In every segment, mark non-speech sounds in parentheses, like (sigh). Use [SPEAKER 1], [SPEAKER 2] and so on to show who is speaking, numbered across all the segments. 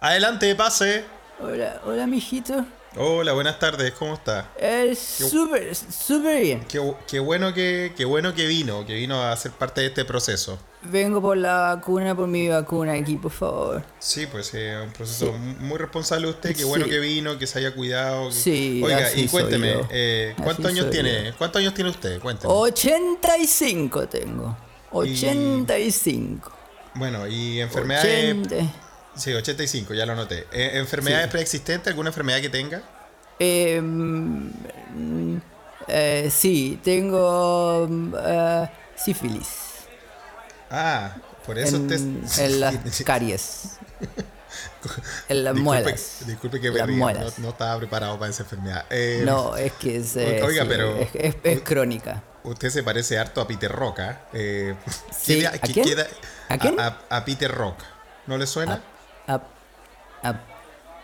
[SPEAKER 1] Adelante, pase.
[SPEAKER 2] Hola, hola, mijito.
[SPEAKER 1] Hola, buenas tardes, ¿cómo está?
[SPEAKER 2] Eh, súper, súper bien.
[SPEAKER 1] Qué, bu- qué bueno que, qué bueno que vino, que vino a ser parte de este proceso.
[SPEAKER 2] Vengo por la vacuna, por mi vacuna aquí, por favor.
[SPEAKER 1] Sí, pues es un proceso mu- muy responsable usted, qué bueno
[SPEAKER 2] Sí.
[SPEAKER 1] que vino, que se haya cuidado. que-
[SPEAKER 2] Sí,
[SPEAKER 1] Oiga,
[SPEAKER 2] así
[SPEAKER 1] y cuénteme,
[SPEAKER 2] soy yo.
[SPEAKER 1] eh, ¿cuántos
[SPEAKER 2] Así
[SPEAKER 1] años
[SPEAKER 2] soy
[SPEAKER 1] tiene? ¿Cuántos años tiene usted? Cuénteme.
[SPEAKER 2] 85 tengo. 85.
[SPEAKER 1] bueno, y enfermedades.
[SPEAKER 2] 80.
[SPEAKER 1] Sí, 85, ya lo noté. Eh, ¿Enfermedades preexistentes? ¿Alguna enfermedad que tenga?
[SPEAKER 2] Eh, mm, eh, sí, tengo mm, eh, sífilis
[SPEAKER 1] Ah, por eso
[SPEAKER 2] en,
[SPEAKER 1] usted. (laughs)
[SPEAKER 2] en las caries, en las
[SPEAKER 1] Disculpe-
[SPEAKER 2] muelas.
[SPEAKER 1] Disculpe que me
[SPEAKER 2] las
[SPEAKER 1] ría, no,
[SPEAKER 2] muelas.
[SPEAKER 1] no estaba preparado para esa enfermedad. Eh,
[SPEAKER 2] No, es que es, eh,
[SPEAKER 1] Oiga,
[SPEAKER 2] sí,
[SPEAKER 1] pero-
[SPEAKER 2] es, es- es crónica.
[SPEAKER 1] Usted se parece harto a Peter Roca. Eh,
[SPEAKER 2] Sí,
[SPEAKER 1] queda-
[SPEAKER 2] ¿a
[SPEAKER 1] que-
[SPEAKER 2] quién?
[SPEAKER 1] queda-
[SPEAKER 2] ¿A quién?
[SPEAKER 1] a- a Peter Rock. ¿No le suena?
[SPEAKER 2] Ap- ap-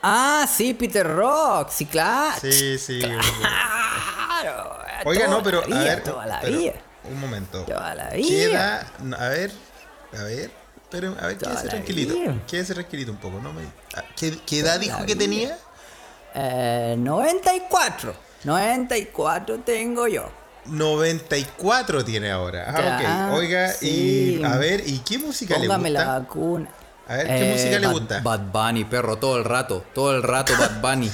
[SPEAKER 2] Ah, sí, Peter Rock, sí, Ah. claro.
[SPEAKER 1] sí, sí.
[SPEAKER 2] Claro.
[SPEAKER 1] Oiga,
[SPEAKER 2] toda
[SPEAKER 1] no, pero
[SPEAKER 2] la
[SPEAKER 1] a
[SPEAKER 2] vida,
[SPEAKER 1] ver.
[SPEAKER 2] toda la
[SPEAKER 1] pero,
[SPEAKER 2] vida.
[SPEAKER 1] un momento.
[SPEAKER 2] Toda la
[SPEAKER 1] ¿Qué
[SPEAKER 2] vida.
[SPEAKER 1] edad? No, A ver, a ver. Pero, a ver,
[SPEAKER 2] Toda
[SPEAKER 1] quédese
[SPEAKER 2] la
[SPEAKER 1] tranquilito.
[SPEAKER 2] vida.
[SPEAKER 1] Quédese tranquilito un poco. No me, ah, ¿qué, qué edad dijo
[SPEAKER 2] la
[SPEAKER 1] que
[SPEAKER 2] vida.
[SPEAKER 1] tenía?
[SPEAKER 2] Eh, 94. 94 tengo yo.
[SPEAKER 1] 94 tiene ahora. Ah,
[SPEAKER 2] Ya,
[SPEAKER 1] ok. Oiga,
[SPEAKER 2] sí.
[SPEAKER 1] y a ver, ¿y qué música
[SPEAKER 2] Póngame
[SPEAKER 1] le
[SPEAKER 2] la
[SPEAKER 1] gusta?
[SPEAKER 2] vacuna.
[SPEAKER 1] A ver,
[SPEAKER 2] eh,
[SPEAKER 1] ¿qué música le
[SPEAKER 3] Bad-
[SPEAKER 1] gusta?
[SPEAKER 3] Bad Bunny, perro, todo el rato. Todo el rato Bad Bunny.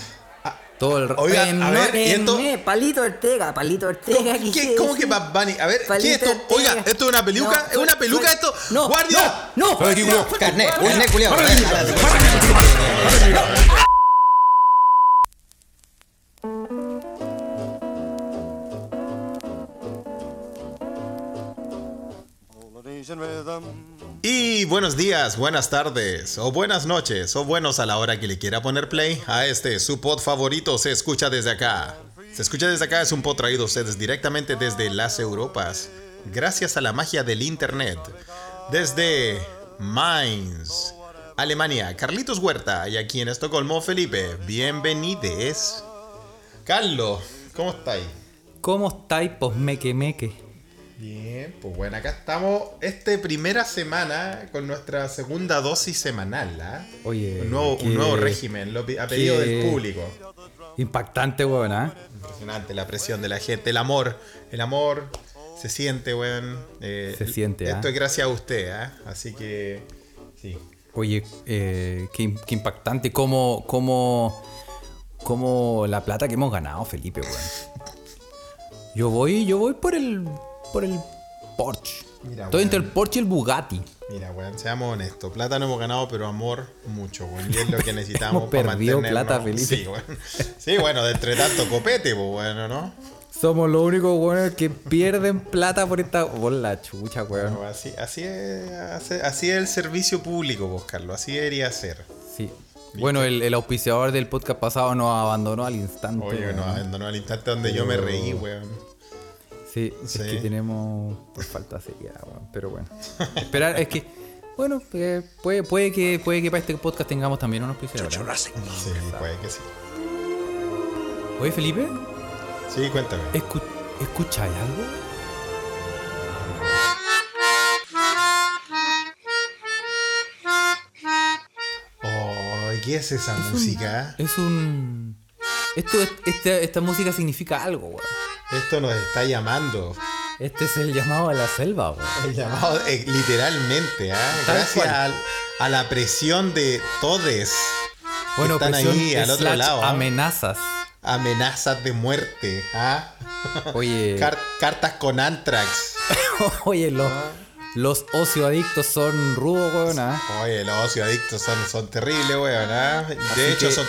[SPEAKER 3] todo el rato.
[SPEAKER 1] Oiga,
[SPEAKER 2] Em,
[SPEAKER 1] a
[SPEAKER 2] no,
[SPEAKER 1] ver, ¿y
[SPEAKER 2] em,
[SPEAKER 1] esto?
[SPEAKER 2] eh, Palito Ortega, Palito Ortega.
[SPEAKER 1] ¿Qué-
[SPEAKER 2] quise
[SPEAKER 1] ¿Cómo que
[SPEAKER 2] decir.
[SPEAKER 1] Bad Bunny? A ver, ¿qué
[SPEAKER 2] Palito
[SPEAKER 1] es esto?
[SPEAKER 2] Ortega.
[SPEAKER 1] Oiga, ¿esto es una peluca?
[SPEAKER 2] No,
[SPEAKER 1] ¿Es una
[SPEAKER 2] soy-
[SPEAKER 1] peluca
[SPEAKER 2] soy-
[SPEAKER 1] esto?
[SPEAKER 2] No,
[SPEAKER 1] ¡Guardia!
[SPEAKER 2] No, no.
[SPEAKER 3] Soy aquí, culiao. Carnet, carnet, culiao.
[SPEAKER 4] Polynesian rhythm.
[SPEAKER 1] Y buenos días, buenas tardes, o buenas noches, o buenos a la hora que le quiera poner play a este, su pod favorito, se escucha desde acá. Se escucha desde acá es un pod traído a ustedes directamente desde las Europas, gracias a la magia del internet, desde Mainz, Alemania, Carlitos Huerta, y aquí en Estocolmo, Felipe, bienvenides. Carlos, ¿cómo estáis?
[SPEAKER 3] ¿Cómo estáis, pues meque meque?
[SPEAKER 1] Bien, pues bueno, acá estamos este primera semana con nuestra segunda dosis semanal, ¿ah?
[SPEAKER 3] Oye,
[SPEAKER 1] Un nuevo, un
[SPEAKER 3] qué-
[SPEAKER 1] nuevo régimen, lo pi- a pedido
[SPEAKER 3] qué-
[SPEAKER 1] del público.
[SPEAKER 3] Impactante, weón, ¿ah?
[SPEAKER 1] Impresionante la presión de la gente, el amor, el amor se siente, weón. Eh,
[SPEAKER 3] Se siente,
[SPEAKER 1] Esto
[SPEAKER 3] ¿ah?
[SPEAKER 1] es gracias a usted, ¿ah? Así que, sí.
[SPEAKER 3] Oye, eh, qué, im- qué impactante. Cómo, cómo, cómo la plata que hemos ganado, Felipe, weón. Yo voy, yo voy por el, por el Porsche.
[SPEAKER 1] Mira,
[SPEAKER 3] Estoy entre
[SPEAKER 1] weón.
[SPEAKER 3] el Porsche y el Bugatti.
[SPEAKER 1] Mira, weón, seamos honestos. Plata no hemos ganado, pero amor mucho, weón. Y es lo
[SPEAKER 3] (laughs)
[SPEAKER 1] que necesitamos
[SPEAKER 3] Hemos
[SPEAKER 1] para
[SPEAKER 3] perdido
[SPEAKER 1] mantenernos-
[SPEAKER 3] plata, Felipe.
[SPEAKER 1] Sí, weón. Sí, bueno, de entre tanto copete, pues bueno, ¿no?
[SPEAKER 3] Somos los únicos weones que pierden plata por esta. Por la chucha, weón.
[SPEAKER 1] No, así, así, es, así- así es el servicio público, vos, Carlos. Así debería ser.
[SPEAKER 3] Sí. Bueno, el, el auspiciador del podcast pasado nos abandonó al instante.
[SPEAKER 1] Oye,
[SPEAKER 3] weón.
[SPEAKER 1] no, no, no, al instante donde yo me reí, weón.
[SPEAKER 3] Sí,
[SPEAKER 1] Sí.
[SPEAKER 3] es que tenemos por falta seria, weón, pero bueno. Esperar, es que, bueno, eh, puede, puede que puede que para este podcast tengamos también unos auspiciador. ¿eh?
[SPEAKER 1] Sí, puede que sí.
[SPEAKER 3] Oye, Felipe,
[SPEAKER 1] Sí, cuéntame.
[SPEAKER 3] ¿escu- ¿escucháis algo?
[SPEAKER 1] Oh, ¿qué es esa música?
[SPEAKER 3] Es un... Esto, es- esta, esta música significa algo, weón.
[SPEAKER 1] Esto nos está llamando.
[SPEAKER 3] Este es el llamado a la selva, weón.
[SPEAKER 1] El llamado, eh, literalmente, ¿ah?
[SPEAKER 3] Tal
[SPEAKER 1] Gracias
[SPEAKER 3] cual.
[SPEAKER 1] al- a la presión de todes. que
[SPEAKER 3] Bueno,
[SPEAKER 1] están
[SPEAKER 3] presión
[SPEAKER 1] ahí al otro
[SPEAKER 3] slash
[SPEAKER 1] lado. ¿ah?
[SPEAKER 3] Amenazas.
[SPEAKER 1] Amenazas de muerte. ¿ah?
[SPEAKER 3] Oye,
[SPEAKER 1] Car- cartas con antrax.
[SPEAKER 3] (laughs) oye, los, los ocioadictos son rudos, weón. ¿ah?
[SPEAKER 1] Oye, los ocio adictos son, son terribles, weón. ¿ah? De
[SPEAKER 3] Así
[SPEAKER 1] hecho,
[SPEAKER 3] que-
[SPEAKER 1] son,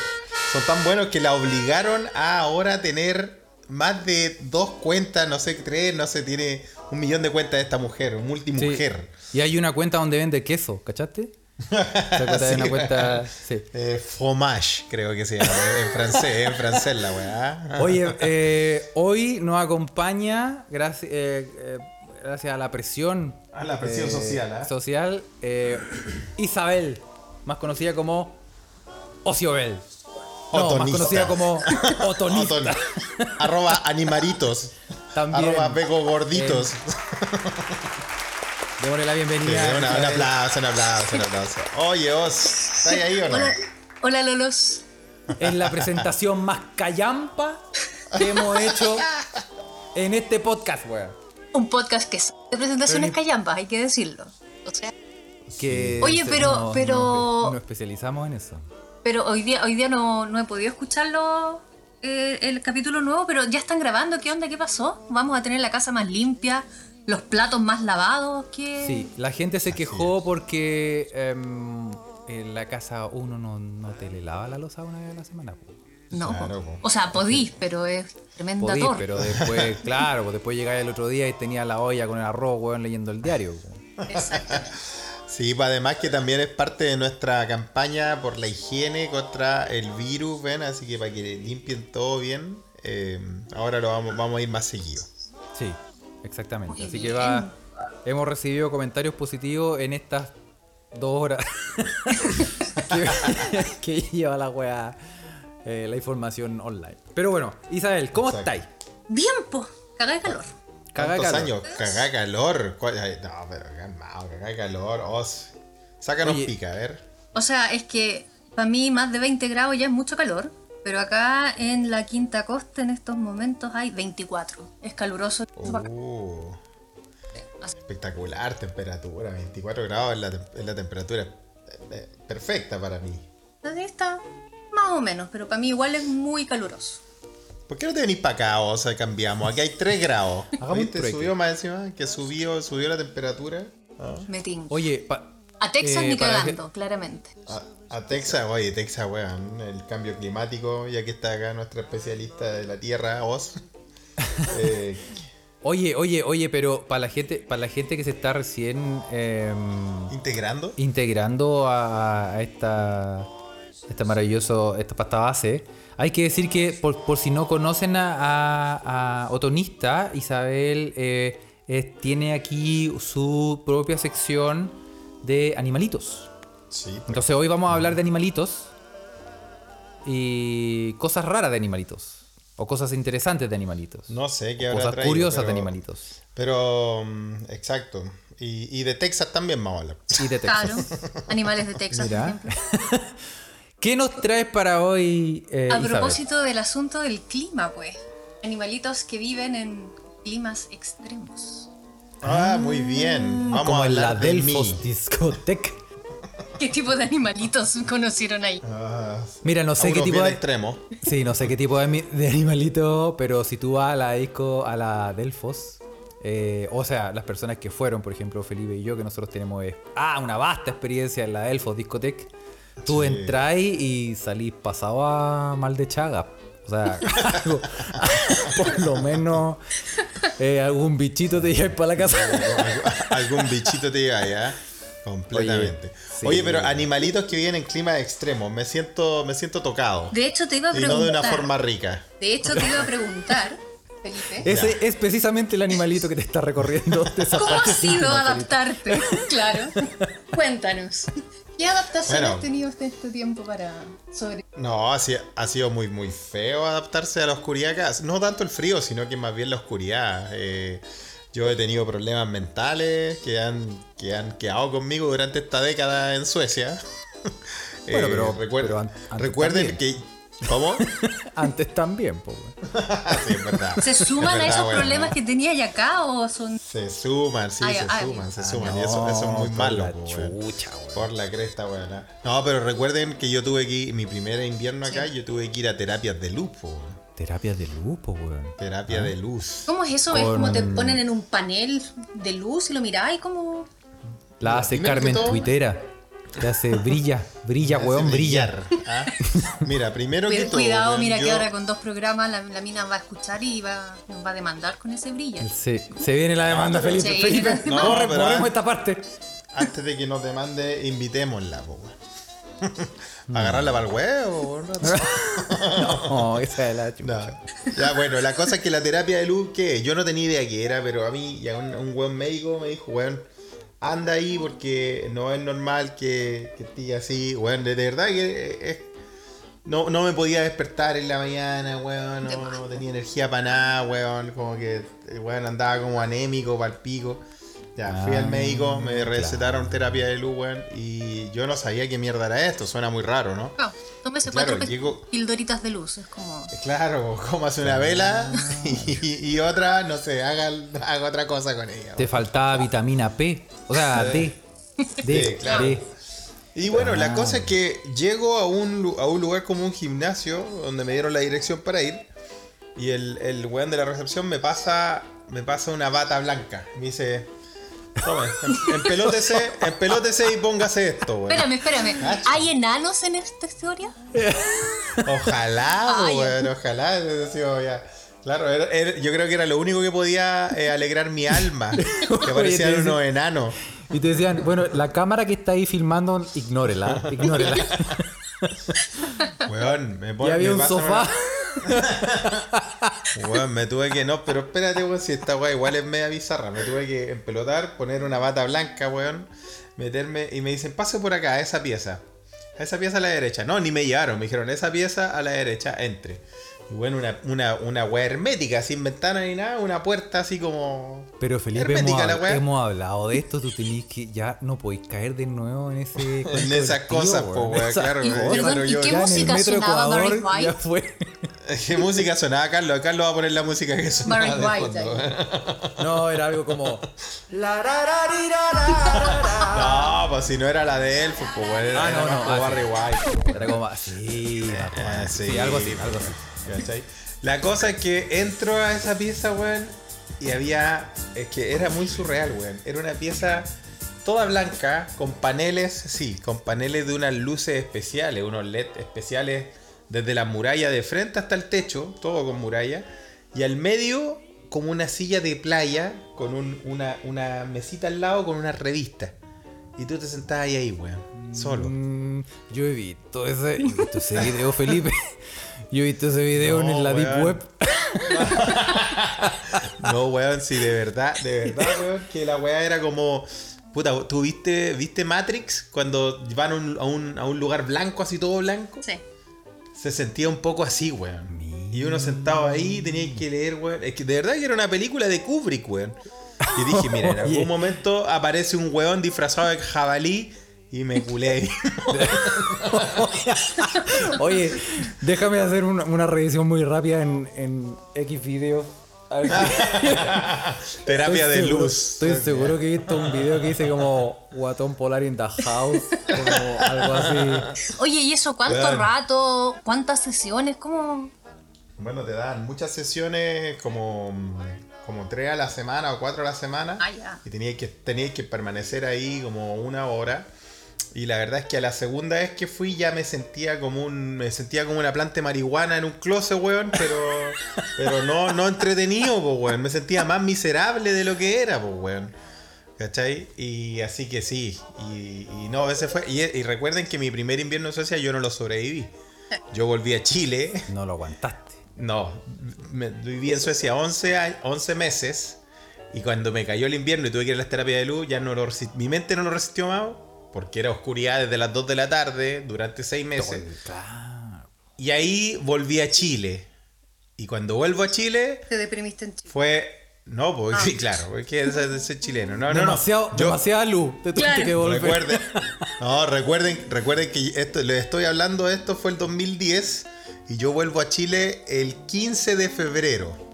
[SPEAKER 1] son tan buenos que la obligaron a ahora tener más de dos cuentas, no sé, tres, no sé, tiene un millón de cuentas de esta mujer,
[SPEAKER 3] Sí.
[SPEAKER 1] multimujer.
[SPEAKER 3] Y hay una cuenta donde vende queso, ¿cachaste? Esa cuenta es una
[SPEAKER 1] Sí.
[SPEAKER 3] cuenta. Sí.
[SPEAKER 1] Eh, fromage, creo que se llama, en francés, en francés la weá. ¿ah?
[SPEAKER 3] Oye, eh, hoy nos acompaña, gracias, eh, eh, gracias a la presión.
[SPEAKER 1] A la presión
[SPEAKER 3] eh,
[SPEAKER 1] social, ¿ah?
[SPEAKER 3] Social, eh, Isabel, más conocida como Ociobel. No, más
[SPEAKER 1] Otonista.
[SPEAKER 3] conocida como
[SPEAKER 1] (laughs)
[SPEAKER 3] Otonista.
[SPEAKER 1] Otón. Ah, (laughs) Arroba animaritos.
[SPEAKER 3] También.
[SPEAKER 1] Arroba vego gorditos.
[SPEAKER 3] Démosle la
[SPEAKER 1] Sí,
[SPEAKER 3] bienvenida.
[SPEAKER 1] un, un
[SPEAKER 3] Isabel.
[SPEAKER 1] aplauso, un aplauso, un aplauso. Oye, Oz, ¿estás ahí o no?
[SPEAKER 5] Hola Lolos.
[SPEAKER 3] Es la presentación más callampa que hemos hecho en este podcast, weón.
[SPEAKER 5] Un podcast que es de presentaciones callampas, hay que decirlo. O sea,
[SPEAKER 3] Que
[SPEAKER 5] Oye,
[SPEAKER 3] se-
[SPEAKER 5] pero-
[SPEAKER 3] no-
[SPEAKER 5] pero-
[SPEAKER 3] no- nos especializamos en eso.
[SPEAKER 5] pero hoy día, hoy día no, no he podido escucharlo eh, el capítulo nuevo, pero ya están grabando, ¿qué onda? ¿Qué pasó? Vamos a tener la casa más limpia, los platos más lavados, ¿qué?
[SPEAKER 3] Sí, la gente se quejó porque em, en la casa uno no, no te le lava la losa una vez a la semana. po.
[SPEAKER 5] No,
[SPEAKER 1] Claro,
[SPEAKER 5] po.
[SPEAKER 1] po.
[SPEAKER 5] o sea, podís, pero es tremenda
[SPEAKER 3] Podí,
[SPEAKER 5] torre.
[SPEAKER 3] pero después, claro, pues después llegáis el otro día y tenía la olla con el arroz, weón, leyendo el diario. weón.
[SPEAKER 5] Exactamente.
[SPEAKER 1] Sí, pues además que también es parte de nuestra campaña por la higiene contra el virus, ven, así que para que limpien todo bien, eh, ahora lo vamos, vamos a ir más seguido.
[SPEAKER 3] Sí, exactamente.
[SPEAKER 5] Muy
[SPEAKER 3] Así que
[SPEAKER 5] bien.
[SPEAKER 3] va. Hemos recibido comentarios positivos en estas dos horas (laughs) que, que lleva la weá, eh, la información online. Pero bueno, Isabel, ¿cómo
[SPEAKER 1] Exacto.
[SPEAKER 3] estáis?
[SPEAKER 5] Bien, po, caga de calor.
[SPEAKER 3] Caga de
[SPEAKER 1] ¿Cuántos
[SPEAKER 3] calor.
[SPEAKER 1] años? Cagá de calor. ¿Cuál- ay, No, pero calmado, cagá de calor. os. Sácanos
[SPEAKER 3] Oye.
[SPEAKER 1] pica, a ver.
[SPEAKER 5] O sea, es que para mí más de 20 grados ya es mucho calor, pero acá en la Quinta Costa en estos momentos hay 24. Es caluroso.
[SPEAKER 1] Uh, espectacular temperatura, 24 grados es la, tem- es la temperatura eh, eh, perfecta para mí.
[SPEAKER 5] Entonces está más o menos, pero para mí igual es muy caluroso.
[SPEAKER 1] ¿Por qué no te venís para acá? O sea, cambiamos. Aquí hay 3 grados.
[SPEAKER 3] (laughs) Hagamos un
[SPEAKER 1] ¿Viste?
[SPEAKER 3] trueque.
[SPEAKER 1] Subió más encima, que subió, subió la temperatura. Ah.
[SPEAKER 5] Me tinca.
[SPEAKER 3] Oye, pa-
[SPEAKER 5] A Texas
[SPEAKER 3] eh,
[SPEAKER 5] ni
[SPEAKER 3] para
[SPEAKER 5] cagando, claramente.
[SPEAKER 3] Ah.
[SPEAKER 1] A, a Texas, oye, Texas, weón, el cambio climático, ya que está acá nuestra especialista de la Tierra,
[SPEAKER 3] (laughs)
[SPEAKER 1] Oz. Eh,
[SPEAKER 3] Oye, oye, oye, pero para la gente, para la gente que se está recién em,
[SPEAKER 1] integrando.
[SPEAKER 3] integrando a, a esta, esta maravilloso, esta pasta base, hay que decir que por, por si no conocen a, a- a Otonista, Isabel eh, eh, tiene aquí su propia sección de animalitos.
[SPEAKER 1] Sí,
[SPEAKER 3] Entonces hoy vamos a hablar de animalitos y cosas raras de animalitos o cosas interesantes de animalitos.
[SPEAKER 1] no sé qué habrá
[SPEAKER 3] Cosas
[SPEAKER 1] traído,
[SPEAKER 3] curiosas de
[SPEAKER 1] pero-
[SPEAKER 3] animalitos.
[SPEAKER 1] Pero, mm, exacto. Y, y de Texas también vamos a hablar.
[SPEAKER 3] y de Texas.
[SPEAKER 5] Claro,
[SPEAKER 3] (laughs)
[SPEAKER 5] animales de Texas, por
[SPEAKER 3] Mira.
[SPEAKER 5] ejemplo.
[SPEAKER 3] (laughs) ¿Qué nos traes para hoy, eh,
[SPEAKER 5] A
[SPEAKER 3] Isabel?
[SPEAKER 5] propósito del asunto del clima, pues. Animalitos que viven en climas extremos.
[SPEAKER 1] Ah, muy bien. Vamos
[SPEAKER 3] Como
[SPEAKER 1] a
[SPEAKER 3] en
[SPEAKER 1] hablar
[SPEAKER 3] la
[SPEAKER 1] de
[SPEAKER 3] Delfos
[SPEAKER 1] mí.
[SPEAKER 3] Discoteca.
[SPEAKER 5] ¿Qué tipo de animalitos conocieron ahí?
[SPEAKER 1] Ah,
[SPEAKER 3] Mira, no
[SPEAKER 1] a
[SPEAKER 3] sé qué
[SPEAKER 1] unos
[SPEAKER 3] tipo
[SPEAKER 1] bien
[SPEAKER 3] de...
[SPEAKER 1] extremos.
[SPEAKER 3] Sí, no sé qué tipo de, ami- de animalito, pero si tú vas a la disco, a la Delfos, eh, o sea, las personas que fueron, por ejemplo, Felipe y yo, que nosotros tenemos eh, ah, una vasta experiencia en la Delfos Discoteca, tú
[SPEAKER 1] Sí.
[SPEAKER 3] entras y salís pasado a mal de chaga. O sea,
[SPEAKER 5] (laughs)
[SPEAKER 3] algo- (laughs) por lo menos eh, algún bichito te lleváis para la casa.
[SPEAKER 1] Algún bichito te llega ya. Completamente. Oye,
[SPEAKER 3] Oye, sí.
[SPEAKER 1] pero animalitos que viven en clima extremo, me siento, me siento tocado.
[SPEAKER 5] De hecho, te iba a
[SPEAKER 1] y
[SPEAKER 5] preguntar.
[SPEAKER 1] no de una forma rica.
[SPEAKER 5] De hecho, te iba a preguntar, Felipe,
[SPEAKER 3] Ese es precisamente el animalito que te está recorriendo. de esa
[SPEAKER 5] ¿cómo ha
[SPEAKER 3] parte
[SPEAKER 5] sido
[SPEAKER 3] íntima,
[SPEAKER 5] adaptarte? Claro.
[SPEAKER 3] (laughs)
[SPEAKER 5] Cuéntanos. ¿Qué adaptación
[SPEAKER 1] Bueno.
[SPEAKER 5] has tenido usted este tiempo para sobre
[SPEAKER 1] No, ha si- ha sido, muy, muy feo adaptarse a la oscuridad acá. No tanto el frío, sino que más bien la oscuridad. Eh, yo he tenido problemas mentales que han, que han quedado conmigo durante esta década en Suecia.
[SPEAKER 3] (laughs)
[SPEAKER 1] Eh,
[SPEAKER 3] Bueno, pero-
[SPEAKER 1] recuer-
[SPEAKER 3] pero an- antes
[SPEAKER 1] recuerden que...
[SPEAKER 3] (laughs)
[SPEAKER 1] ¿Cómo?
[SPEAKER 3] Felipe. Antes también, po, weón.
[SPEAKER 1] Ah, sí, es verdad.
[SPEAKER 5] ¿Se
[SPEAKER 1] (laughs) Es
[SPEAKER 5] suman a
[SPEAKER 1] verdad,
[SPEAKER 5] esos
[SPEAKER 1] bueno.
[SPEAKER 5] problemas que tenía ya acá o son.?
[SPEAKER 1] Se suman, sí,
[SPEAKER 5] Ay,
[SPEAKER 1] se
[SPEAKER 5] ay.
[SPEAKER 1] suman, se suman. y eso, eso es muy
[SPEAKER 3] Ah, por
[SPEAKER 1] malo.
[SPEAKER 3] la
[SPEAKER 1] po, weón.
[SPEAKER 3] chucha, weón.
[SPEAKER 1] Por la cresta, weón. ¿eh? No, pero recuerden que yo tuve que ir, mi primer invierno acá,
[SPEAKER 5] Sí.
[SPEAKER 1] yo tuve que ir a terapias de luz, po, weón.
[SPEAKER 3] Terapias de lupo, weón.
[SPEAKER 1] Terapia de luz.
[SPEAKER 5] ¿Cómo es eso? ¿Es
[SPEAKER 3] Con-
[SPEAKER 5] como te ponen en un panel de luz y lo miráis como.?
[SPEAKER 3] La hace
[SPEAKER 1] primero que
[SPEAKER 3] Carmen
[SPEAKER 1] todo-
[SPEAKER 3] Twittera. Te hace brilla, brilla,
[SPEAKER 1] Hace
[SPEAKER 3] weón, brilla.
[SPEAKER 1] brillar,
[SPEAKER 3] (laughs)
[SPEAKER 1] ¿ah? Mira, primero que
[SPEAKER 5] Cuid-
[SPEAKER 1] todo.
[SPEAKER 5] Cuidado,
[SPEAKER 1] weón,
[SPEAKER 5] mira
[SPEAKER 1] yo-
[SPEAKER 5] que ahora con dos programas la, la mina va a escuchar y va, nos va a demandar con ese brillo.
[SPEAKER 3] Se, se viene la demanda,
[SPEAKER 1] No,
[SPEAKER 3] Felipe.
[SPEAKER 5] Ah, Sí,
[SPEAKER 3] Felipe,
[SPEAKER 1] no,
[SPEAKER 3] corre,
[SPEAKER 1] pero-
[SPEAKER 3] borremos
[SPEAKER 1] (laughs)
[SPEAKER 3] esta parte.
[SPEAKER 1] Antes de que nos demande, invitémosla, po, weón.
[SPEAKER 3] (laughs)
[SPEAKER 1] Agarrarla para el huevo, weón, un rato.
[SPEAKER 3] No, Oh, esa es la chucha.
[SPEAKER 1] No. Ya, bueno, la cosa es que la terapia de luz, que yo no tenía idea que era, pero a mí, ya un, un buen médico me dijo, weón, anda ahí porque no es normal que, que esté así, weón, de, de verdad que eh, es- no, no me podía despertar en la mañana, weón, no, no tenía energía para nada, weón, como que, eh, weón, andaba como anémico, para pico. Ya, fui al médico, me recetaron terapia de luz, weón, y yo no sabía qué mierda era esto, suena muy raro, ¿no?
[SPEAKER 5] No, Ah, tómese
[SPEAKER 1] Claro,
[SPEAKER 5] cuatro pe-
[SPEAKER 1] llego-
[SPEAKER 5] pildoritas de luz, es como...
[SPEAKER 1] Eh, Claro, (laughs) comas una vela (laughs) y, y otra, no sé, haga, haga otra cosa con ella.
[SPEAKER 3] Te faltaba vitamina P. O sea, D. D.
[SPEAKER 1] Sí, claro.
[SPEAKER 3] D.
[SPEAKER 1] Y bueno, la cosa es que llego a un, lu- a un lugar como un gimnasio donde me dieron la dirección para ir y el, el weón de la recepción me pasa, me pasa una bata blanca. Me dice, tome, em- empelótese, empelótese y póngase esto, weón.
[SPEAKER 5] Espérame, espérame.
[SPEAKER 1] Cacho.
[SPEAKER 5] ¿Hay enanos en esta historia?
[SPEAKER 1] Ojalá,
[SPEAKER 5] Ay.
[SPEAKER 1] weón, ojalá. hubiese sido ya. Claro, era- era- yo creo que era lo único que podía eh, alegrar mi alma. Que parecían
[SPEAKER 3] (laughs) Oye,
[SPEAKER 1] unos enanos.
[SPEAKER 3] Y te decían, bueno, la cámara que está ahí filmando, ignórela, ignórela.
[SPEAKER 1] (laughs) Weón, me
[SPEAKER 3] Y
[SPEAKER 1] pone-
[SPEAKER 3] había
[SPEAKER 1] me
[SPEAKER 3] un
[SPEAKER 1] pasa
[SPEAKER 3] sofá.
[SPEAKER 1] una- Weón, me tuve que. No, pero espérate, weón, si esta weá igual es media bizarra. Me tuve que empelotar, poner una bata blanca, weón. Meterme. Y me dicen, pase por acá, a esa pieza. A esa pieza a la derecha. No, ni me llevaron. Me dijeron, esa pieza a la derecha, entre. Y bueno, una, una, una weá hermética, sin ventana ni nada. Una puerta así como.
[SPEAKER 3] Pero Felipe,
[SPEAKER 1] Hermética
[SPEAKER 3] hemos,
[SPEAKER 1] la
[SPEAKER 3] hab-
[SPEAKER 1] weá.
[SPEAKER 3] hemos hablado de esto, tú tenés que, ya no podéis caer de nuevo en ese...
[SPEAKER 1] (laughs) En esas cosas, po,
[SPEAKER 3] (laughs)
[SPEAKER 1] weón, claro,
[SPEAKER 5] Y-
[SPEAKER 1] weón.
[SPEAKER 5] perdón,
[SPEAKER 1] Claro,
[SPEAKER 5] ¿y
[SPEAKER 1] yo-
[SPEAKER 5] qué
[SPEAKER 1] ya en el
[SPEAKER 5] música sonaba Barry
[SPEAKER 3] ya
[SPEAKER 5] White?
[SPEAKER 3] fue.
[SPEAKER 1] (laughs)
[SPEAKER 3] (laughs)
[SPEAKER 1] ¿Qué música sonaba, Carlos? Carlos va a poner la música que sonaba
[SPEAKER 5] Barry
[SPEAKER 1] de
[SPEAKER 5] White,
[SPEAKER 1] fondo.
[SPEAKER 3] No, era algo como...
[SPEAKER 2] La, ra, ra, ri, ra, ra, ra, ra.
[SPEAKER 1] No, pues si no era la de él, pues, pues bueno, era,
[SPEAKER 3] Ah,
[SPEAKER 1] era
[SPEAKER 3] no,
[SPEAKER 1] más
[SPEAKER 3] no,
[SPEAKER 1] como
[SPEAKER 3] ah,
[SPEAKER 1] Barry White. pues,
[SPEAKER 3] Era como... Sí, más como-
[SPEAKER 1] Ah,
[SPEAKER 3] sí, algo así, algo así.
[SPEAKER 1] ¿Cachai? La cosa es que entro a esa pieza, weón, y había. Es que era muy surreal, weón. Era una pieza toda blanca, con paneles, sí, con paneles de unas luces especiales, unos LED especiales, desde la muralla de frente hasta el techo, todo con muralla. Y al medio, como una silla de playa, con un- una, una mesita al lado con una revista. Y tú te sentabas ahí, ahí, weón, solo.
[SPEAKER 3] Mm, yo he visto ese, yo he visto ese video, Felipe. (laughs) Yo he visto ese video
[SPEAKER 1] No,
[SPEAKER 3] en la
[SPEAKER 1] weón.
[SPEAKER 3] Deep Web. (laughs)
[SPEAKER 1] No, weón, sí, de verdad, de verdad, weón, que la weá era como. Puta, ¿tú viste, viste Matrix? Cuando van a un, a un- a un lugar blanco, así todo blanco.
[SPEAKER 5] Sí.
[SPEAKER 1] Se sentía un poco así, weón. Y uno sentado ahí tenía que leer, weón. Es que de verdad que era una película de Kubrick, weón. Y dije, mira, en algún
[SPEAKER 3] (laughs) Oye.
[SPEAKER 1] momento aparece un weón disfrazado de jabalí y me culé ahí. (laughs)
[SPEAKER 3] Oye, déjame hacer una, una revisión muy rápida en, en X video. A ver
[SPEAKER 1] Ah.
[SPEAKER 3] si-
[SPEAKER 1] Terapia
[SPEAKER 3] estoy
[SPEAKER 1] de
[SPEAKER 3] seguro-
[SPEAKER 1] luz.
[SPEAKER 3] Estoy seguro que he visto un video que dice como Guatón Polar in the House. Como algo así.
[SPEAKER 5] Oye, ¿y eso cuánto
[SPEAKER 1] Claro.
[SPEAKER 5] rato? ¿Cuántas sesiones? ¿Cómo?
[SPEAKER 1] Bueno, te dan muchas sesiones como, como tres a la semana o cuatro a la semana.
[SPEAKER 5] Ah, ya.
[SPEAKER 1] Y tenías que, tenías que permanecer ahí como una hora. Y la verdad es que a la segunda vez que fui ya me sentía como un. Me sentía como una planta de marihuana en un closet, weón.
[SPEAKER 5] (laughs)
[SPEAKER 1] Pero. pero no, no entretenido, po, weón. Me sentía más miserable de lo que era, po, weón. ¿Cachai? Y así que sí. Y, y no, ese fue. Y, y recuerden que mi primer invierno en Suecia yo no lo sobreviví. Yo volví a Chile.
[SPEAKER 3] No lo aguantaste.
[SPEAKER 1] No, me- viví en Suecia 11, a- 11 meses y cuando me cayó el invierno y tuve que ir a las terapias de luz, ya no lo resi- mi mente no lo resistió más porque era oscuridad desde las 2 de la tarde durante 6 meses.
[SPEAKER 3] Claro.
[SPEAKER 1] Y ahí volví a Chile. Y cuando vuelvo a Chile
[SPEAKER 5] Te deprimiste en Chile. Ah.
[SPEAKER 1] fue... No, porque (laughs) sí, claro, porque es, es- es chileno. No, no, no.
[SPEAKER 3] Demasiado,
[SPEAKER 1] Yo-
[SPEAKER 3] demasiada luz. Te tuviste
[SPEAKER 5] Claro.
[SPEAKER 3] que volver.
[SPEAKER 1] Recuerden, no, recuerden, recuerden que esto, les estoy hablando, esto fue el 2010 y yo vuelvo a Chile el 15 de febrero.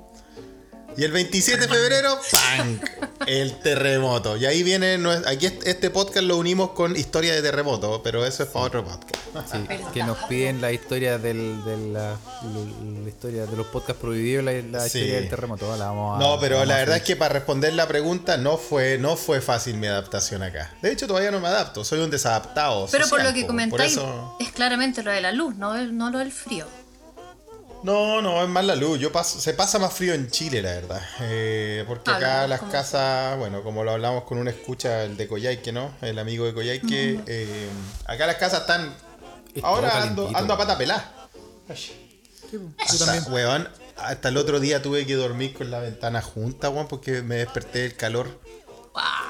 [SPEAKER 1] Y el 27 de febrero, ¡pam! El terremoto. Y ahí viene, nue- aquí est- este podcast lo unimos con historia de terremoto, pero eso es para otro podcast.
[SPEAKER 3] Sí, que nos piden la historia del, de la, la- la historia de los podcasts prohibidos, la, la
[SPEAKER 1] Sí.
[SPEAKER 3] historia del terremoto. La vamos a-
[SPEAKER 1] No, pero
[SPEAKER 3] vamos
[SPEAKER 1] la
[SPEAKER 3] a
[SPEAKER 1] verdad es que para responder la pregunta no fue, no fue fácil mi adaptación acá. De hecho, todavía no me adapto, soy un desadaptado.
[SPEAKER 5] Pero por
[SPEAKER 1] social,
[SPEAKER 5] lo que
[SPEAKER 1] po.
[SPEAKER 5] comentáis,
[SPEAKER 1] Por eso...
[SPEAKER 5] es claramente lo de la luz, no, el- no lo del frío.
[SPEAKER 1] No, no, es más la luz. Yo paso, se pasa más frío en Chile, la verdad. Eh, porque
[SPEAKER 5] Ah,
[SPEAKER 1] acá
[SPEAKER 5] ¿verdad?
[SPEAKER 1] las
[SPEAKER 5] ¿Cómo?
[SPEAKER 1] casas, bueno, como lo hablamos con un escucha, el de Coyhaique, ¿no? El amigo de Coyhaique. eh, acá las casas están...
[SPEAKER 3] Está
[SPEAKER 1] Ahora
[SPEAKER 3] calentito,
[SPEAKER 1] ando, ando a
[SPEAKER 3] weón.
[SPEAKER 1] pata pelada. Hasta, weón, hasta el otro día tuve que dormir con la ventana junta, weón, porque me desperté del calor.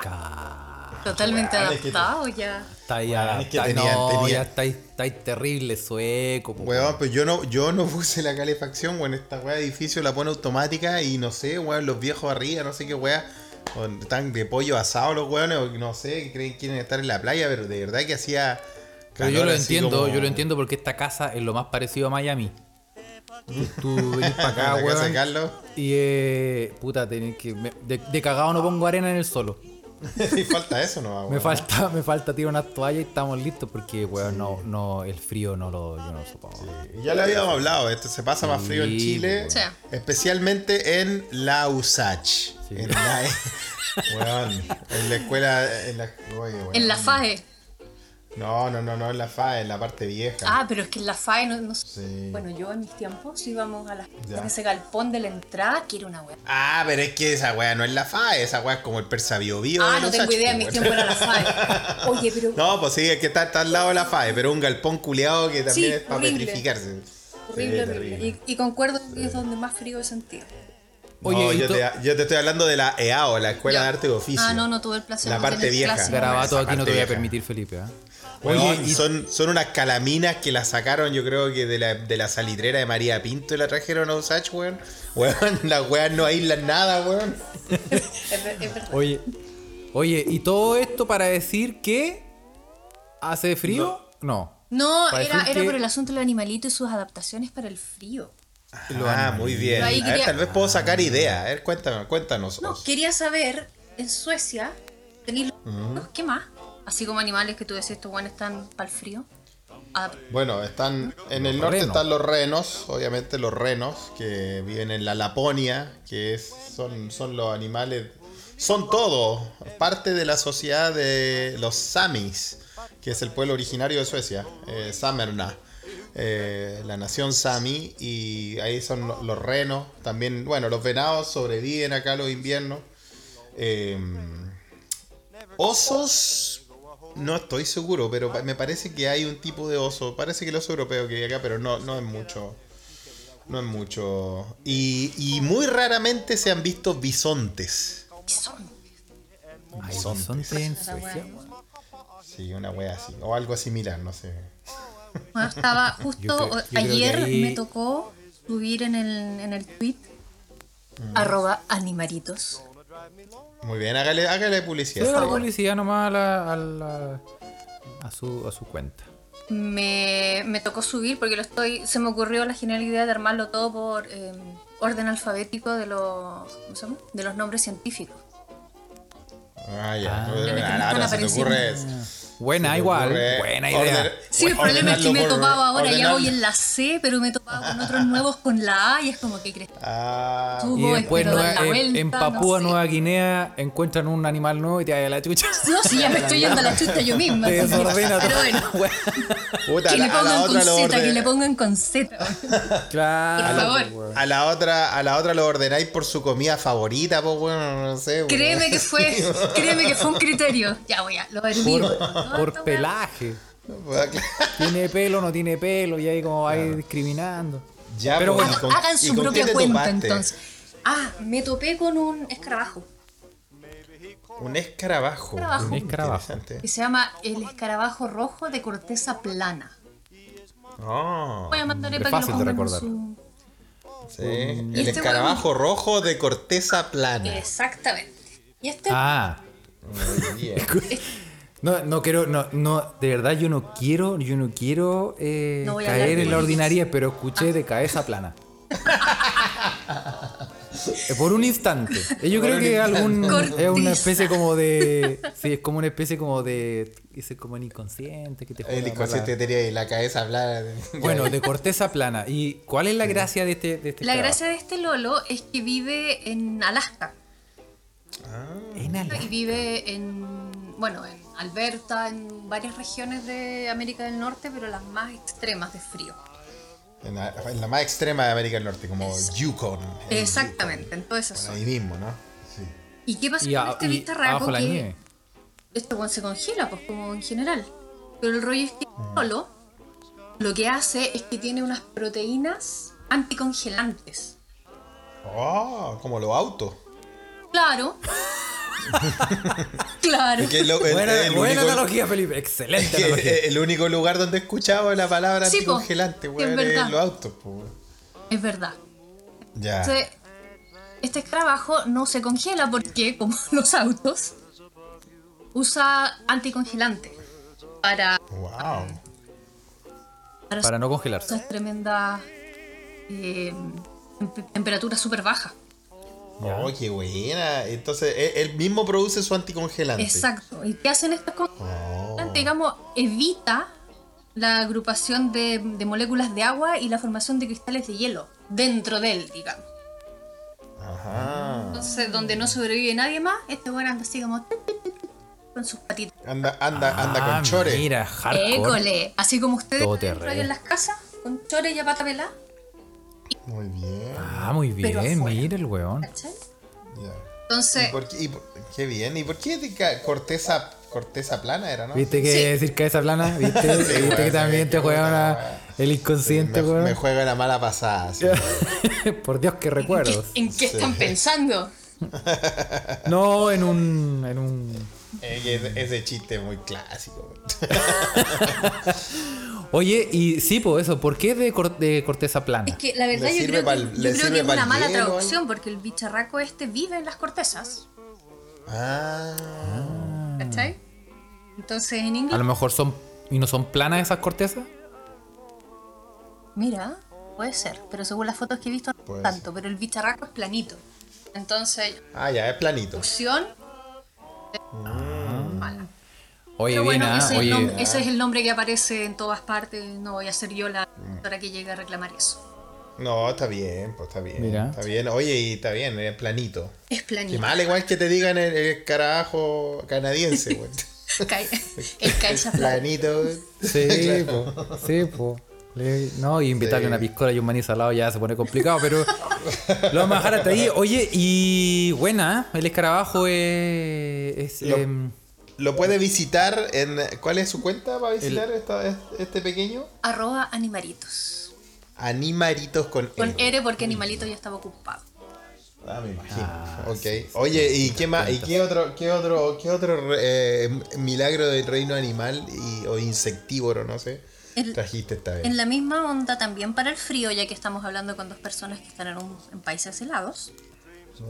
[SPEAKER 3] Ca-
[SPEAKER 5] Totalmente
[SPEAKER 1] weón, es que te-
[SPEAKER 5] adaptado ya.
[SPEAKER 3] Está ahí,
[SPEAKER 1] Weón, es que
[SPEAKER 3] está-
[SPEAKER 1] tenía-
[SPEAKER 3] no,
[SPEAKER 1] tenía-
[SPEAKER 3] ya está ahí, está ahí terrible sueco. po,
[SPEAKER 1] Weón,
[SPEAKER 3] weón.
[SPEAKER 1] pues yo no, yo no (laughs) puse la calefacción, weón. Esta weá de edificio la pone automática y no sé, weón, los viejos arriba, no sé qué weá. O Están de pollo asado los hueones, o no sé, creen que quieren estar en la playa, pero de verdad que hacía.
[SPEAKER 3] Pero yo
[SPEAKER 1] calor
[SPEAKER 3] lo
[SPEAKER 1] así
[SPEAKER 3] entiendo,
[SPEAKER 1] como-
[SPEAKER 3] yo
[SPEAKER 1] (laughs)
[SPEAKER 3] lo entiendo porque esta casa es lo más parecido a Miami. Tú- Tú venís para acá,
[SPEAKER 1] (laughs) La casa de
[SPEAKER 3] weón,
[SPEAKER 1] Carlos.
[SPEAKER 3] Y eh, puta, tenés que. me- de, de cagado no pongo arena en el solo.
[SPEAKER 1] y falta eso, ¿no?
[SPEAKER 3] Me
[SPEAKER 1] weón?
[SPEAKER 3] falta, (laughs) me falta tirar una toalla y estamos listos porque, weón, no, no, el frío no lo, yo no lo soporto.
[SPEAKER 1] Y Ya lo habíamos hablado, esto se pasa más frío en
[SPEAKER 3] Sí, pues,
[SPEAKER 1] Chile,
[SPEAKER 3] weón.
[SPEAKER 5] Sí.
[SPEAKER 1] especialmente en la USACH. En la, E.
[SPEAKER 3] (laughs)
[SPEAKER 1] weón, en la escuela. En la, oye, weón.
[SPEAKER 5] En la E. FAE.
[SPEAKER 1] No, no, no, no, en la FAE, en la parte vieja.
[SPEAKER 5] Ah, pero es que en la FAE no, no-
[SPEAKER 1] Sí.
[SPEAKER 5] Bueno, yo en mis tiempos íbamos a la
[SPEAKER 1] Ya.
[SPEAKER 5] a ese galpón de la entrada, que era una weá.
[SPEAKER 1] Ah, pero es que esa weá no es la FAE, esa weá es como el persa bio bio.
[SPEAKER 5] Ah,
[SPEAKER 1] de
[SPEAKER 5] no
[SPEAKER 1] los
[SPEAKER 5] tengo
[SPEAKER 1] Sachs,
[SPEAKER 5] idea, en mis
[SPEAKER 1] weón.
[SPEAKER 5] tiempos era la
[SPEAKER 1] (laughs)
[SPEAKER 5] FAE. Oye, pero
[SPEAKER 1] No, pues sí, es que está, está al lado de la FAE, pero un galpón culeado que también
[SPEAKER 5] Sí,
[SPEAKER 1] es para
[SPEAKER 5] horrible.
[SPEAKER 1] petrificarse.
[SPEAKER 5] horrible,
[SPEAKER 1] Sí,
[SPEAKER 5] horrible. Y, y concuerdo que es donde más frío he sentido.
[SPEAKER 3] Oye,
[SPEAKER 1] No,
[SPEAKER 3] y
[SPEAKER 1] yo,
[SPEAKER 3] to-
[SPEAKER 1] te, yo te estoy hablando de la EAO, la Escuela
[SPEAKER 5] Ya.
[SPEAKER 1] de Arte y Oficio.
[SPEAKER 5] Ah, no, no tuve el placer.
[SPEAKER 1] La
[SPEAKER 5] no
[SPEAKER 1] parte
[SPEAKER 5] tener
[SPEAKER 1] vieja.
[SPEAKER 5] clase.
[SPEAKER 1] esa
[SPEAKER 3] Garabato aquí no
[SPEAKER 1] parte
[SPEAKER 3] te voy a
[SPEAKER 1] vieja.
[SPEAKER 3] permitir, Felipe. ¿eh?
[SPEAKER 1] Weón,
[SPEAKER 3] y-
[SPEAKER 1] son, son unas calaminas que las sacaron, yo creo que de la, de la salidrera de María Pinto y la trajeron a Usach, weón. Weón, (laughs) las weas no aíslan nada, weón.
[SPEAKER 5] Es ver- es verdad.
[SPEAKER 3] Oye, oye, y todo esto para decir que hace frío, no.
[SPEAKER 5] No,
[SPEAKER 3] Para
[SPEAKER 5] era,
[SPEAKER 3] decir
[SPEAKER 5] era
[SPEAKER 3] que-
[SPEAKER 5] por el asunto del animalito y sus adaptaciones para el frío.
[SPEAKER 1] Ah, muy bien.
[SPEAKER 5] Ahí
[SPEAKER 1] A ver,
[SPEAKER 5] quería-
[SPEAKER 1] tal vez puedo sacar idea. A ver, cuéntanos, cuéntanos.
[SPEAKER 5] No,
[SPEAKER 1] Os.
[SPEAKER 5] quería saber, en Suecia, tenéis los ¿qué más? Así como animales que tú decís, estos buenos están para el frío. Ah,
[SPEAKER 1] Bueno, están en el
[SPEAKER 3] Los
[SPEAKER 1] norte
[SPEAKER 3] renos.
[SPEAKER 1] están los renos, obviamente los renos que viven en la Laponia, que es, son, son los animales, son todo, parte de la sociedad de los Samis, que es el pueblo originario de Suecia, eh, Samerna, eh, la nación Sami, y ahí son lo- los renos, también, bueno, los venados sobreviven acá los inviernos. Em, Osos. No estoy seguro, pero pa- me parece que hay un tipo de oso. Parece que el oso europeo que hay acá, pero no, no es mucho. No es mucho. Y, y muy raramente se han visto bisontes.
[SPEAKER 5] ¿qué son?
[SPEAKER 3] Ay, bisonte en Suecia. weón.
[SPEAKER 1] Sí, una wea así. O algo similar, no sé.
[SPEAKER 5] Bueno, estaba
[SPEAKER 3] (laughs) Yo
[SPEAKER 5] justo
[SPEAKER 3] creo- yo creo que
[SPEAKER 5] ayer
[SPEAKER 3] ahí-
[SPEAKER 5] me tocó subir en el, en el tweet
[SPEAKER 3] Mm.
[SPEAKER 5] arroba animalitos.
[SPEAKER 1] Muy bien, hágale, hágale publicidad.
[SPEAKER 3] Pero
[SPEAKER 1] está
[SPEAKER 3] la
[SPEAKER 1] bueno.
[SPEAKER 3] policía nomás a, la- a la- a su, a su cuenta.
[SPEAKER 5] Me, me tocó subir porque lo estoy. Se me ocurrió la genial idea de armarlo todo por eh, orden alfabético de los. ¿cómo se llama? De los nombres científicos.
[SPEAKER 1] Ah, ya.
[SPEAKER 5] que
[SPEAKER 1] Ahora
[SPEAKER 5] están
[SPEAKER 1] se te
[SPEAKER 5] apareciendo.
[SPEAKER 1] ocurre.
[SPEAKER 3] Buena, igual. Buena idea.
[SPEAKER 5] Sí, el problema es que me he topado
[SPEAKER 1] topaba
[SPEAKER 5] ahora, ya voy en la C, pero me he topado con otros nuevos con la A y es como que crees.
[SPEAKER 1] Ah,
[SPEAKER 5] Tú
[SPEAKER 3] Y
[SPEAKER 5] voy,
[SPEAKER 3] después
[SPEAKER 5] pero
[SPEAKER 3] Nueva-
[SPEAKER 5] dan la
[SPEAKER 3] en,
[SPEAKER 5] vuelta,
[SPEAKER 3] en
[SPEAKER 5] no
[SPEAKER 3] Papúa
[SPEAKER 5] sé.
[SPEAKER 3] Nueva Guinea encuentran un animal nuevo y te da la
[SPEAKER 1] (laughs)
[SPEAKER 3] chucha. (laughs)
[SPEAKER 5] No, si ya me estoy yendo a la chusta yo misma.
[SPEAKER 3] Te
[SPEAKER 5] así que-
[SPEAKER 3] desordena
[SPEAKER 5] Pero
[SPEAKER 3] todo.
[SPEAKER 5] bueno,
[SPEAKER 3] (laughs)
[SPEAKER 1] puta,
[SPEAKER 5] que
[SPEAKER 1] a la- a
[SPEAKER 5] le
[SPEAKER 1] la
[SPEAKER 5] pongan con
[SPEAKER 1] otra lo
[SPEAKER 5] Z, que
[SPEAKER 1] ordené.
[SPEAKER 5] le pongan con Z. Por
[SPEAKER 3] Claro.
[SPEAKER 5] favor,
[SPEAKER 1] A la otra, a la otra lo ordenáis por su comida favorita, pues bueno, no sé. weón.
[SPEAKER 5] créeme que fue, créeme que fue un criterio. Ya voy a, lo Ah, herví.
[SPEAKER 3] Por,
[SPEAKER 5] ¿no? Esta
[SPEAKER 3] por
[SPEAKER 5] weá.
[SPEAKER 3] pelaje.
[SPEAKER 1] Claro.
[SPEAKER 3] Tiene pelo, no tiene pelo, y ahí como va discriminando.
[SPEAKER 1] Ya,
[SPEAKER 3] Pero
[SPEAKER 1] pues,
[SPEAKER 3] bueno.
[SPEAKER 1] ¿y con-
[SPEAKER 5] Hagan
[SPEAKER 1] y
[SPEAKER 5] su
[SPEAKER 1] con qué
[SPEAKER 5] propia
[SPEAKER 1] te
[SPEAKER 5] cuenta
[SPEAKER 1] topaste?
[SPEAKER 5] entonces. Ah, me topé con un escarabajo
[SPEAKER 1] (laughs) Un escarabajo.
[SPEAKER 5] Escarabajo.
[SPEAKER 3] Un escarabajo.
[SPEAKER 5] que
[SPEAKER 1] Interesante.
[SPEAKER 5] se llama el escarabajo rojo de corteza plana.
[SPEAKER 1] Oh,
[SPEAKER 5] Voy a mandarle
[SPEAKER 3] hombre,
[SPEAKER 5] para que lo
[SPEAKER 3] fácil de
[SPEAKER 5] pongan en
[SPEAKER 3] recordar.
[SPEAKER 5] su...
[SPEAKER 1] sí. El
[SPEAKER 5] este
[SPEAKER 1] escarabajo rojo de corteza plana.
[SPEAKER 5] Exactamente. Y este
[SPEAKER 3] Eh. Ah.
[SPEAKER 1] Muy bien.
[SPEAKER 3] No, no quiero, no, no, de verdad yo no quiero, yo no quiero eh,
[SPEAKER 5] No voy a hablar
[SPEAKER 3] caer
[SPEAKER 5] de
[SPEAKER 3] en la
[SPEAKER 5] políticas.
[SPEAKER 3] ordinaria, pero escuché de cabeza
[SPEAKER 5] (laughs)
[SPEAKER 3] plana. Eh, Por un instante. Eh, Yo
[SPEAKER 1] Por
[SPEAKER 3] creo
[SPEAKER 1] un
[SPEAKER 3] que es
[SPEAKER 1] instante.
[SPEAKER 3] algún es
[SPEAKER 5] Cortiza.
[SPEAKER 3] una especie como de. Sí, es como una especie como de. Es como un inconsciente que te juega
[SPEAKER 1] El
[SPEAKER 3] la mala-
[SPEAKER 1] inconsciente tenía ahí la cabeza hablada. de-
[SPEAKER 3] Bueno, de corteza plana. ¿Y cuál es la gracia de este, de este
[SPEAKER 5] La
[SPEAKER 3] escarabajo?
[SPEAKER 5] gracia de este Lolo es que vive en Alaska
[SPEAKER 3] En ala-
[SPEAKER 5] y vive en, bueno, en Alberta, en varias regiones de América del Norte, pero las más extremas de frío.
[SPEAKER 1] En la, en la más extrema de América del Norte, como Yukon. el
[SPEAKER 5] Exactamente, en todas esas
[SPEAKER 1] Yukon,
[SPEAKER 5] zonas.
[SPEAKER 1] Ahí mismo, ¿no? Sí.
[SPEAKER 5] ¿Y qué pasa
[SPEAKER 3] Y,
[SPEAKER 5] con
[SPEAKER 3] a-
[SPEAKER 5] este
[SPEAKER 3] y
[SPEAKER 5] bizarraco
[SPEAKER 3] abajo la
[SPEAKER 5] que
[SPEAKER 3] nieve.
[SPEAKER 5] este weón se congela, pues como en general. Pero el rollo es que
[SPEAKER 3] Mm.
[SPEAKER 5] Lolo lo que hace es que tiene unas proteínas anticongelantes.
[SPEAKER 1] Oh, como los autos.
[SPEAKER 3] (laughs)
[SPEAKER 5] Claro. claro.
[SPEAKER 1] Que es lo- el-
[SPEAKER 3] Buena,
[SPEAKER 1] el
[SPEAKER 3] buena
[SPEAKER 1] único-
[SPEAKER 3] analogía, Felipe. Excelente
[SPEAKER 1] Que
[SPEAKER 3] analogía.
[SPEAKER 1] (laughs) el único lugar donde he escuchado la palabra
[SPEAKER 5] Sí, po,
[SPEAKER 1] anticongelante,
[SPEAKER 5] es
[SPEAKER 1] weón, es
[SPEAKER 5] verdad.
[SPEAKER 1] en los autos, po, weón.
[SPEAKER 5] Es verdad.
[SPEAKER 1] Ya.
[SPEAKER 5] Entonces, este escarabajo no se congela porque, como (laughs) los autos, usa anticongelante para,
[SPEAKER 1] Wow.
[SPEAKER 5] para,
[SPEAKER 3] Para no congelarse.
[SPEAKER 5] esas tremendas eh, temp- temperaturas súper bajas.
[SPEAKER 1] Oh, qué buena. Entonces, él, él mismo produce su anticongelante.
[SPEAKER 5] Exacto. ¿Y qué hacen estas con-
[SPEAKER 1] Oh.
[SPEAKER 5] Digamos, evita la agrupación de, de moléculas de agua y la formación de cristales de hielo dentro de él, digamos.
[SPEAKER 1] Ajá.
[SPEAKER 5] Entonces, donde no sobrevive nadie más, este bueno anda así como tic, tic, tic, tic, con sus patitas.
[SPEAKER 1] Anda, anda, anda
[SPEAKER 3] Ah,
[SPEAKER 1] con chores.
[SPEAKER 3] Mira, hardcore.
[SPEAKER 5] École. Así como ustedes
[SPEAKER 3] Todo
[SPEAKER 5] por ejemplo, ahí
[SPEAKER 3] terreno.
[SPEAKER 5] en las casas, con chores y a pata pelada,
[SPEAKER 1] Muy bien.
[SPEAKER 3] Ah, muy
[SPEAKER 5] Pero
[SPEAKER 3] bien,
[SPEAKER 5] afuera.
[SPEAKER 3] mira el weón.
[SPEAKER 5] ¿cachai?
[SPEAKER 1] Ya.
[SPEAKER 5] Entonces,
[SPEAKER 1] ¿Y por qué, y por- qué bien. ¿Y por qué de ca- corteza, corteza plana era, no?
[SPEAKER 3] ¿Viste que
[SPEAKER 5] Sí.
[SPEAKER 3] decir cabeza plana? ¿Viste, ¿Viste
[SPEAKER 1] weón,
[SPEAKER 3] que también
[SPEAKER 1] (laughs) sí,
[SPEAKER 3] te
[SPEAKER 1] qué
[SPEAKER 3] juega
[SPEAKER 1] buena,
[SPEAKER 3] una-
[SPEAKER 1] weón.
[SPEAKER 3] el
[SPEAKER 1] me,
[SPEAKER 3] inconsciente, weón?
[SPEAKER 1] me juega una mala pasada. sí.
[SPEAKER 3] (laughs) Por Dios, que
[SPEAKER 5] ¿qué- (laughs)
[SPEAKER 3] recuerdos.
[SPEAKER 5] ¿en qué están
[SPEAKER 3] (laughs)
[SPEAKER 5] pensando?
[SPEAKER 3] No, en un. En un...
[SPEAKER 1] Es que ese- ese chiste es muy clásico.
[SPEAKER 3] Oye, y sí, pues eso, ¿por qué de, cor- de corteza plana?
[SPEAKER 5] Es que la verdad
[SPEAKER 1] Le
[SPEAKER 5] yo
[SPEAKER 1] sirve
[SPEAKER 5] creo,
[SPEAKER 1] pa'l-
[SPEAKER 5] que, yo
[SPEAKER 1] le
[SPEAKER 5] creo
[SPEAKER 1] sirve
[SPEAKER 5] que es
[SPEAKER 1] pa'l
[SPEAKER 5] una mala
[SPEAKER 1] hielo, ¿eh?
[SPEAKER 5] traducción porque el bicharraco este vive en las cortezas,
[SPEAKER 1] (laughs) Ah.
[SPEAKER 5] ¿cachai? Entonces en
[SPEAKER 3] Mm. A
[SPEAKER 5] inglés,
[SPEAKER 3] lo mejor son. ¿Y no son planas esas cortezas?
[SPEAKER 5] mira, puede ser, pero según las fotos que he visto no
[SPEAKER 1] Puede
[SPEAKER 5] tanto, pero el bicharraco es planito. Entonces,
[SPEAKER 1] Ah, ya, es planito.
[SPEAKER 5] opción mala.
[SPEAKER 3] Ah. Oye,
[SPEAKER 5] Pero
[SPEAKER 3] bien,
[SPEAKER 5] bueno,
[SPEAKER 3] ah,
[SPEAKER 5] ese, es el
[SPEAKER 3] oye.
[SPEAKER 5] nom- ese es el nombre que aparece en todas partes. No voy a ser yo la
[SPEAKER 3] Mm.
[SPEAKER 5] para que llegue a reclamar eso.
[SPEAKER 1] No, está bien, pues está bien.
[SPEAKER 3] Mira.
[SPEAKER 1] Está bien. Oye, y está bien, es planito.
[SPEAKER 5] Es
[SPEAKER 1] Qué
[SPEAKER 5] planito.
[SPEAKER 1] mal igual que te digan el, el carajo canadiense,
[SPEAKER 5] (laughs)
[SPEAKER 1] güey.
[SPEAKER 5] (laughs)
[SPEAKER 3] (laughs)
[SPEAKER 5] Ca- el caixa planito.
[SPEAKER 1] planito, güey. (laughs)
[SPEAKER 3] Sí, po, sí, po. Le- No, y invitarle
[SPEAKER 1] Sí.
[SPEAKER 3] una piscola y un maní salado ya se pone complicado, pero lo vamos a dejar hasta ahí. Oye, y buena, ¿eh? el escarabajo es. es,
[SPEAKER 1] Lo-
[SPEAKER 3] em,
[SPEAKER 1] Lo puede visitar en. ¿Cuál es su cuenta para visitar esta- este pequeño?
[SPEAKER 5] Arroba animalitos.
[SPEAKER 1] Animaritos con,
[SPEAKER 5] Con
[SPEAKER 1] E.
[SPEAKER 5] R porque animalito ya estaba ocupado.
[SPEAKER 1] Ah, me imagino.
[SPEAKER 3] Ah,
[SPEAKER 1] ok.
[SPEAKER 3] sí, sí,
[SPEAKER 1] Oye,
[SPEAKER 3] sí,
[SPEAKER 1] ¿y qué más? ¿Y qué otro, qué otro, qué otro eh, milagro del reino animal y, o insectívoro, no sé?
[SPEAKER 5] El-
[SPEAKER 1] trajiste esta vez.
[SPEAKER 5] En la misma onda también para el frío, ya que estamos hablando con dos personas que están en, un- en países helados.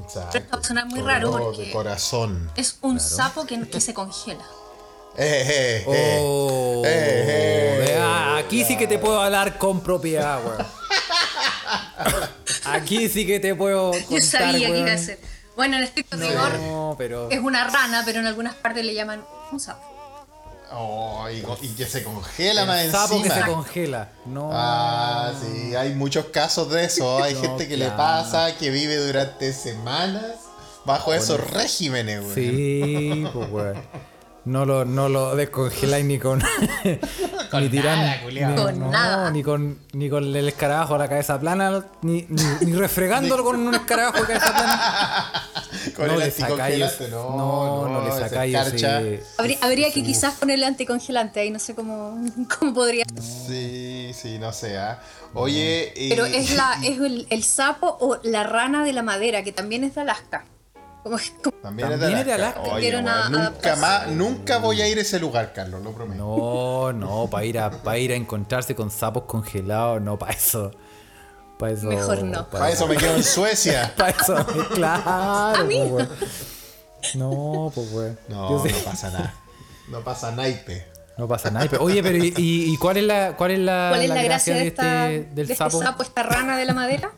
[SPEAKER 1] Exacto.
[SPEAKER 5] Esto va a sonar muy
[SPEAKER 1] Todo
[SPEAKER 5] raro porque-
[SPEAKER 1] de corazón.
[SPEAKER 5] Es un sapo que, que
[SPEAKER 3] (laughs)
[SPEAKER 5] se congela.
[SPEAKER 1] Eh, eh, eh.
[SPEAKER 3] Oh,
[SPEAKER 1] eh, eh,
[SPEAKER 3] vea, aquí sí que te puedo hablar con propiedad, weón. Aquí sí que te puedo. Contar,
[SPEAKER 5] Yo sabía que iba a
[SPEAKER 3] weón.
[SPEAKER 5] ser. Bueno, en estricto rigor
[SPEAKER 3] No, pero.
[SPEAKER 5] es una rana, pero en algunas partes le llaman un sapo.
[SPEAKER 1] Oh, y, y que se congela más
[SPEAKER 3] El sapo que
[SPEAKER 1] encima.
[SPEAKER 3] se congela. No.
[SPEAKER 1] Ah, sí, hay muchos casos de eso. Hay
[SPEAKER 3] No,
[SPEAKER 1] gente que le
[SPEAKER 3] claro.
[SPEAKER 1] pasa, que vive durante semanas bajo esos regímenes, güey.
[SPEAKER 3] Sí, pues weón. No lo, no lo descongeláis
[SPEAKER 1] (laughs)
[SPEAKER 3] ni con. ni tiran-
[SPEAKER 1] nada, culiao.
[SPEAKER 3] ni-
[SPEAKER 5] Con
[SPEAKER 3] no,
[SPEAKER 5] nada.
[SPEAKER 3] Ni con, ni con el escarabajo a la cabeza plana, ni, ni, ni refregándolo con un escarabajo de cabeza plana.
[SPEAKER 1] Con
[SPEAKER 3] no
[SPEAKER 1] el
[SPEAKER 3] le sacáis.
[SPEAKER 1] anticongelante, no,
[SPEAKER 3] no, no le
[SPEAKER 1] esa
[SPEAKER 3] sacáis.
[SPEAKER 1] escarcha.
[SPEAKER 3] ese-
[SPEAKER 5] Habría, habría que quizás ponerle anticongelante ahí, no sé cómo, (laughs) cómo podría.
[SPEAKER 1] Sí, sí, no sé. ah. Oye, y-
[SPEAKER 5] Pero es, la, es el, el sapo o la rana de la madera, que también es de Alaska. Como, como-
[SPEAKER 1] También,
[SPEAKER 3] También
[SPEAKER 1] es de Alaska. Oye,
[SPEAKER 5] Tuvieron
[SPEAKER 1] güey,
[SPEAKER 5] a-
[SPEAKER 1] nunca,
[SPEAKER 5] adaptarse.
[SPEAKER 1] más, nunca voy a ir a ese lugar, Carlos, lo prometo.
[SPEAKER 3] No, no, para ir, a, pa' ir a encontrarse con sapos congelados, no, para eso. Para eso.
[SPEAKER 5] Mejor no.
[SPEAKER 1] Para eso me quedo en Suecia.
[SPEAKER 3] Para eso, (laughs) claro. pues, weón. No, pues weón. Yo
[SPEAKER 1] No,
[SPEAKER 3] sé-
[SPEAKER 1] no pasa nada. (laughs) No pasa naipe.
[SPEAKER 3] No pasa nada. Pero, oye, pero ¿y, y- y cuál es la, cuál es Ah, la,
[SPEAKER 5] ¿Cuál es la, gracia de, esta,
[SPEAKER 3] este, del
[SPEAKER 5] de este
[SPEAKER 3] sapo?
[SPEAKER 5] sapo, esta rana de la madera?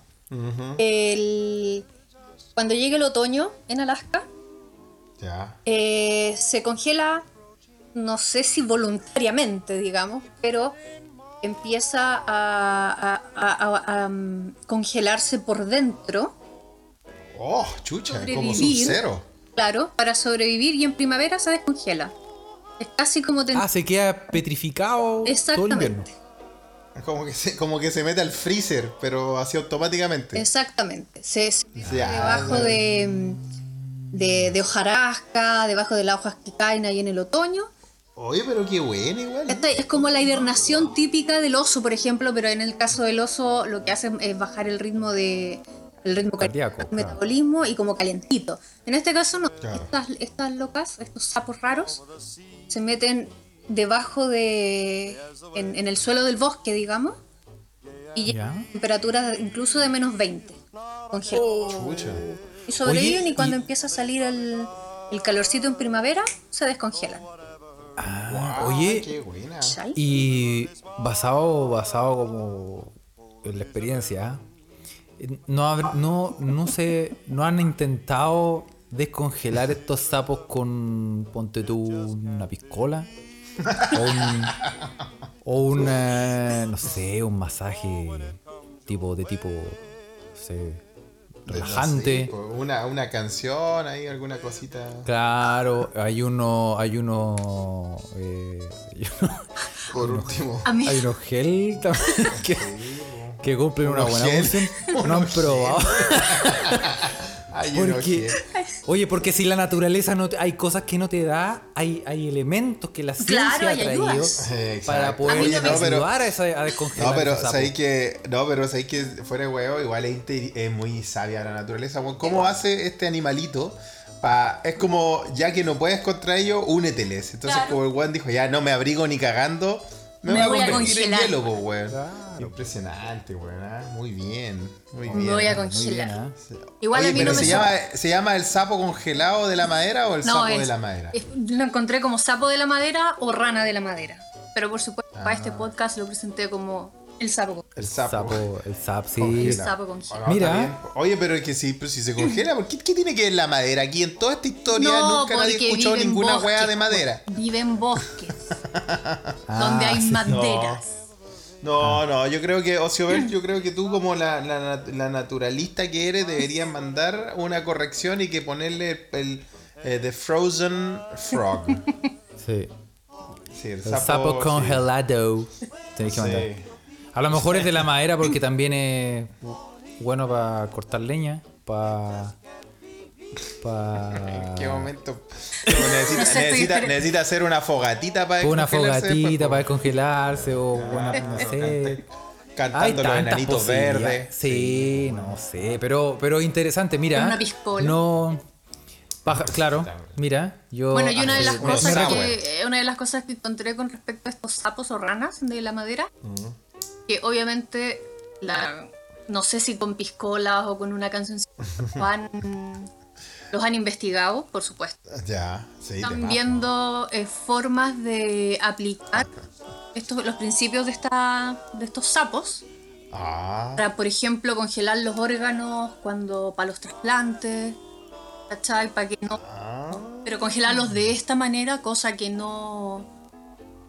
[SPEAKER 5] El- cuando llegue el otoño en Alaska,
[SPEAKER 1] Ya.
[SPEAKER 5] eh, se congela, no sé si voluntariamente, digamos, pero empieza a, a- a- a- a, mm, congelarse por dentro,
[SPEAKER 1] Oh, chucha, es como
[SPEAKER 5] Sobrevivir.
[SPEAKER 1] sub-cero.
[SPEAKER 5] claro, para sobrevivir y en primavera se descongela. Es casi como ten-
[SPEAKER 3] Ah, se queda petrificado todo el invierno.
[SPEAKER 5] Exactamente,
[SPEAKER 1] Es Como que, se, como que se mete al freezer, pero así automáticamente.
[SPEAKER 5] exactamente. Se, se-
[SPEAKER 1] Ya,
[SPEAKER 5] debajo
[SPEAKER 1] ya.
[SPEAKER 5] de, mm, de, de hojarasca, debajo de las hojas que caen ahí en el otoño.
[SPEAKER 1] Oye, pero qué bueno igual.
[SPEAKER 5] Esta es como la hibernación típica del oso, por ejemplo, pero en el caso del oso lo que hacen es bajar el ritmo de el ritmo
[SPEAKER 3] Cardíaco,
[SPEAKER 5] cardíaco, el
[SPEAKER 3] claro.
[SPEAKER 5] metabolismo y como calentito. En este caso no,
[SPEAKER 1] Claro.
[SPEAKER 5] estas, estas locas, estos sapos raros, se meten debajo de en, en el suelo del bosque, digamos, y llegan
[SPEAKER 3] Ya.
[SPEAKER 5] a temperaturas incluso de menos 20. con gel.
[SPEAKER 1] Chucha.
[SPEAKER 5] Y sobreviven
[SPEAKER 3] Oh. Oye,
[SPEAKER 5] y cuando
[SPEAKER 3] y-
[SPEAKER 5] empieza a salir el, el calorcito en primavera, se descongelan.
[SPEAKER 3] Ah, oye,
[SPEAKER 1] Qué buena.
[SPEAKER 5] ¿Cachai?
[SPEAKER 3] Y basado, basado como en la experiencia, ¿ah? ¿eh? no, hab- no, no sé, no han intentado descongelar estos sapos con, ponte tú, una piscola o un, o una, no sé, un masaje tipo de tipo, no sé, relajante.
[SPEAKER 1] Sí, pues, Una, una canción ahí, alguna cosita.
[SPEAKER 3] Claro, hay uno, hay uno, eh, (laughs) hay uno
[SPEAKER 1] Por último.
[SPEAKER 5] A mí,
[SPEAKER 3] Hay unos gel también (laughs) que, que cumplen una
[SPEAKER 1] Unos
[SPEAKER 3] buena
[SPEAKER 1] gel.
[SPEAKER 3] función.
[SPEAKER 1] (laughs)
[SPEAKER 3] No han
[SPEAKER 1] Unos gel.
[SPEAKER 3] probado.
[SPEAKER 1] (laughs) Hay uno
[SPEAKER 3] (laughs) Porque,
[SPEAKER 1] que-
[SPEAKER 3] oye, porque si la naturaleza no te- hay cosas que no te da, hay, hay elementos que la ciencia
[SPEAKER 5] Claro,
[SPEAKER 3] ha
[SPEAKER 5] hay
[SPEAKER 3] traído
[SPEAKER 5] ayudas.
[SPEAKER 1] Exacto.
[SPEAKER 3] para poder
[SPEAKER 5] A mí no me-
[SPEAKER 3] ayudar a, esa, a descongelar.
[SPEAKER 1] No, pero
[SPEAKER 3] ese sapo.
[SPEAKER 1] sabéis que. No, pero sabéis que fuera de huevo, igual es, inte- es muy sabia la naturaleza. weón. ¿Cómo hace este animalito? pa- es como, ya que no puedes contra ellos, úneteles. Entonces,
[SPEAKER 5] Claro.
[SPEAKER 1] como el weón dijo, ya no me abrigo ni cagando, me,
[SPEAKER 5] Me
[SPEAKER 1] voy
[SPEAKER 5] voy
[SPEAKER 1] a
[SPEAKER 5] a
[SPEAKER 1] convertir en
[SPEAKER 5] congelar.
[SPEAKER 1] hielo, po, weón. Impresionante, weón. ah, Muy bien, muy bien.
[SPEAKER 5] me voy a
[SPEAKER 3] Muy bien,
[SPEAKER 5] congelar.
[SPEAKER 3] ¿ah?
[SPEAKER 5] Igual
[SPEAKER 1] Oye,
[SPEAKER 5] a mí
[SPEAKER 1] pero
[SPEAKER 5] no me
[SPEAKER 1] se,
[SPEAKER 5] so-
[SPEAKER 1] llama, ¿Se llama el sapo congelado de la madera o el
[SPEAKER 5] No,
[SPEAKER 1] sapo
[SPEAKER 5] es-
[SPEAKER 1] de la madera?
[SPEAKER 5] es- lo encontré como sapo de la madera o rana de la madera. Pero por supuesto, para
[SPEAKER 1] Ah.
[SPEAKER 5] este podcast lo presenté como el sapo.
[SPEAKER 1] El
[SPEAKER 3] Sapo,
[SPEAKER 1] sapo.
[SPEAKER 3] el sapo, sí.
[SPEAKER 5] El
[SPEAKER 1] Congelado.
[SPEAKER 5] sapo con gel.
[SPEAKER 1] Ah,
[SPEAKER 3] Mira.
[SPEAKER 1] está bien. Oye, pero es que si, pues, si se congela, ¿por qué, qué tiene que ver la madera? Aquí en toda esta historia
[SPEAKER 5] No,
[SPEAKER 1] nunca nadie
[SPEAKER 5] porque
[SPEAKER 1] escuchó
[SPEAKER 5] vive en
[SPEAKER 1] ninguna
[SPEAKER 5] bosques,
[SPEAKER 1] hueá de madera.
[SPEAKER 5] Vive en
[SPEAKER 1] (laughs)
[SPEAKER 5] bosques,
[SPEAKER 3] Ah,
[SPEAKER 5] donde hay
[SPEAKER 3] sí.
[SPEAKER 5] maderas.
[SPEAKER 1] No, no, yo creo que, Ociobel, yo creo que tú como la, la nat- la naturalista que eres deberías mandar una corrección y que ponerle el, eh, The Frozen
[SPEAKER 5] (laughs)
[SPEAKER 1] Frog.
[SPEAKER 3] Sí.
[SPEAKER 1] Sí, el
[SPEAKER 3] El sapo, congelado. Tenéis
[SPEAKER 1] Sí.
[SPEAKER 3] que mandar. A lo mejor es de la madera porque también es bueno para cortar leña, para...
[SPEAKER 1] ¿En
[SPEAKER 3] Para...
[SPEAKER 1] Eh, qué momento?
[SPEAKER 5] (laughs)
[SPEAKER 1] Necesita,
[SPEAKER 5] estoy
[SPEAKER 1] necesita,
[SPEAKER 5] esper-
[SPEAKER 1] necesita hacer una fogatita para
[SPEAKER 3] una
[SPEAKER 1] descongelarse,
[SPEAKER 3] fogatita
[SPEAKER 1] por
[SPEAKER 3] para
[SPEAKER 1] favor.
[SPEAKER 3] descongelarse o bueno, no sé. Hay
[SPEAKER 1] Ah, Cantando los
[SPEAKER 3] tantas
[SPEAKER 1] enanitos
[SPEAKER 3] posibilidades.
[SPEAKER 1] verdes.
[SPEAKER 3] Sí, no sé, pero pero interesante, mira.
[SPEAKER 5] Con una piscola.
[SPEAKER 3] No baja- claro, mira, yo
[SPEAKER 5] Bueno, y una de
[SPEAKER 3] hace-
[SPEAKER 5] las
[SPEAKER 1] me-
[SPEAKER 5] cosas
[SPEAKER 1] me
[SPEAKER 5] que eh, una de las cosas que encontré con respecto a estos sapos o ranas de la madera,
[SPEAKER 1] Mm.
[SPEAKER 5] que obviamente la no sé si con piscolas o con una canción
[SPEAKER 1] (laughs)
[SPEAKER 5] los han- los han investigado, por supuesto.
[SPEAKER 1] Ya, sí. de
[SPEAKER 5] están
[SPEAKER 1] más,
[SPEAKER 5] viendo eh, formas de aplicar estos, los principios de, esta, de estos sapos.
[SPEAKER 1] ¿no? Ah.
[SPEAKER 5] Para, por ejemplo, congelar los órganos cuando para los trasplantes. ¿Cachai? Para que no.
[SPEAKER 1] Ah.
[SPEAKER 5] Pero congelarlos de esta manera, cosa que no.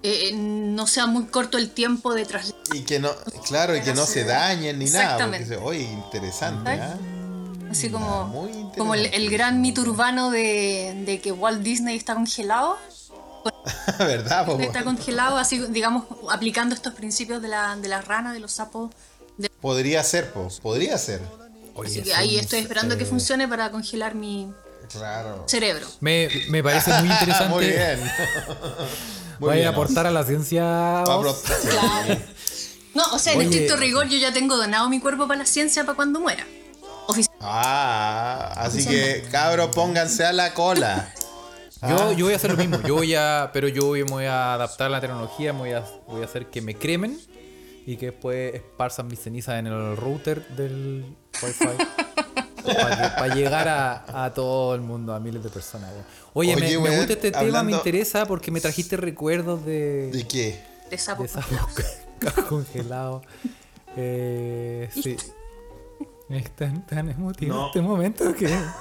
[SPEAKER 5] eh, no sea muy corto el tiempo de traslado.
[SPEAKER 1] Y que no, claro, y que no se dañen ni nada. Porque,
[SPEAKER 5] Exactamente.
[SPEAKER 1] se- oye, interesante, ¿ah? (laughs)
[SPEAKER 5] Así como.
[SPEAKER 1] Muy interesante.
[SPEAKER 5] Como el, el gran mito urbano de, de que Walt Disney está congelado.
[SPEAKER 1] ¿Verdad, po?
[SPEAKER 5] Está congelado, así, digamos, aplicando estos principios de la, de la rana, de los sapos.
[SPEAKER 1] Podría ser, po. Podría ser.
[SPEAKER 3] Oye,
[SPEAKER 5] Así que
[SPEAKER 3] es
[SPEAKER 5] ahí
[SPEAKER 3] un-
[SPEAKER 5] estoy esperando que
[SPEAKER 3] eh,
[SPEAKER 5] funcione para congelar mi
[SPEAKER 1] Claro. Ah,
[SPEAKER 5] cerebro.
[SPEAKER 3] Me, me parece muy interesante.
[SPEAKER 1] (laughs) Muy
[SPEAKER 5] (laughs)
[SPEAKER 1] bien. Muy
[SPEAKER 3] Voy
[SPEAKER 1] bien,
[SPEAKER 3] a aportar a la ciencia.
[SPEAKER 1] Va a
[SPEAKER 3] Oz.
[SPEAKER 1] brotar.
[SPEAKER 5] No, o sea, en
[SPEAKER 3] Oye.
[SPEAKER 5] estricto rigor yo ya tengo donado mi cuerpo para la ciencia para cuando muera. Ofici-
[SPEAKER 1] Ah, así que, cabros, pónganse a la cola. Ah.
[SPEAKER 3] Yo, yo voy a hacer lo mismo, yo voy a, pero yo voy- me voy a adaptar a la tecnología, me voy a, voy a hacer que me cremen y que después esparzan mis cenizas en el router del Wi-Fi para, llegar a, a todo el mundo, a miles de personas. weón. Oye, me-
[SPEAKER 1] Oye,
[SPEAKER 3] me,
[SPEAKER 1] weón,
[SPEAKER 3] gusta este tema, me
[SPEAKER 1] hablando-
[SPEAKER 3] interesa porque me trajiste recuerdos de,
[SPEAKER 1] ¿De qué?
[SPEAKER 5] De sapo.
[SPEAKER 3] de sapos (laughs) ca- congelados. Eh, sí. Es tan, tan emotivo
[SPEAKER 1] No.
[SPEAKER 3] este momento
[SPEAKER 1] (laughs)
[SPEAKER 3] que... es
[SPEAKER 1] Ya,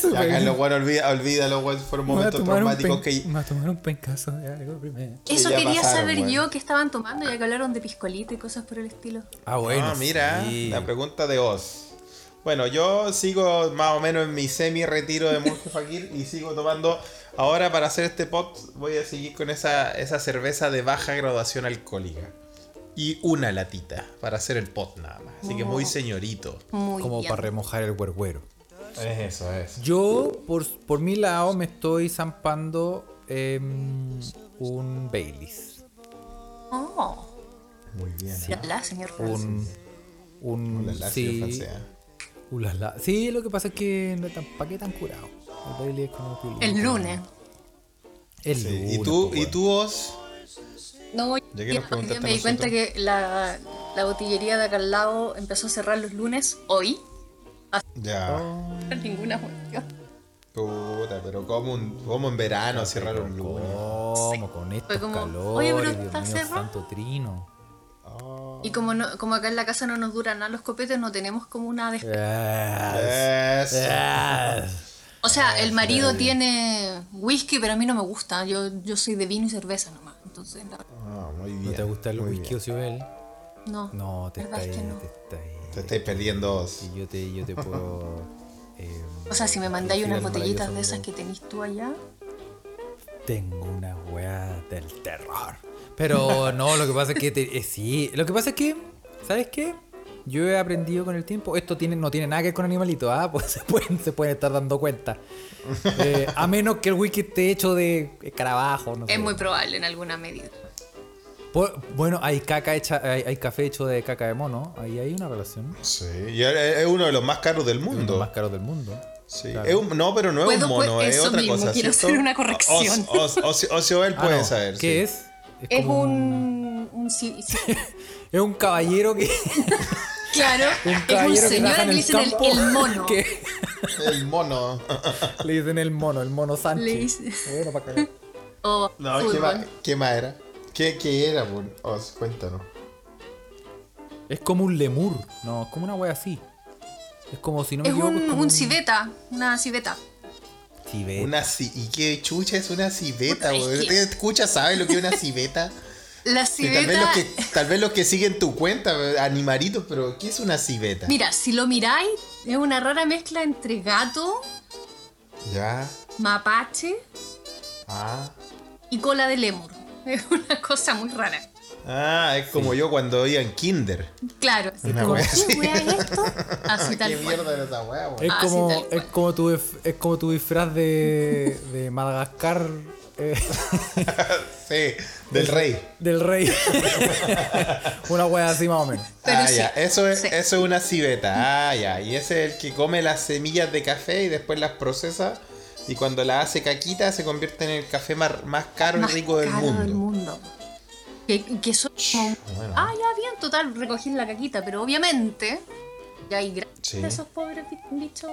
[SPEAKER 3] súper-
[SPEAKER 1] Carlos, bueno, olvida, olvídalo, bueno, fueron
[SPEAKER 3] me voy a
[SPEAKER 1] momentos
[SPEAKER 3] tomar un
[SPEAKER 1] traumáticos
[SPEAKER 3] pen-
[SPEAKER 1] que...
[SPEAKER 3] me voy a tomar un pencazo de algo primero.
[SPEAKER 5] Eso
[SPEAKER 1] ya
[SPEAKER 5] quería
[SPEAKER 1] pasaron,
[SPEAKER 5] saber
[SPEAKER 1] bueno.
[SPEAKER 5] yo qué estaban tomando, ya que hablaron de piscolita y cosas por el estilo.
[SPEAKER 3] Ah, bueno.
[SPEAKER 1] Ah, mira,
[SPEAKER 3] sí.
[SPEAKER 1] la pregunta de Oz. Bueno, yo sigo más o menos en mi semi-retiro de
[SPEAKER 3] (laughs)
[SPEAKER 1] Monje Fakir y sigo tomando. Ahora, para hacer este pot, voy a seguir con esa, esa cerveza de baja graduación alcohólica. Y una latita para hacer el pot nada más. Así que
[SPEAKER 3] Oh.
[SPEAKER 1] muy señorito.
[SPEAKER 5] Muy
[SPEAKER 3] Como
[SPEAKER 5] bien.
[SPEAKER 3] para remojar el huerguero.
[SPEAKER 1] Es eso, es.
[SPEAKER 3] Yo, por, por mi lado, me estoy zampando em, un Baileys.
[SPEAKER 5] Oh,
[SPEAKER 1] Muy bien. ¿eh?
[SPEAKER 5] la señor Francis.
[SPEAKER 3] Un. Ah, Un.
[SPEAKER 1] La Lazio
[SPEAKER 3] sí,
[SPEAKER 1] francesa.
[SPEAKER 3] ulala. sí, lo que pasa es que no tan, ¿para qué tan curado? El Baileys es como piolín.
[SPEAKER 5] El lunes.
[SPEAKER 3] El
[SPEAKER 1] Sí,
[SPEAKER 3] lunes.
[SPEAKER 1] ¿Y tú,
[SPEAKER 3] pues,
[SPEAKER 1] y
[SPEAKER 3] weón.
[SPEAKER 1] tú Oz?
[SPEAKER 5] No, yo,
[SPEAKER 1] que nos preguntaste
[SPEAKER 5] me
[SPEAKER 1] a
[SPEAKER 5] di cuenta
[SPEAKER 1] nosotros.
[SPEAKER 5] que la, la botillería de acá al lado empezó a cerrar los lunes hoy.
[SPEAKER 1] Ya.
[SPEAKER 5] (laughs) Ninguna cuestión.
[SPEAKER 1] Puta, pero como, un, como en verano cerraron un lunes.
[SPEAKER 3] ¿Cómo? Con estos
[SPEAKER 5] como,
[SPEAKER 3] calores,
[SPEAKER 5] "Oye, pero
[SPEAKER 3] Dios
[SPEAKER 5] está
[SPEAKER 3] mío,
[SPEAKER 5] cerrado".
[SPEAKER 3] santo trino.
[SPEAKER 5] Y como, no, como acá en la casa no nos duran nada los copetes, no tenemos como una
[SPEAKER 3] Eh,
[SPEAKER 5] des-
[SPEAKER 3] Ah,
[SPEAKER 1] Eso.
[SPEAKER 5] O sea, el marido tiene whisky, pero a mí no me gusta. Yo, yo soy de vino y cerveza nomás. Entonces, no.
[SPEAKER 1] Ah, muy bien.
[SPEAKER 3] (laughs) ¿No te gusta el
[SPEAKER 1] muy
[SPEAKER 3] whisky
[SPEAKER 1] bien.
[SPEAKER 3] Ocioel?
[SPEAKER 5] No,
[SPEAKER 3] No, te
[SPEAKER 5] la verdad
[SPEAKER 3] estáis,
[SPEAKER 5] es que no.
[SPEAKER 3] te estáis.
[SPEAKER 1] Te estáis perdiendo.
[SPEAKER 3] Y yo te, yo te
[SPEAKER 5] (laughs)
[SPEAKER 3] puedo. eh,
[SPEAKER 5] O sea, si me mandáis
[SPEAKER 3] decir
[SPEAKER 5] unas
[SPEAKER 3] algo
[SPEAKER 5] botellitas de
[SPEAKER 3] maravilloso,
[SPEAKER 5] esas que tenéis tú allá.
[SPEAKER 3] Tengo una weá del terror. Pero no, lo que pasa es que. te- eh, sí, lo que pasa es que. ¿Sabes qué? Yo he aprendido con el tiempo. Esto tiene, no tiene nada que ver con animalitos, ¿ah? (laughs) Pues se pueden, se pueden estar dando cuenta. Eh, a menos que el wiki esté hecho de escarabajo, no sé.
[SPEAKER 5] Es muy probable en alguna medida.
[SPEAKER 3] Por- Pues, bueno, hay caca hecha, hay, hay café hecho de caca de mono. Ahí hay una relación.
[SPEAKER 1] Sí, y es es uno de los más caros del
[SPEAKER 3] Uno de los
[SPEAKER 1] mundo.
[SPEAKER 3] más caros del mundo.
[SPEAKER 1] Sí.
[SPEAKER 3] Claro.
[SPEAKER 1] Es un- no, pero no es
[SPEAKER 5] Puedo,
[SPEAKER 1] un mono,
[SPEAKER 5] pues,
[SPEAKER 1] es
[SPEAKER 5] eso
[SPEAKER 1] otra
[SPEAKER 5] mismo,
[SPEAKER 1] cosa.
[SPEAKER 5] quiero
[SPEAKER 1] ¿cierto?
[SPEAKER 5] hacer una corrección.
[SPEAKER 1] Os- os- os- Ocioel
[SPEAKER 3] Ah,
[SPEAKER 1] puede
[SPEAKER 3] no,
[SPEAKER 1] saber.
[SPEAKER 3] ¿Qué
[SPEAKER 1] sí.
[SPEAKER 3] es?
[SPEAKER 5] Es
[SPEAKER 3] como
[SPEAKER 5] un. un sí-
[SPEAKER 3] (laughs)
[SPEAKER 5] sí.
[SPEAKER 3] Es un caballero
[SPEAKER 5] (laughs)
[SPEAKER 3] que.
[SPEAKER 5] Claro,
[SPEAKER 3] Un
[SPEAKER 5] es un
[SPEAKER 3] caballero que
[SPEAKER 5] señor
[SPEAKER 3] trabaja
[SPEAKER 5] y
[SPEAKER 3] en
[SPEAKER 5] le
[SPEAKER 3] el
[SPEAKER 5] dicen el,
[SPEAKER 3] campo.
[SPEAKER 5] el
[SPEAKER 3] (laughs)
[SPEAKER 5] mono.
[SPEAKER 3] que-
[SPEAKER 1] (laughs) El mono.
[SPEAKER 3] Le dicen el mono, el mono Sánchez.
[SPEAKER 5] Le dicen-
[SPEAKER 3] Bueno, para cagar.
[SPEAKER 5] O
[SPEAKER 1] No, ¿qué,
[SPEAKER 5] fútbol.
[SPEAKER 1] ma- qué más era? ¿Qué, qué era? por- Os, cuéntanos.
[SPEAKER 3] Es como un lemur. No, es como una wea así. Es como si no me
[SPEAKER 5] Es
[SPEAKER 3] equivoco,
[SPEAKER 5] un,
[SPEAKER 3] como
[SPEAKER 5] un civeta, una civeta.
[SPEAKER 3] civet.
[SPEAKER 1] Una ci- ¿Y qué chucha es una civeta?
[SPEAKER 5] Puta, es
[SPEAKER 1] güey?
[SPEAKER 5] que-
[SPEAKER 1] ¿Te escucha sabe lo que es una
[SPEAKER 5] (laughs)
[SPEAKER 1] civeta?
[SPEAKER 5] La
[SPEAKER 1] Y tal, vez los
[SPEAKER 5] civeta.
[SPEAKER 1] que, tal vez los que siguen tu cuenta, animaritos, pero ¿qué es una civeta?
[SPEAKER 5] Mira, si lo miráis, es una rara mezcla entre gato,
[SPEAKER 1] Ya.
[SPEAKER 5] mapache
[SPEAKER 1] Ah.
[SPEAKER 5] y cola de lemur. (laughs) Es una cosa muy rara.
[SPEAKER 1] Ah, es como yo cuando iba en kinder.
[SPEAKER 5] Claro, así
[SPEAKER 1] Una
[SPEAKER 5] como,
[SPEAKER 1] wea
[SPEAKER 5] ¿qué wea es
[SPEAKER 1] (laughs)
[SPEAKER 5] esto? Así tal
[SPEAKER 1] ¿Qué
[SPEAKER 5] cual.
[SPEAKER 1] mierda era esa hueá, güey?
[SPEAKER 3] Es,
[SPEAKER 5] Ah, sí,
[SPEAKER 3] como,
[SPEAKER 5] tal cual.
[SPEAKER 3] es, como tu, dif- es como tu disfraz de, de Madagascar eh, (laughs)
[SPEAKER 1] Sí, del rey.
[SPEAKER 3] del rey. (laughs) una wea así más o menos.
[SPEAKER 5] Pero
[SPEAKER 1] ah,
[SPEAKER 5] sí,
[SPEAKER 1] ya, eso es,
[SPEAKER 5] sí.
[SPEAKER 1] eso es una civeta. Ah, ya, y ese es el que come las semillas de café y después las procesa. Y cuando las hace caquita, se convierte en el café mar- más caro
[SPEAKER 5] Más
[SPEAKER 1] y rico del
[SPEAKER 5] caro
[SPEAKER 1] mundo.
[SPEAKER 5] del mundo. Que, que son como-
[SPEAKER 1] Bueno.
[SPEAKER 5] Ah, ya bien, total, recogí la caquita, pero obviamente ya hay grandes
[SPEAKER 1] Sí.
[SPEAKER 5] esos pobres bi- bichos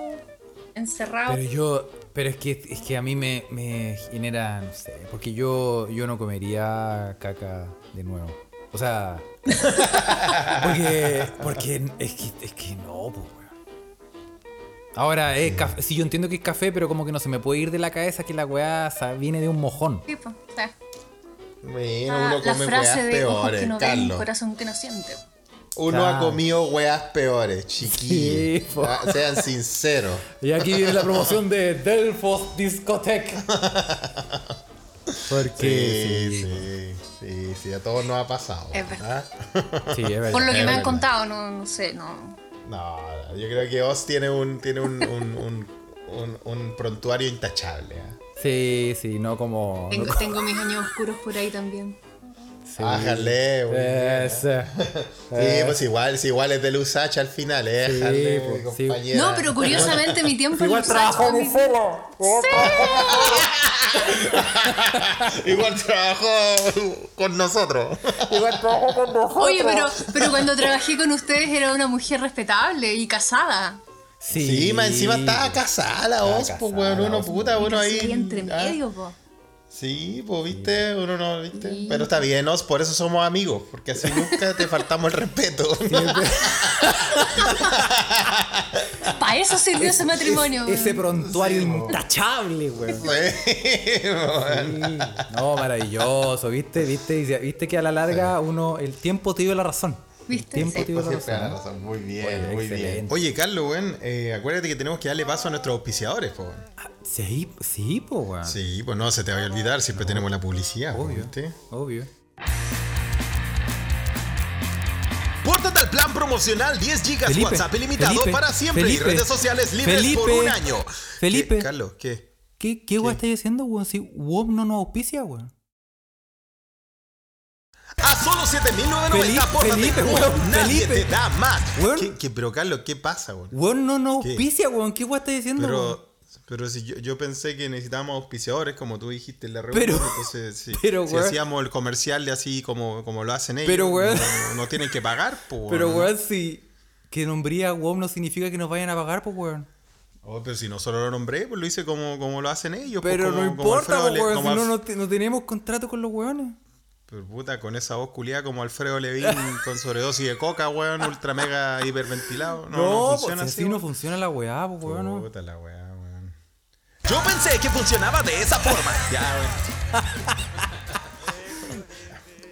[SPEAKER 5] encerrados.
[SPEAKER 3] Pero yo, pero es que, es que a mí me, me genera, no sé, porque yo, yo no comería caca de nuevo. O (laughs) sea, porque, porque es, que, es que no, pues, weón. Ahora, es caf- sí, yo entiendo que es café, pero como que no se me puede ir de la cabeza que la weá sa- viene de un mojón.
[SPEAKER 5] Sí, pues, o sea,
[SPEAKER 1] Bueno,
[SPEAKER 5] ah,
[SPEAKER 1] uno
[SPEAKER 5] la
[SPEAKER 1] come
[SPEAKER 5] frase
[SPEAKER 1] weas
[SPEAKER 5] de ojos
[SPEAKER 1] peores,
[SPEAKER 5] que no ven,
[SPEAKER 1] Carlos.
[SPEAKER 5] corazón que no siente.
[SPEAKER 1] Uno ha
[SPEAKER 3] Claro.
[SPEAKER 1] comido weas peores, chiquillos.
[SPEAKER 3] Sí, po.
[SPEAKER 1] Ah, Sean sinceros.
[SPEAKER 3] Y aquí viene la promoción de Delfos Discotech. (laughs) Porque
[SPEAKER 1] Sí, sí, sí, sí, a todos nos ha pasado.
[SPEAKER 5] Es verdad.
[SPEAKER 1] ¿ah?
[SPEAKER 3] sí, es verdad.
[SPEAKER 5] Por lo que
[SPEAKER 1] es
[SPEAKER 5] me han
[SPEAKER 1] verdad.
[SPEAKER 5] contado, no, no sé, no.
[SPEAKER 1] No, yo creo que Oz tiene un, tiene un, un, un, un- un prontuario intachable. ¿ah?
[SPEAKER 3] Sí, sí, no como... no
[SPEAKER 5] Tengo,
[SPEAKER 1] (laughs)
[SPEAKER 5] tengo mis años oscuros por ahí también.
[SPEAKER 3] Sí.
[SPEAKER 1] Ájale, muy bien. ¿eh?
[SPEAKER 3] Ese.
[SPEAKER 1] (laughs) Sí, pues igual, si igual es de Luz H al final, eh.
[SPEAKER 3] Sí,
[SPEAKER 1] jale,
[SPEAKER 3] pues, sí.
[SPEAKER 1] compañera.
[SPEAKER 5] No, pero curiosamente mi tiempo en
[SPEAKER 3] (laughs) Igual
[SPEAKER 5] Usach
[SPEAKER 3] trabajo
[SPEAKER 5] también-
[SPEAKER 3] en solo.
[SPEAKER 1] (laughs)
[SPEAKER 3] (laughs)
[SPEAKER 1] Igual trabajó con nosotros.
[SPEAKER 3] Igual trabajo con nosotros.
[SPEAKER 5] Oye, pero, pero cuando trabajé con ustedes era una mujer respetable y casada.
[SPEAKER 1] Sí, más encima estaba casada la Oz, pues, weón. Uno, puta, uno ahí.
[SPEAKER 5] Y entre
[SPEAKER 1] ah,
[SPEAKER 5] medio, po.
[SPEAKER 1] Sí, pues, viste, uno no, viste.
[SPEAKER 5] Sí.
[SPEAKER 1] Pero está bien, Oz, por eso somos amigos, porque así nunca te faltamos el respeto. (laughs)
[SPEAKER 5] Para eso sirvió
[SPEAKER 3] (laughs)
[SPEAKER 5] ese matrimonio.
[SPEAKER 3] Ese
[SPEAKER 5] weón.
[SPEAKER 3] prontuario
[SPEAKER 1] pues.
[SPEAKER 3] intachable, güey. No, maravilloso, ¿viste? ¿Viste? Y se- ¿Viste que a la larga uno, el tiempo te dio la razón?
[SPEAKER 5] ¿Viste?
[SPEAKER 3] El tiempo
[SPEAKER 5] Sí.
[SPEAKER 3] te dio la
[SPEAKER 1] Pues,
[SPEAKER 3] razón. ¿eh? ¿no?
[SPEAKER 1] Muy bien,
[SPEAKER 3] Bueno, muy bien. excelente.
[SPEAKER 1] Oye, Carlos, weón, eh, acuérdate que tenemos que darle paso a nuestros auspiciadores, pues. weón.
[SPEAKER 3] Ah, Sí, sí, po, weón.
[SPEAKER 1] Sí, pues no se te vaya a olvidar, siempre tenemos la publicidad, pues,
[SPEAKER 3] Ah. Obvio.
[SPEAKER 1] ¿viste?
[SPEAKER 3] Obvio.
[SPEAKER 1] Pórtate al plan promocional 10 gigas
[SPEAKER 3] Felipe,
[SPEAKER 1] WhatsApp ilimitado
[SPEAKER 3] Felipe,
[SPEAKER 1] para siempre y
[SPEAKER 3] Felipe,
[SPEAKER 1] redes sociales libres por
[SPEAKER 3] Felipe,
[SPEAKER 1] un año.
[SPEAKER 3] Felipe.
[SPEAKER 1] ¿Qué, Carlos, ¿qué?
[SPEAKER 3] ¿Qué, qué, weón estáis haciendo, weón? Si WOM no nos auspicia, weón.
[SPEAKER 1] A solo 7990
[SPEAKER 3] Felipe,
[SPEAKER 1] pórtate
[SPEAKER 3] Felipe,
[SPEAKER 1] como
[SPEAKER 3] weón,
[SPEAKER 1] nadie
[SPEAKER 3] Felipe.
[SPEAKER 1] te da más.
[SPEAKER 3] Weón.
[SPEAKER 1] ¿Qué, qué- pero Carlos, ¿qué pasa, weón?
[SPEAKER 3] WOM no nos
[SPEAKER 1] ¿Qué?
[SPEAKER 3] auspicia, weón. ¿Qué weón estáis diciendo, weón?
[SPEAKER 1] Pero, pero si yo, yo pensé que necesitábamos auspiciadores, como tú dijiste en la reunión,
[SPEAKER 3] Pero-
[SPEAKER 1] entonces si,
[SPEAKER 3] (laughs) pero,
[SPEAKER 1] si
[SPEAKER 3] weón.
[SPEAKER 1] hacíamos el comercial de así como, como lo hacen ellos,
[SPEAKER 3] Pero, weón. (laughs)
[SPEAKER 1] no, no tienen que pagar, pues.
[SPEAKER 3] Pero, weón, si, que nombré a WOM no significa que nos vayan a pagar, pues, weón.
[SPEAKER 1] Oh, pero si no solo lo nombré, pues lo hice como, como lo hacen ellos. pues,
[SPEAKER 3] Pero
[SPEAKER 1] como-
[SPEAKER 3] no
[SPEAKER 1] como
[SPEAKER 3] importa,
[SPEAKER 1] Alfredo
[SPEAKER 3] pues,
[SPEAKER 1] Le-
[SPEAKER 3] weón,
[SPEAKER 1] como
[SPEAKER 3] si no,
[SPEAKER 1] Alf-
[SPEAKER 3] no, te- no tenemos contrato con los weones.
[SPEAKER 1] Pero puta, con esa voz culiada como Alfredo
[SPEAKER 3] (laughs)
[SPEAKER 1] Levin con sobredosis de coca, weón, ultra mega hiperventilado. No, no,
[SPEAKER 3] pues,
[SPEAKER 1] funciona
[SPEAKER 3] si
[SPEAKER 1] así.
[SPEAKER 3] así no
[SPEAKER 1] weón.
[SPEAKER 3] funciona la weá, pues, weón. no.
[SPEAKER 1] Puta la weá, weón.
[SPEAKER 6] Yo pensé que funcionaba de esa forma.
[SPEAKER 1] (laughs) Ya, weón.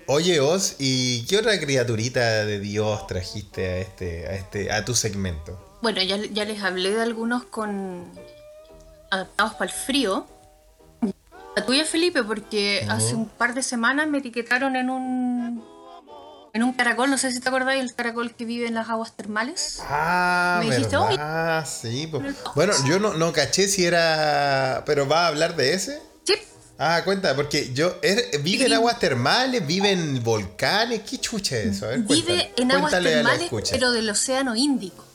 [SPEAKER 1] Oye, Oz, ¿y qué otra criaturita de Dios trajiste a este, a este, a tu segmento?
[SPEAKER 5] Bueno, ya, ya les hablé de algunos con adaptados para el frío. La tuya, Felipe, porque hace un par de semanas me etiquetaron en un en un caracol, no sé si te acordáis, el caracol que vive en las aguas termales.
[SPEAKER 1] Ah,
[SPEAKER 5] Me dijiste,
[SPEAKER 1] verdad, sí. po. Bueno, yo no, no caché si era, pero va a hablar de ese.
[SPEAKER 5] Sí,
[SPEAKER 1] Ah, cuenta, porque yo er- vive en aguas termales, vive en volcanes, qué chucha es eso. A ver,
[SPEAKER 5] vive
[SPEAKER 1] cuenta-
[SPEAKER 5] en aguas
[SPEAKER 1] cuéntale a la
[SPEAKER 5] termales,
[SPEAKER 1] escucha.
[SPEAKER 5] pero del océano Índico,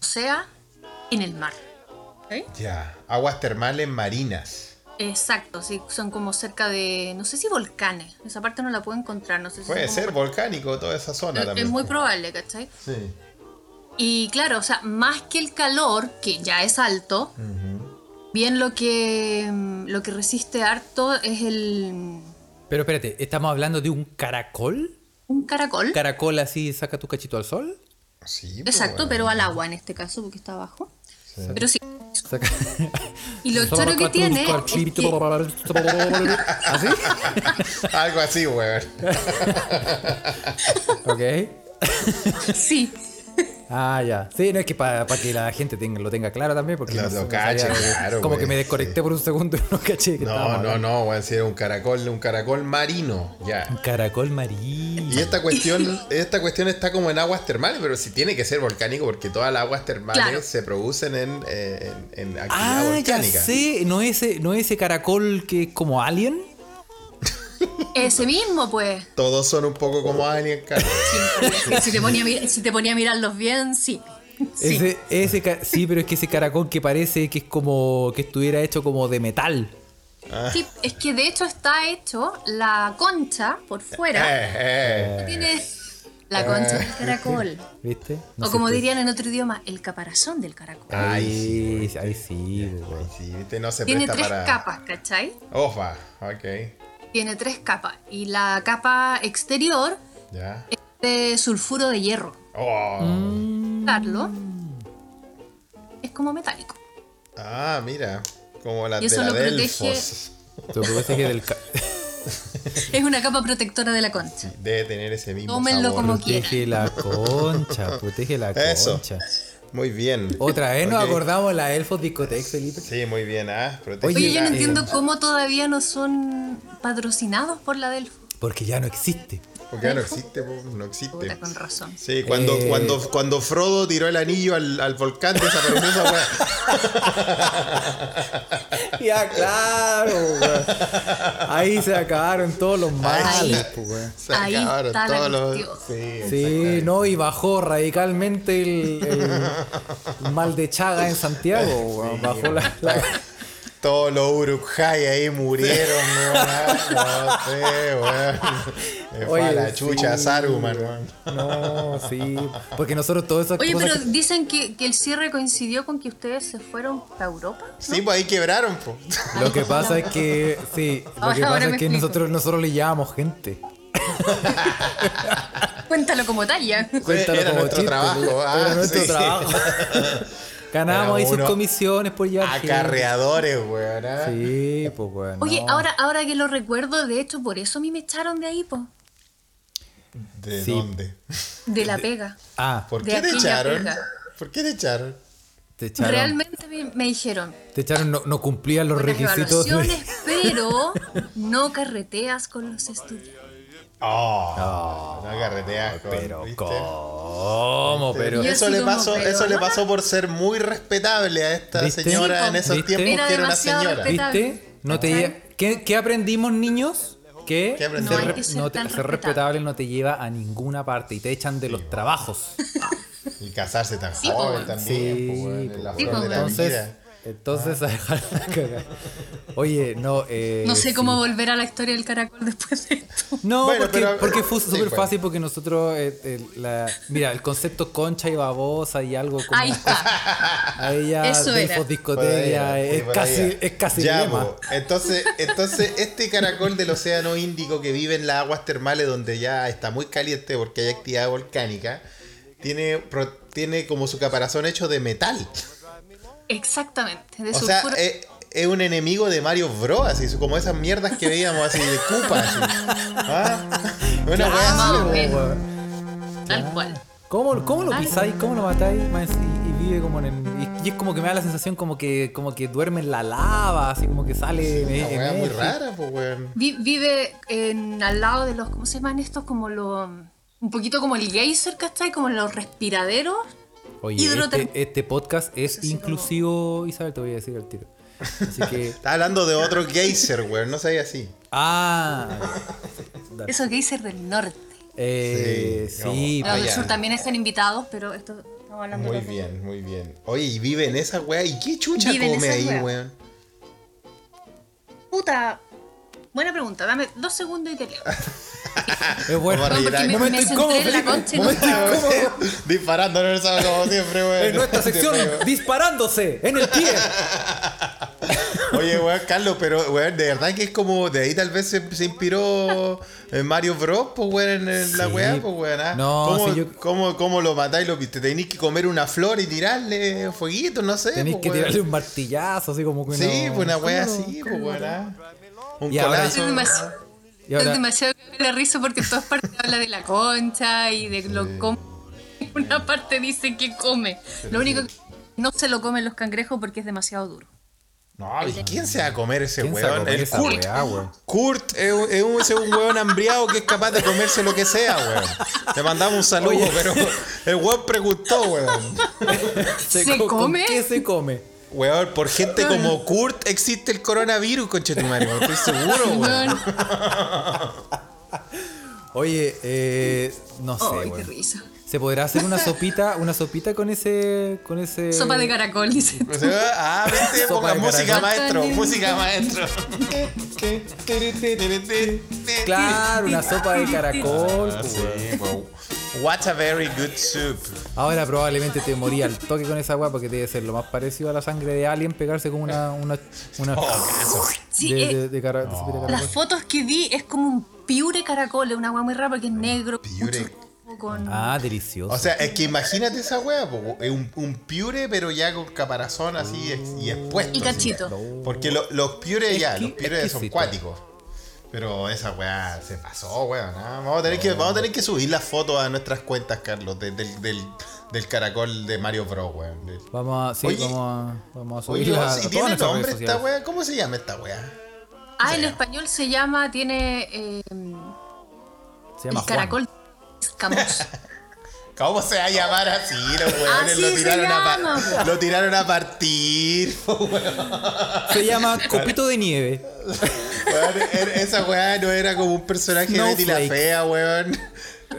[SPEAKER 5] o sea, en el mar. ¿Ok?
[SPEAKER 1] Ya, aguas termales marinas.
[SPEAKER 5] Exacto, sí, son como cerca de, no sé si volcanes, esa parte no la puedo encontrar, no sé si
[SPEAKER 1] Puede
[SPEAKER 5] son
[SPEAKER 1] ser
[SPEAKER 5] como-
[SPEAKER 1] volcánico toda esa zona
[SPEAKER 5] Es-
[SPEAKER 1] también.
[SPEAKER 5] es muy probable, ¿cachai?
[SPEAKER 1] Sí.
[SPEAKER 5] Y claro, o sea, más que el calor, que ya es alto, bien lo que, mm, lo que resiste harto es el mm,
[SPEAKER 3] Pero espérate, ¿estamos hablando de un caracol?
[SPEAKER 5] un caracol.
[SPEAKER 3] ¿Caracol así saca tu cachito al sol?
[SPEAKER 1] Sí, po,
[SPEAKER 5] Exacto,
[SPEAKER 1] weón.
[SPEAKER 5] pero al agua en este caso, porque está abajo. Pero sí.
[SPEAKER 3] Saca...
[SPEAKER 5] (laughs) Y lo choro que tiene es
[SPEAKER 3] ¿Así?
[SPEAKER 5] que
[SPEAKER 3] (laughs)
[SPEAKER 1] (laughs) Algo así, weón.
[SPEAKER 3] Ok.
[SPEAKER 5] sí,
[SPEAKER 3] Ah, ya. Sí, no es que para que la gente tenga- lo tenga claro también, porque
[SPEAKER 1] Lo-
[SPEAKER 3] no-
[SPEAKER 1] lo
[SPEAKER 3] no
[SPEAKER 1] cache,
[SPEAKER 3] sabía de-
[SPEAKER 1] claro,
[SPEAKER 3] como
[SPEAKER 1] güey,
[SPEAKER 3] que me desconecté
[SPEAKER 1] sí.
[SPEAKER 3] por un segundo (laughs) y no caché que
[SPEAKER 1] No,
[SPEAKER 3] estábamos
[SPEAKER 1] no,
[SPEAKER 3] hablando.
[SPEAKER 1] no, weón, si era un caracol, un caracol marino, ya.
[SPEAKER 3] Un caracol marino.
[SPEAKER 1] Y esta
[SPEAKER 5] (laughs)
[SPEAKER 1] cuestión, esta cuestión está como en aguas termales, pero sí tiene que ser volcánico porque todas las aguas termales
[SPEAKER 5] Claro.
[SPEAKER 1] se producen en, eh, en, en actividad
[SPEAKER 3] Ah, ya
[SPEAKER 1] volcánica.
[SPEAKER 3] sé. ¿No ese, ¿No ese caracol que es como alien?
[SPEAKER 5] ese mismo, pues.
[SPEAKER 1] Todos son un poco como alien,
[SPEAKER 5] (laughs)
[SPEAKER 1] Carlos.
[SPEAKER 5] Si te ponía a, mir- si te ponía a mirarlos bien, sí. Sí.
[SPEAKER 3] Ese, ese ca- sí, pero es que ese caracol que parece que es como que estuviera hecho como de metal.
[SPEAKER 5] Sí, es que de hecho está hecho la concha por fuera.
[SPEAKER 1] Eh, eh.
[SPEAKER 5] Tiene la concha del caracol.
[SPEAKER 3] ¿Viste? No
[SPEAKER 5] O
[SPEAKER 3] sé
[SPEAKER 5] como
[SPEAKER 3] qué- Ah,
[SPEAKER 5] dirían en otro idioma, el caparazón del caracol.
[SPEAKER 1] Ay, sí,
[SPEAKER 3] Ahí, ahí sí, güey.
[SPEAKER 1] sí, viste, no se
[SPEAKER 5] Tiene
[SPEAKER 1] presta
[SPEAKER 5] tres
[SPEAKER 1] para.
[SPEAKER 5] capas, ¿cachai?
[SPEAKER 1] Ofa, ok.
[SPEAKER 5] Tiene tres capas. Y la capa exterior
[SPEAKER 1] Ya.
[SPEAKER 5] es de sulfuro de hierro.
[SPEAKER 1] Oh.
[SPEAKER 3] Mm.
[SPEAKER 5] Carlo es como metálico.
[SPEAKER 1] Ah, mira. Como la
[SPEAKER 5] Y eso
[SPEAKER 1] de la
[SPEAKER 5] lo protege-
[SPEAKER 1] Delfos.
[SPEAKER 3] Lo que pasa es que del
[SPEAKER 5] (laughs)
[SPEAKER 3] ca-
[SPEAKER 5] Es una capa protectora de la concha.
[SPEAKER 1] Debe tener ese mismo
[SPEAKER 5] Tómenlo
[SPEAKER 1] sabor.
[SPEAKER 5] como
[SPEAKER 3] protege la concha, protege la
[SPEAKER 1] Eso.
[SPEAKER 3] concha.
[SPEAKER 1] Muy bien.
[SPEAKER 3] Otra vez nos
[SPEAKER 1] Ok.
[SPEAKER 3] acordamos la Elfos Discotex, Felipe.
[SPEAKER 1] Sí, muy bien, ah. Protege
[SPEAKER 5] Oye, yo no
[SPEAKER 1] la-
[SPEAKER 5] entiendo cómo todavía no son patrocinados por la Delfo.
[SPEAKER 3] Porque ya no existe.
[SPEAKER 1] Porque ya no existe, po, no existe.
[SPEAKER 5] Puta, con razón.
[SPEAKER 1] Sí, cuando,
[SPEAKER 3] Eh.
[SPEAKER 1] cuando, cuando Frodo tiró el anillo al, al volcán, desapareció esa weá. (laughs)
[SPEAKER 3] ya, claro, weón. Ahí se acabaron todos los males, pues, weón.
[SPEAKER 1] Se
[SPEAKER 5] Ahí
[SPEAKER 1] acabaron
[SPEAKER 5] está la
[SPEAKER 1] todos los.
[SPEAKER 5] cuestión.
[SPEAKER 1] Sí,
[SPEAKER 3] Sí,
[SPEAKER 1] exactamente.
[SPEAKER 3] no, y bajó radicalmente el,
[SPEAKER 1] (laughs)
[SPEAKER 3] el mal de Chaga en Santiago. weón. Bajó la, la-
[SPEAKER 1] Todos los Uruk-hai ahí murieron, weón. Ah, No sé,
[SPEAKER 3] (laughs)
[SPEAKER 1] weón. Me fue a
[SPEAKER 3] Oye,
[SPEAKER 1] la
[SPEAKER 3] sí,
[SPEAKER 1] chucha Saruman, weón.
[SPEAKER 3] No, sí. Porque nosotros todas esas
[SPEAKER 5] Oye,
[SPEAKER 3] cosas
[SPEAKER 5] pero
[SPEAKER 3] que-
[SPEAKER 5] dicen que, que el cierre coincidió con que ustedes se fueron para Europa.
[SPEAKER 1] Sí, pues ahí quebraron, po.
[SPEAKER 3] Lo que pasa es que, sí, lo
[SPEAKER 5] Ahora-
[SPEAKER 3] que
[SPEAKER 5] ahora
[SPEAKER 3] pasa
[SPEAKER 5] me
[SPEAKER 3] es que
[SPEAKER 5] explico.
[SPEAKER 3] nosotros, nosotros le llamamos gente.
[SPEAKER 5] Cuéntalo como tal ya.
[SPEAKER 3] Cuéntalo
[SPEAKER 1] Era
[SPEAKER 3] como
[SPEAKER 1] nuestro
[SPEAKER 3] chiste,
[SPEAKER 1] trabajo,
[SPEAKER 3] pero-
[SPEAKER 1] ah,
[SPEAKER 3] era nuestro
[SPEAKER 1] sí.
[SPEAKER 3] trabajo.
[SPEAKER 1] (laughs)
[SPEAKER 3] Ganábamos ahí
[SPEAKER 1] Éramos
[SPEAKER 3] sus
[SPEAKER 1] unos
[SPEAKER 3] comisiones por llevar gente.
[SPEAKER 1] Acarreadores, weón. ah.
[SPEAKER 3] Sí, pues bueno.
[SPEAKER 5] Oye, ahora, ahora que lo recuerdo, de hecho, por eso a mí me echaron de ahí, po.
[SPEAKER 1] ¿De
[SPEAKER 3] Sí.
[SPEAKER 1] dónde?
[SPEAKER 5] De la pega.
[SPEAKER 3] Ah,
[SPEAKER 1] ¿Por
[SPEAKER 5] De
[SPEAKER 1] qué te
[SPEAKER 5] aquella
[SPEAKER 1] echaron?
[SPEAKER 5] pega.
[SPEAKER 1] ¿Por qué te echaron?
[SPEAKER 3] te echaron.
[SPEAKER 5] Realmente me, me dijeron,
[SPEAKER 3] Te echaron, no, no cumplían los
[SPEAKER 5] buenas
[SPEAKER 3] requisitos. de- (laughs)
[SPEAKER 5] evaluaciones,
[SPEAKER 1] (laughs)
[SPEAKER 5] pero no carreteas con los estudiantes.
[SPEAKER 3] Ah.
[SPEAKER 1] Oh, no carreteas, con-
[SPEAKER 3] Pero,
[SPEAKER 1] ¿viste?
[SPEAKER 3] ¿cómo? Pero.
[SPEAKER 5] Yo
[SPEAKER 1] eso
[SPEAKER 5] así
[SPEAKER 1] le
[SPEAKER 5] como,
[SPEAKER 1] pasó,
[SPEAKER 5] pero,
[SPEAKER 1] eso le
[SPEAKER 5] ah.
[SPEAKER 1] pasó por ser muy respetable a esta
[SPEAKER 3] ¿Viste?
[SPEAKER 1] señora
[SPEAKER 5] Sí,
[SPEAKER 1] en esos
[SPEAKER 3] ¿viste?
[SPEAKER 1] tiempos
[SPEAKER 5] Era
[SPEAKER 1] que era una
[SPEAKER 5] demasiado
[SPEAKER 1] señora.
[SPEAKER 5] respetable.
[SPEAKER 3] ¿Viste? No
[SPEAKER 5] ¿Cachai?
[SPEAKER 3] te ¿Qué, qué aprendimos, niños? Que
[SPEAKER 1] ¿Qué aprendimos? No hay que
[SPEAKER 5] ser
[SPEAKER 3] no te-
[SPEAKER 5] tan
[SPEAKER 3] ser respetable no te lleva a ninguna parte y te echan de los trabajos.
[SPEAKER 1] Y casarse tan
[SPEAKER 5] Sí, po,
[SPEAKER 1] joven
[SPEAKER 5] weón.
[SPEAKER 1] también, po, weón,
[SPEAKER 3] pues,
[SPEAKER 1] en la
[SPEAKER 5] Sí,
[SPEAKER 1] flor
[SPEAKER 5] po,
[SPEAKER 1] de la
[SPEAKER 5] weón.
[SPEAKER 1] vida. Ah.
[SPEAKER 3] (laughs) entonces, entonces a dejar la cagada. Oye, no. eh,
[SPEAKER 5] No sé
[SPEAKER 3] sí.
[SPEAKER 5] cómo volver a la historia del caracol después
[SPEAKER 1] (laughs)
[SPEAKER 5] de esto.
[SPEAKER 3] No,
[SPEAKER 1] Bueno,
[SPEAKER 3] porque,
[SPEAKER 1] pero- eh,
[SPEAKER 3] porque fue
[SPEAKER 1] sí, pues.
[SPEAKER 3] súper
[SPEAKER 1] bueno.
[SPEAKER 3] fácil porque nosotros, eh, eh, la- mira, el concepto concha y babosa y algo como...
[SPEAKER 5] Ahí está.
[SPEAKER 3] Ahí ya,
[SPEAKER 5] Eso era.
[SPEAKER 3] Delfos
[SPEAKER 1] Por ahí
[SPEAKER 3] discoteca,
[SPEAKER 1] era, sí,
[SPEAKER 3] es,
[SPEAKER 1] por ahí
[SPEAKER 3] casi,
[SPEAKER 1] era.
[SPEAKER 3] es casi
[SPEAKER 1] Ya, pues.
[SPEAKER 3] lema.
[SPEAKER 1] po. Entonces, entonces, este caracol del océano Índico que vive en las aguas termales donde ya está muy caliente porque hay actividad volcánica, tiene, pro- tiene como su caparazón hecho de metal.
[SPEAKER 5] Exactamente. De
[SPEAKER 1] O sea, eh,
[SPEAKER 5] sulfuro.
[SPEAKER 1] es, es un enemigo de Mario Bros. Así, como esas mierdas que veíamos así de Koopa. así. ¿Ah? Una wea así,
[SPEAKER 5] Claro.
[SPEAKER 1] po.
[SPEAKER 5] Eh, Tal cual.
[SPEAKER 3] ¿Cómo, ¿Cómo lo
[SPEAKER 5] Claro.
[SPEAKER 3] pisáis? ¿Cómo lo matáis? Más y, y vive como en el... Y, y es como que me da la sensación como que, como que duerme en la lava, así como que sale... en-
[SPEAKER 1] Una
[SPEAKER 3] en
[SPEAKER 1] wea muy
[SPEAKER 3] eje.
[SPEAKER 1] rara, pues, weón.
[SPEAKER 5] Vi- vive en, al lado de los, ¿cómo se llaman estos? Como los, un poquito como el geyser, ¿cachai? Como los respiraderos.
[SPEAKER 3] Oye,
[SPEAKER 5] Hidroterm-
[SPEAKER 3] este, este podcast es
[SPEAKER 5] Así como-
[SPEAKER 3] inclusivo, Isabel, te voy a decir al tiro. Así que...
[SPEAKER 1] Está hablando de otro geyser, weón. No sabía así.
[SPEAKER 3] ah,
[SPEAKER 5] Esos geysers del norte.
[SPEAKER 3] eh,
[SPEAKER 1] Sí,
[SPEAKER 3] sí,
[SPEAKER 1] como-
[SPEAKER 5] Los
[SPEAKER 1] Ah,
[SPEAKER 5] del
[SPEAKER 1] ya.
[SPEAKER 5] sur también están invitados, pero esto estamos hablando
[SPEAKER 1] Muy
[SPEAKER 5] de-
[SPEAKER 1] bien, muy bien. Oye, y vive en esa wea. ¿Y qué chucha
[SPEAKER 5] Vive en
[SPEAKER 1] come
[SPEAKER 5] esa
[SPEAKER 1] ahí,
[SPEAKER 5] wea.
[SPEAKER 1] weón?
[SPEAKER 5] Puta. Buena pregunta, dame dos segundos y te leo.
[SPEAKER 3] es bueno.
[SPEAKER 1] Vamos a
[SPEAKER 5] No, porque
[SPEAKER 1] rellenar.
[SPEAKER 5] me, me
[SPEAKER 3] Momento incómodo,
[SPEAKER 5] centré en
[SPEAKER 3] Felipe.
[SPEAKER 5] la concha y no
[SPEAKER 3] Momento
[SPEAKER 5] estaba.
[SPEAKER 1] Disparando en el sábado como siempre, weón.
[SPEAKER 3] En nuestra sección,
[SPEAKER 1] Siempre, weón.
[SPEAKER 3] disparándose en el pie.
[SPEAKER 1] Oye, weón, Carlos, pero weón, de verdad que es como. De ahí tal vez se, se inspiró eh, Mario Bros, pues weón, en, en la
[SPEAKER 3] Sí.
[SPEAKER 1] weá, pues weón. ¿ah?
[SPEAKER 3] No,
[SPEAKER 1] ¿Cómo,
[SPEAKER 3] sí, yo-
[SPEAKER 1] cómo, cómo lo matáis? Lo, te tenéis que comer una flor y tirarle fueguito, no sé.
[SPEAKER 3] Tenéis
[SPEAKER 1] pues,
[SPEAKER 3] que
[SPEAKER 1] weón.
[SPEAKER 3] tirarle un martillazo, así como que
[SPEAKER 1] Sí,
[SPEAKER 3] no-
[SPEAKER 1] pues una weá
[SPEAKER 3] Claro.
[SPEAKER 1] así, pues weón. ¿ah? Un
[SPEAKER 3] Y ahora-
[SPEAKER 5] (laughs) Es
[SPEAKER 1] colazo.
[SPEAKER 5] demasiado,
[SPEAKER 3] Ah, Y ahora-
[SPEAKER 5] es demasiado que me la risa porque en todas partes (laughs) habla de la concha y de lo cómo (laughs) Una parte dice que come. Lo único que no se lo comen los cangrejos porque es
[SPEAKER 3] (laughs)
[SPEAKER 5] demasiado duro.
[SPEAKER 1] No, ¿y quién se va a comer ese
[SPEAKER 3] ¿Quién
[SPEAKER 1] weón?
[SPEAKER 3] sacó
[SPEAKER 1] El
[SPEAKER 3] esa
[SPEAKER 1] Kurt.
[SPEAKER 3] weá, weón?
[SPEAKER 1] Kurt es un, es un- ese un weón hambriado que es capaz de comerse lo que sea, weón. Le mandamos un saludo,
[SPEAKER 3] Oye.
[SPEAKER 1] pero el weón preguntó, weón.
[SPEAKER 5] ¿Se,
[SPEAKER 3] co- con
[SPEAKER 5] come?
[SPEAKER 3] ¿Qué se come?
[SPEAKER 1] Weón, por gente como Kurt existe el coronavirus, conchetumare, weón. Estoy
[SPEAKER 5] (laughs)
[SPEAKER 1] seguro, weón.
[SPEAKER 5] Weón.
[SPEAKER 3] Oye, eh, no sé,
[SPEAKER 5] Ay, qué
[SPEAKER 3] weón.
[SPEAKER 5] risa.
[SPEAKER 3] ¿Se podrá hacer una sopita, una sopita con ese, con ese?
[SPEAKER 5] Sopa de caracol, dice.
[SPEAKER 1] O sea, Ah, vente,
[SPEAKER 3] Sopa
[SPEAKER 1] ponga
[SPEAKER 3] de
[SPEAKER 1] música,
[SPEAKER 3] caracol.
[SPEAKER 1] maestro. Música,
[SPEAKER 3] (laughs)
[SPEAKER 1] maestro.
[SPEAKER 3] Claro, una sopa de caracol.
[SPEAKER 1] Ah, (laughs)
[SPEAKER 3] pues,
[SPEAKER 1] sí,
[SPEAKER 3] weón.
[SPEAKER 1] weón. What a very good soup.
[SPEAKER 3] Ahora probablemente te moría al toque con esa weá porque debe ser lo más parecido a la sangre de alguien pegarse con una, una, una
[SPEAKER 1] Oh.
[SPEAKER 5] Sí,
[SPEAKER 3] de,
[SPEAKER 5] eh,
[SPEAKER 3] de- de cara- de sopita de caracol.
[SPEAKER 5] Las fotos que vi es como un piure caracol, es una agua muy rara porque es negro.
[SPEAKER 1] piure.
[SPEAKER 5] mucho rojo, Con...
[SPEAKER 3] Ah, delicioso.
[SPEAKER 1] O sea, es que imagínate esa wea, po, es un, un piure, pero ya con caparazón así ex- y expuesto.
[SPEAKER 5] Y
[SPEAKER 1] así.
[SPEAKER 5] cachito.
[SPEAKER 1] Porque lo- los piures ya,
[SPEAKER 3] Exqui-
[SPEAKER 1] los piures son
[SPEAKER 3] exquisito.
[SPEAKER 1] cuáticos. Pero esa weá se pasó, weón. ah. Vamos, a tener que, vamos a tener que subir las fotos a nuestras cuentas, Carlos, de- del, del- del caracol de Mario Bros, weón. Del-
[SPEAKER 3] Vamos a, sí,
[SPEAKER 1] Oye.
[SPEAKER 3] vamos a, vamos a
[SPEAKER 1] Oye,
[SPEAKER 3] subirla a
[SPEAKER 1] ¿y
[SPEAKER 3] todas
[SPEAKER 1] tiene
[SPEAKER 3] nuestras
[SPEAKER 1] nombre
[SPEAKER 3] redes
[SPEAKER 1] esta
[SPEAKER 3] sociales.
[SPEAKER 1] weá? ¿Cómo se llama esta weá?
[SPEAKER 5] Ah, en español se llama, tiene eh,
[SPEAKER 3] Se llama
[SPEAKER 5] el
[SPEAKER 3] Juan.
[SPEAKER 5] caracol escamoso.
[SPEAKER 1] ¿Cómo se va a llamar así? Los weones
[SPEAKER 5] Así
[SPEAKER 1] lo,
[SPEAKER 5] se
[SPEAKER 1] tiraron a par-
[SPEAKER 5] llama, po.
[SPEAKER 1] lo tiraron a partir.
[SPEAKER 3] Se llama Copito de Nieve.
[SPEAKER 1] Weón, er- esa weá no era como un personaje de Betty la
[SPEAKER 3] Snowflake.
[SPEAKER 1] Fea, weón.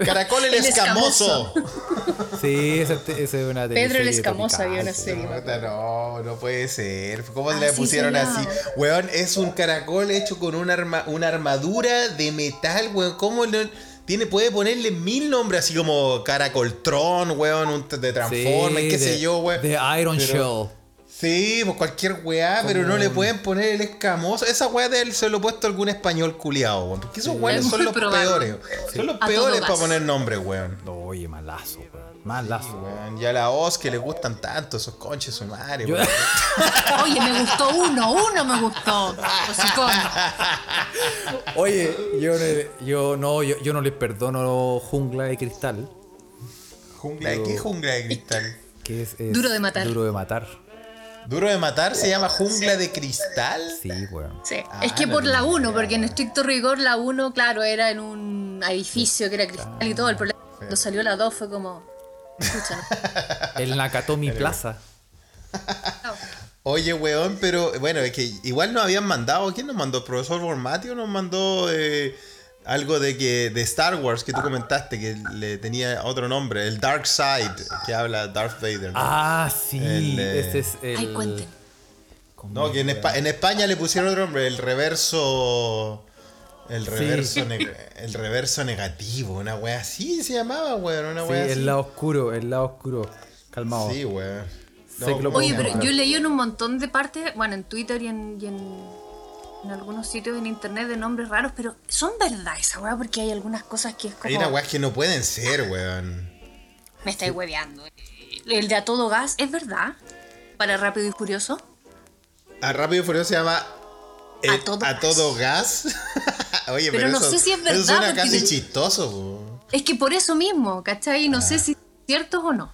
[SPEAKER 1] Caracol el,
[SPEAKER 5] El
[SPEAKER 1] escamoso.
[SPEAKER 5] escamoso.
[SPEAKER 3] Sí, esa esa es una
[SPEAKER 5] Pedro el
[SPEAKER 3] teleserie
[SPEAKER 5] Escamoso
[SPEAKER 3] tropical,
[SPEAKER 5] había una
[SPEAKER 3] po.
[SPEAKER 5] serie.
[SPEAKER 1] Puta, No, no puede ser. ¿Cómo se le
[SPEAKER 5] Así
[SPEAKER 1] pusieron
[SPEAKER 5] se
[SPEAKER 1] así?
[SPEAKER 5] llama.
[SPEAKER 1] Weón, es un caracol hecho con una, arma, una armadura de metal, weón. ¿Cómo no- Tiene, puede ponerle mil nombres, así como Caracoltron, weón, un t- de Transformers,
[SPEAKER 3] Sí,
[SPEAKER 1] qué
[SPEAKER 3] de-
[SPEAKER 1] sé yo, weón.
[SPEAKER 3] De Iron
[SPEAKER 1] Pero-
[SPEAKER 3] Shell.
[SPEAKER 1] Sí, pues cualquier weá, pero no le pueden poner el escamoso. Esa weá de él se lo he puesto a algún español culiado, weón. Porque esos weones
[SPEAKER 5] Es
[SPEAKER 1] son
[SPEAKER 5] muy
[SPEAKER 1] los
[SPEAKER 5] probable.
[SPEAKER 1] peores. Son los
[SPEAKER 5] A todo
[SPEAKER 1] peores para
[SPEAKER 5] gas.
[SPEAKER 1] poner nombres, weón.
[SPEAKER 3] Oye, malazo, weón.
[SPEAKER 1] Sí,
[SPEAKER 3] Malazo.
[SPEAKER 1] weón. Y a la Oz que le gustan tanto esos conches sumarios,
[SPEAKER 3] Yo- (laughs)
[SPEAKER 1] weón.
[SPEAKER 5] Oye, me gustó uno, uno me gustó. Hocicón.
[SPEAKER 3] Oye, yo, no- yo no, yo, yo no les perdono Jungla de Cristal,
[SPEAKER 1] Jungla
[SPEAKER 5] (laughs)
[SPEAKER 1] de qué jungla de cristal.
[SPEAKER 3] que es, es
[SPEAKER 5] Duro de matar.
[SPEAKER 3] Duro de matar.
[SPEAKER 1] Duro de matar se llama jungla de cristal.
[SPEAKER 3] Sí, weón.
[SPEAKER 5] Sí.
[SPEAKER 1] Ah,
[SPEAKER 5] es que
[SPEAKER 1] no
[SPEAKER 5] por la
[SPEAKER 1] tenía
[SPEAKER 5] 1,
[SPEAKER 1] idea,
[SPEAKER 5] porque en estricto rigor la 1, claro, era en un edificio que era cristal y todo. El problema es que cuando salió la 2 fue como. Escucha,
[SPEAKER 1] (laughs)
[SPEAKER 3] El Nakatomi Plaza.
[SPEAKER 5] no.
[SPEAKER 1] Oye, weón, pero bueno, es que igual nos habían mandado. ¿Quién nos mandó? ¿El profesor Bormatio nos mandó eh, algo de que de Star Wars que tú
[SPEAKER 3] Ah.
[SPEAKER 1] comentaste que le tenía otro nombre, el Dark Side, que habla Darth Vader. ¿no?
[SPEAKER 3] Ah, sí.
[SPEAKER 1] El, eh,
[SPEAKER 3] Este es el.
[SPEAKER 5] Ay, cuenten.
[SPEAKER 3] con
[SPEAKER 1] No, que en, Espa- en España le pusieron otro nombre, el reverso. El reverso, neg- el reverso negativo, una wea así se llamaba, weón, una
[SPEAKER 3] Sí,
[SPEAKER 1] wea así.
[SPEAKER 3] el lado oscuro, el lado oscuro. Calmado.
[SPEAKER 1] Sí, weón. No,
[SPEAKER 3] Ciclo-
[SPEAKER 1] ¿cómo-
[SPEAKER 5] Oye,
[SPEAKER 3] Vamos a
[SPEAKER 5] pero
[SPEAKER 3] ver.
[SPEAKER 5] yo leí en un montón de partes, bueno, en Twitter y en, y en, en algunos sitios en internet de nombres raros, pero son verdad esa weá, porque hay algunas cosas que es
[SPEAKER 1] hay
[SPEAKER 5] como.
[SPEAKER 1] unas weas que no pueden ser, weón.
[SPEAKER 5] Me estáis hueveando. El de a todo gas, ¿es verdad? Para rápido y curioso.
[SPEAKER 1] A Rápido y Furioso se llama eh,
[SPEAKER 5] A todo gas.
[SPEAKER 1] gas. (laughs) Oye, pero,
[SPEAKER 5] Pero no
[SPEAKER 1] eso,
[SPEAKER 5] sé si es
[SPEAKER 1] eso
[SPEAKER 5] verdad,
[SPEAKER 1] suena
[SPEAKER 5] porque
[SPEAKER 1] casi
[SPEAKER 5] de-
[SPEAKER 1] chistoso, weón.
[SPEAKER 5] Es que por eso mismo, ¿cachai? No sé si es cierto o no.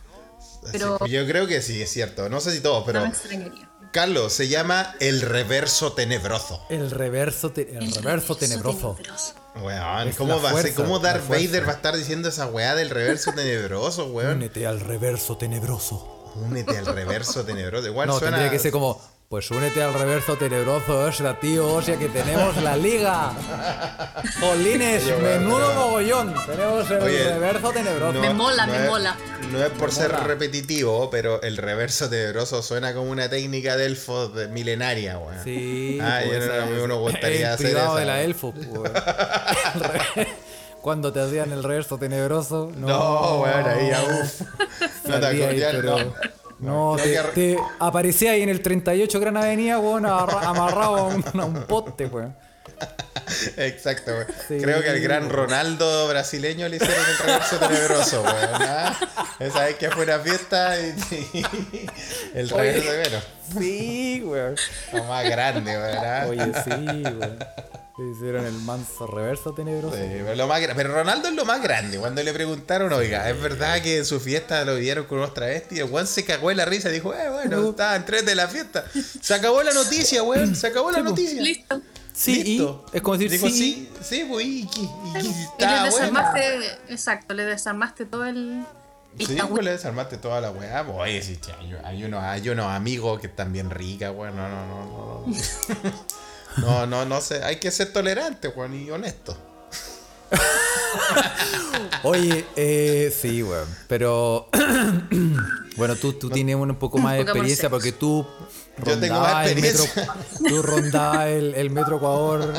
[SPEAKER 1] Así
[SPEAKER 5] Pero-
[SPEAKER 1] que Yo creo que sí, es cierto. No sé si todo, pero.
[SPEAKER 5] No me extrañaría.
[SPEAKER 1] Carlos, se llama El Reverso Tenebroso.
[SPEAKER 3] El reverso, te- el reverso tenebroso.
[SPEAKER 5] tenebroso.
[SPEAKER 1] Weón,
[SPEAKER 3] Es
[SPEAKER 1] ¿cómo,
[SPEAKER 3] la
[SPEAKER 1] va a ser?
[SPEAKER 3] fuerza,
[SPEAKER 1] ¿Cómo
[SPEAKER 3] la
[SPEAKER 1] Darth
[SPEAKER 3] fuerza.
[SPEAKER 1] Vader va a estar diciendo esa weá del
[SPEAKER 3] (laughs)
[SPEAKER 1] reverso tenebroso, weón?
[SPEAKER 3] Únete al reverso tenebroso.
[SPEAKER 1] Únete al reverso tenebroso. Igual
[SPEAKER 3] no,
[SPEAKER 1] suena.
[SPEAKER 3] tendría que ser como, pues únete al reverso tenebroso, Osra, tío, Osea, que tenemos la liga. Jolines,
[SPEAKER 1] Oye, weón,
[SPEAKER 3] menudo
[SPEAKER 1] pero-
[SPEAKER 3] mogollón. Tenemos el
[SPEAKER 1] Oye,
[SPEAKER 3] reverso tenebroso.
[SPEAKER 5] Me mola, me
[SPEAKER 1] es-
[SPEAKER 5] mola.
[SPEAKER 1] No es por ser
[SPEAKER 3] mola.
[SPEAKER 1] repetitivo, pero el reverso tenebroso suena como una técnica de elfo de- milenaria, weón.
[SPEAKER 3] Sí.
[SPEAKER 1] Ah,
[SPEAKER 3] pues,
[SPEAKER 1] yo no,
[SPEAKER 3] esa
[SPEAKER 1] a mí
[SPEAKER 3] es-
[SPEAKER 1] uno gustaría
[SPEAKER 3] el
[SPEAKER 1] hacer
[SPEAKER 3] privado
[SPEAKER 1] esa,
[SPEAKER 3] de la
[SPEAKER 1] weón.
[SPEAKER 3] elfo.
[SPEAKER 1] (laughs)
[SPEAKER 3] pues. Cuando te hacían el reverso tenebroso. No,
[SPEAKER 1] No, weón, ahí ya,
[SPEAKER 3] (laughs)
[SPEAKER 1] uff. No te
[SPEAKER 3] Salía ahí,
[SPEAKER 1] acordás,
[SPEAKER 3] pero-
[SPEAKER 1] no.
[SPEAKER 3] No,
[SPEAKER 1] Creo
[SPEAKER 3] te,
[SPEAKER 1] que ar-
[SPEAKER 3] te aparecía ahí en el 38 Gran Avenida, weón, amarra- amarrado a un, a un poste, weón.
[SPEAKER 1] Exacto, weón.
[SPEAKER 3] Sí.
[SPEAKER 1] Creo que al gran Ronaldo brasileño le hicieron el reverso tenebroso, weón. ¿ah? Esa vez que fue una fiesta y, y- el
[SPEAKER 3] Oye.
[SPEAKER 1] reverso tenebroso.
[SPEAKER 3] Sí, weón.
[SPEAKER 1] Lo más grande, weón. ¿ah? (laughs)
[SPEAKER 3] Oye, sí, weón. Te hicieron el manso reverso tenebroso.
[SPEAKER 1] Sí, pero, lo más gra- pero Ronaldo es lo más grande. Cuando le preguntaron, oiga, ¿es verdad que en su fiesta lo vieron con unos travestis? El weón se cagó en la risa y dijo, eh, bueno, estaba en tres de la fiesta. Se acabó la noticia, weón. Se acabó la noticia.
[SPEAKER 5] Listo.
[SPEAKER 3] Sí,
[SPEAKER 1] Listo.
[SPEAKER 3] y es como decir
[SPEAKER 1] Dijo,
[SPEAKER 3] sí.
[SPEAKER 1] sí, sí, pues, y, y- y- y
[SPEAKER 5] Y le
[SPEAKER 1] estaba buena.
[SPEAKER 5] desarmaste, exacto, le desarmaste todo el.
[SPEAKER 1] Sí,
[SPEAKER 5] Esta
[SPEAKER 1] pues le desarmaste toda la weá. pues, Oye, sí, che, hay, hay unos, hay unos amigos que están bien ricas, weón. No, no, no, no.
[SPEAKER 3] (laughs)
[SPEAKER 1] No, no, no, no sé. Hay que ser tolerante, weón, y honesto.
[SPEAKER 3] Oye, eh, sí, weón. Pero. (clears throat) bueno, tú, tú tienes un poco más de
[SPEAKER 5] poco más
[SPEAKER 3] experiencia
[SPEAKER 5] sexo.
[SPEAKER 3] porque tú.
[SPEAKER 1] Yo tengo más
[SPEAKER 3] rondabas el
[SPEAKER 1] experiencia.
[SPEAKER 3] metro- tú rondabas el, el metro Ecuador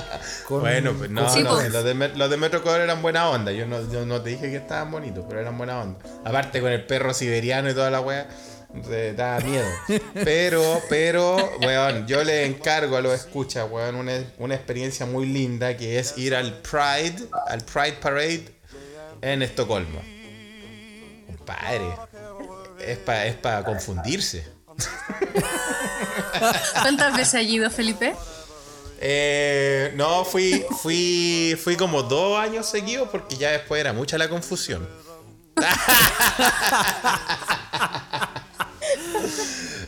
[SPEAKER 3] con.
[SPEAKER 1] Bueno, pues no,
[SPEAKER 3] con-
[SPEAKER 5] Sí,
[SPEAKER 1] no,
[SPEAKER 5] pues.
[SPEAKER 1] los, de, Met- los de Metro Ecuador eran buena onda. Yo no, yo no te dije que estaban bonitos, pero eran buena onda. Aparte con el perro siberiano y toda la wea, te daba
[SPEAKER 5] (laughs)
[SPEAKER 1] miedo. Pero, pero, weón, yo le encargo a los escuchas, weón, una, una experiencia muy linda que es ir al Pride, al Pride Parade en Estocolmo. Compadre, es para es pa confundirse.
[SPEAKER 5] ¿Cuántas veces ha ido Felipe?
[SPEAKER 1] Eh, no, fui, fui, fui como dos años seguidos porque ya después era mucha la confusión.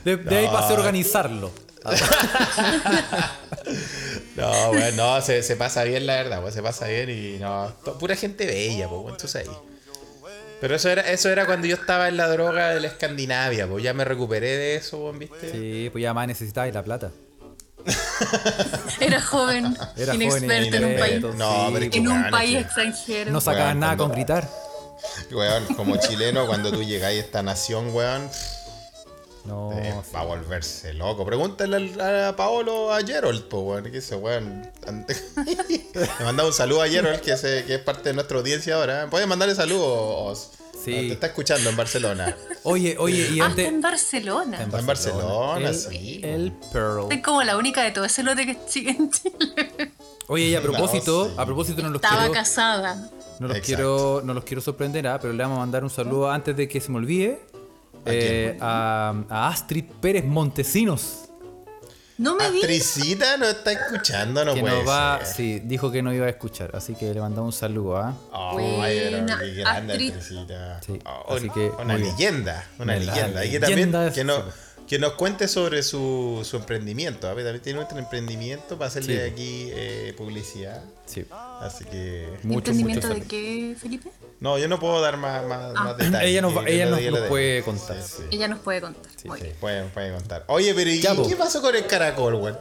[SPEAKER 3] De, de ahí pasé a organizarlo.
[SPEAKER 1] No, bueno, no, se, se pasa bien la verdad, pues, se pasa bien y no, to- pura gente bella, pues, bueno, entonces ahí. Pero eso era, eso era cuando yo estaba en la droga de la Escandinavia, pues ya me recuperé de eso, pues, ¿viste?
[SPEAKER 3] Sí, pues ya más necesitabas la plata.
[SPEAKER 5] Era joven,
[SPEAKER 3] Era
[SPEAKER 5] inexperto
[SPEAKER 3] joven,
[SPEAKER 5] en un país,
[SPEAKER 3] inexperto,
[SPEAKER 1] No,
[SPEAKER 3] sí,
[SPEAKER 1] pero es que
[SPEAKER 5] en un
[SPEAKER 1] weón, es
[SPEAKER 5] país
[SPEAKER 1] que-
[SPEAKER 5] extranjero.
[SPEAKER 3] No sacabas
[SPEAKER 1] Weón,
[SPEAKER 3] nada
[SPEAKER 1] cuando-
[SPEAKER 3] con gritar.
[SPEAKER 1] weón, como chileno, cuando tú llegáis a esta nación, weón,
[SPEAKER 3] No, Oh, sí.
[SPEAKER 1] va a Eh, volverse loco. Pregúntale al- a, Paolo a Gerald, po, weón. Que ese weón. ante- (laughs) Le mandaba un saludo a Gerald, que, se- que es parte de nuestra audiencia ahora. Puedes mandarle saludos.
[SPEAKER 3] Sí.
[SPEAKER 1] Te está escuchando en Barcelona.
[SPEAKER 3] Oye, oye, y
[SPEAKER 5] Ah, está
[SPEAKER 3] antes.
[SPEAKER 5] en Barcelona.
[SPEAKER 1] Está en Barcelona, sí.
[SPEAKER 3] El, el Pearl.
[SPEAKER 5] Soy como la única de todo ese lote que sigue en Chile.
[SPEAKER 3] Oye,
[SPEAKER 1] (laughs)
[SPEAKER 3] y a
[SPEAKER 1] No,
[SPEAKER 3] propósito,
[SPEAKER 1] sí.
[SPEAKER 3] a propósito no los
[SPEAKER 5] Estaba
[SPEAKER 3] quiero.
[SPEAKER 5] casada.
[SPEAKER 3] No los,
[SPEAKER 1] Exacto.
[SPEAKER 3] quiero, no los quiero sorprender, ah, pero le vamos a mandar un saludo antes de que se me olvide eh, a, a Astrid Pérez Montesinos,
[SPEAKER 5] No (laughs) me digas.
[SPEAKER 1] Tricita no está escuchando, no
[SPEAKER 3] que
[SPEAKER 1] puede
[SPEAKER 3] nos va,
[SPEAKER 1] ser.
[SPEAKER 3] sí, dijo que no iba a escuchar, así que le mandamos un saludo. ¿ah?
[SPEAKER 1] Oh, Ay, pero
[SPEAKER 5] Buena
[SPEAKER 1] qué grande
[SPEAKER 5] actriz.
[SPEAKER 1] Tricita.
[SPEAKER 3] Sí,
[SPEAKER 1] Oh,
[SPEAKER 3] así que,
[SPEAKER 1] una
[SPEAKER 3] muy bien.
[SPEAKER 1] leyenda. Una
[SPEAKER 3] Una
[SPEAKER 1] leyenda. Y que
[SPEAKER 3] leyenda
[SPEAKER 1] también
[SPEAKER 3] es-
[SPEAKER 1] que, no- que nos cuente sobre su, su emprendimiento. A ver, también tiene un emprendimiento para hacerle
[SPEAKER 3] Sí.
[SPEAKER 1] aquí eh, publicidad.
[SPEAKER 3] Sí,
[SPEAKER 1] Así que.
[SPEAKER 3] muchos, muchos
[SPEAKER 5] ¿Entendimiento de
[SPEAKER 3] saludos.
[SPEAKER 5] qué, Felipe?
[SPEAKER 1] No, yo no puedo dar más, más, más detalles.
[SPEAKER 3] Ella nos va-
[SPEAKER 1] Yo
[SPEAKER 3] ella
[SPEAKER 1] le
[SPEAKER 3] nos
[SPEAKER 1] doy- yo
[SPEAKER 3] lo
[SPEAKER 1] le doy.
[SPEAKER 3] puede contar.
[SPEAKER 1] Sí, sí,
[SPEAKER 5] Ella nos puede contar. Muy
[SPEAKER 1] sí,
[SPEAKER 5] bien.
[SPEAKER 1] puede, puede contar. Oye, pero ¿y
[SPEAKER 3] Ya, po.
[SPEAKER 1] qué pasó con el caracol, güey?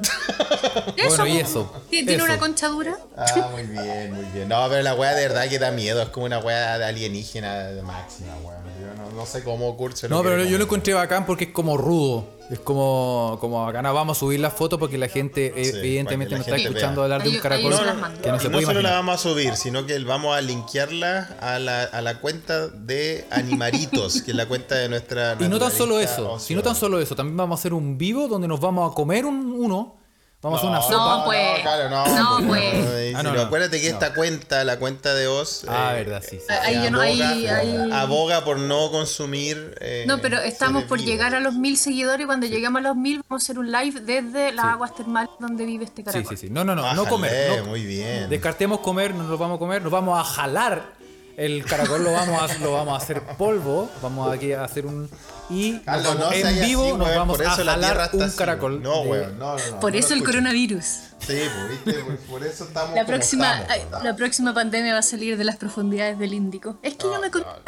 [SPEAKER 3] Bueno, y
[SPEAKER 5] po.
[SPEAKER 3] eso,
[SPEAKER 5] ¿Tiene tiene
[SPEAKER 3] eso.
[SPEAKER 5] una concha dura?
[SPEAKER 1] (laughs) Ah, muy bien, muy bien. No, pero la weá de verdad que da miedo. Es como una weá de alienígena de máxima, weón. Yo no, no sé cómo Kurt se lo
[SPEAKER 3] No, pero
[SPEAKER 1] quiere
[SPEAKER 3] yo lo
[SPEAKER 1] comer.
[SPEAKER 3] encontré bacán porque es como rudo. Es como, como bacana. Vamos a subir la foto porque la gente, eh,
[SPEAKER 1] para que
[SPEAKER 3] evidentemente,
[SPEAKER 1] la
[SPEAKER 3] no está
[SPEAKER 1] gente
[SPEAKER 3] escuchando
[SPEAKER 1] vea.
[SPEAKER 3] hablar de
[SPEAKER 5] Ahí-
[SPEAKER 3] un
[SPEAKER 5] ahí
[SPEAKER 3] caracol.
[SPEAKER 5] se
[SPEAKER 1] No,
[SPEAKER 5] las
[SPEAKER 1] no,
[SPEAKER 5] mando.
[SPEAKER 3] que no se
[SPEAKER 1] y
[SPEAKER 3] puede
[SPEAKER 1] no solo la
[SPEAKER 3] imaginar.
[SPEAKER 1] vamos a subir, sino que vamos a linkearla a la, a la cuenta de Animaritos, que es la cuenta de nuestra.
[SPEAKER 3] Y no tan solo
[SPEAKER 1] naturalista
[SPEAKER 3] eso,
[SPEAKER 1] ocio.
[SPEAKER 3] y no tan solo eso, también vamos a hacer un vivo donde nos vamos a comer un uno. Vamos a hacer una
[SPEAKER 5] No,
[SPEAKER 3] sopa.
[SPEAKER 5] pues.
[SPEAKER 1] claro,
[SPEAKER 5] No,
[SPEAKER 1] no,
[SPEAKER 5] pues.
[SPEAKER 1] Y
[SPEAKER 3] Ah,
[SPEAKER 1] si
[SPEAKER 3] no,
[SPEAKER 1] lo-
[SPEAKER 3] no.
[SPEAKER 1] Acuérdate que esta cuenta, la cuenta de Oz.
[SPEAKER 3] Ah,
[SPEAKER 1] eh,
[SPEAKER 3] verdad, sí, sí.
[SPEAKER 1] eh,
[SPEAKER 5] Ahí yo no- ahí-
[SPEAKER 1] aboga-
[SPEAKER 5] ahí-
[SPEAKER 1] Aboga por no consumir. eh,
[SPEAKER 5] No, pero estamos
[SPEAKER 1] seres
[SPEAKER 5] por
[SPEAKER 1] vivos.
[SPEAKER 5] llegar a los mil seguidores y cuando lleguemos a los mil vamos a hacer un live desde las aguas termales donde vive este
[SPEAKER 3] Sí,
[SPEAKER 5] caracol.
[SPEAKER 3] sí, sí. No, no, no,
[SPEAKER 1] Ah,
[SPEAKER 3] no comer.
[SPEAKER 1] jalé,
[SPEAKER 3] no-
[SPEAKER 1] muy bien.
[SPEAKER 3] Descartemos comer, no nos vamos a comer, nos vamos a jalar. El caracol lo vamos a, lo vamos a hacer polvo, vamos aquí a hacer un y nos
[SPEAKER 1] Carlos,
[SPEAKER 3] vamos-
[SPEAKER 1] no seas
[SPEAKER 3] en
[SPEAKER 1] así,
[SPEAKER 3] vivo nos
[SPEAKER 1] weón,
[SPEAKER 3] vamos
[SPEAKER 1] por
[SPEAKER 3] a
[SPEAKER 1] eso la tierra
[SPEAKER 3] jalar
[SPEAKER 1] está
[SPEAKER 3] un
[SPEAKER 1] así,
[SPEAKER 3] caracol.
[SPEAKER 1] weón. No,
[SPEAKER 3] de-
[SPEAKER 1] weón, no, no, no, no lo
[SPEAKER 5] Por eso el
[SPEAKER 1] escucho.
[SPEAKER 5] coronavirus.
[SPEAKER 1] Sí, pues, viste, por, por eso estamos.
[SPEAKER 5] La
[SPEAKER 1] como
[SPEAKER 5] próxima,
[SPEAKER 1] estamos, weón.
[SPEAKER 5] la próxima pandemia va a salir de las profundidades del Índico. Es que yo me controlo,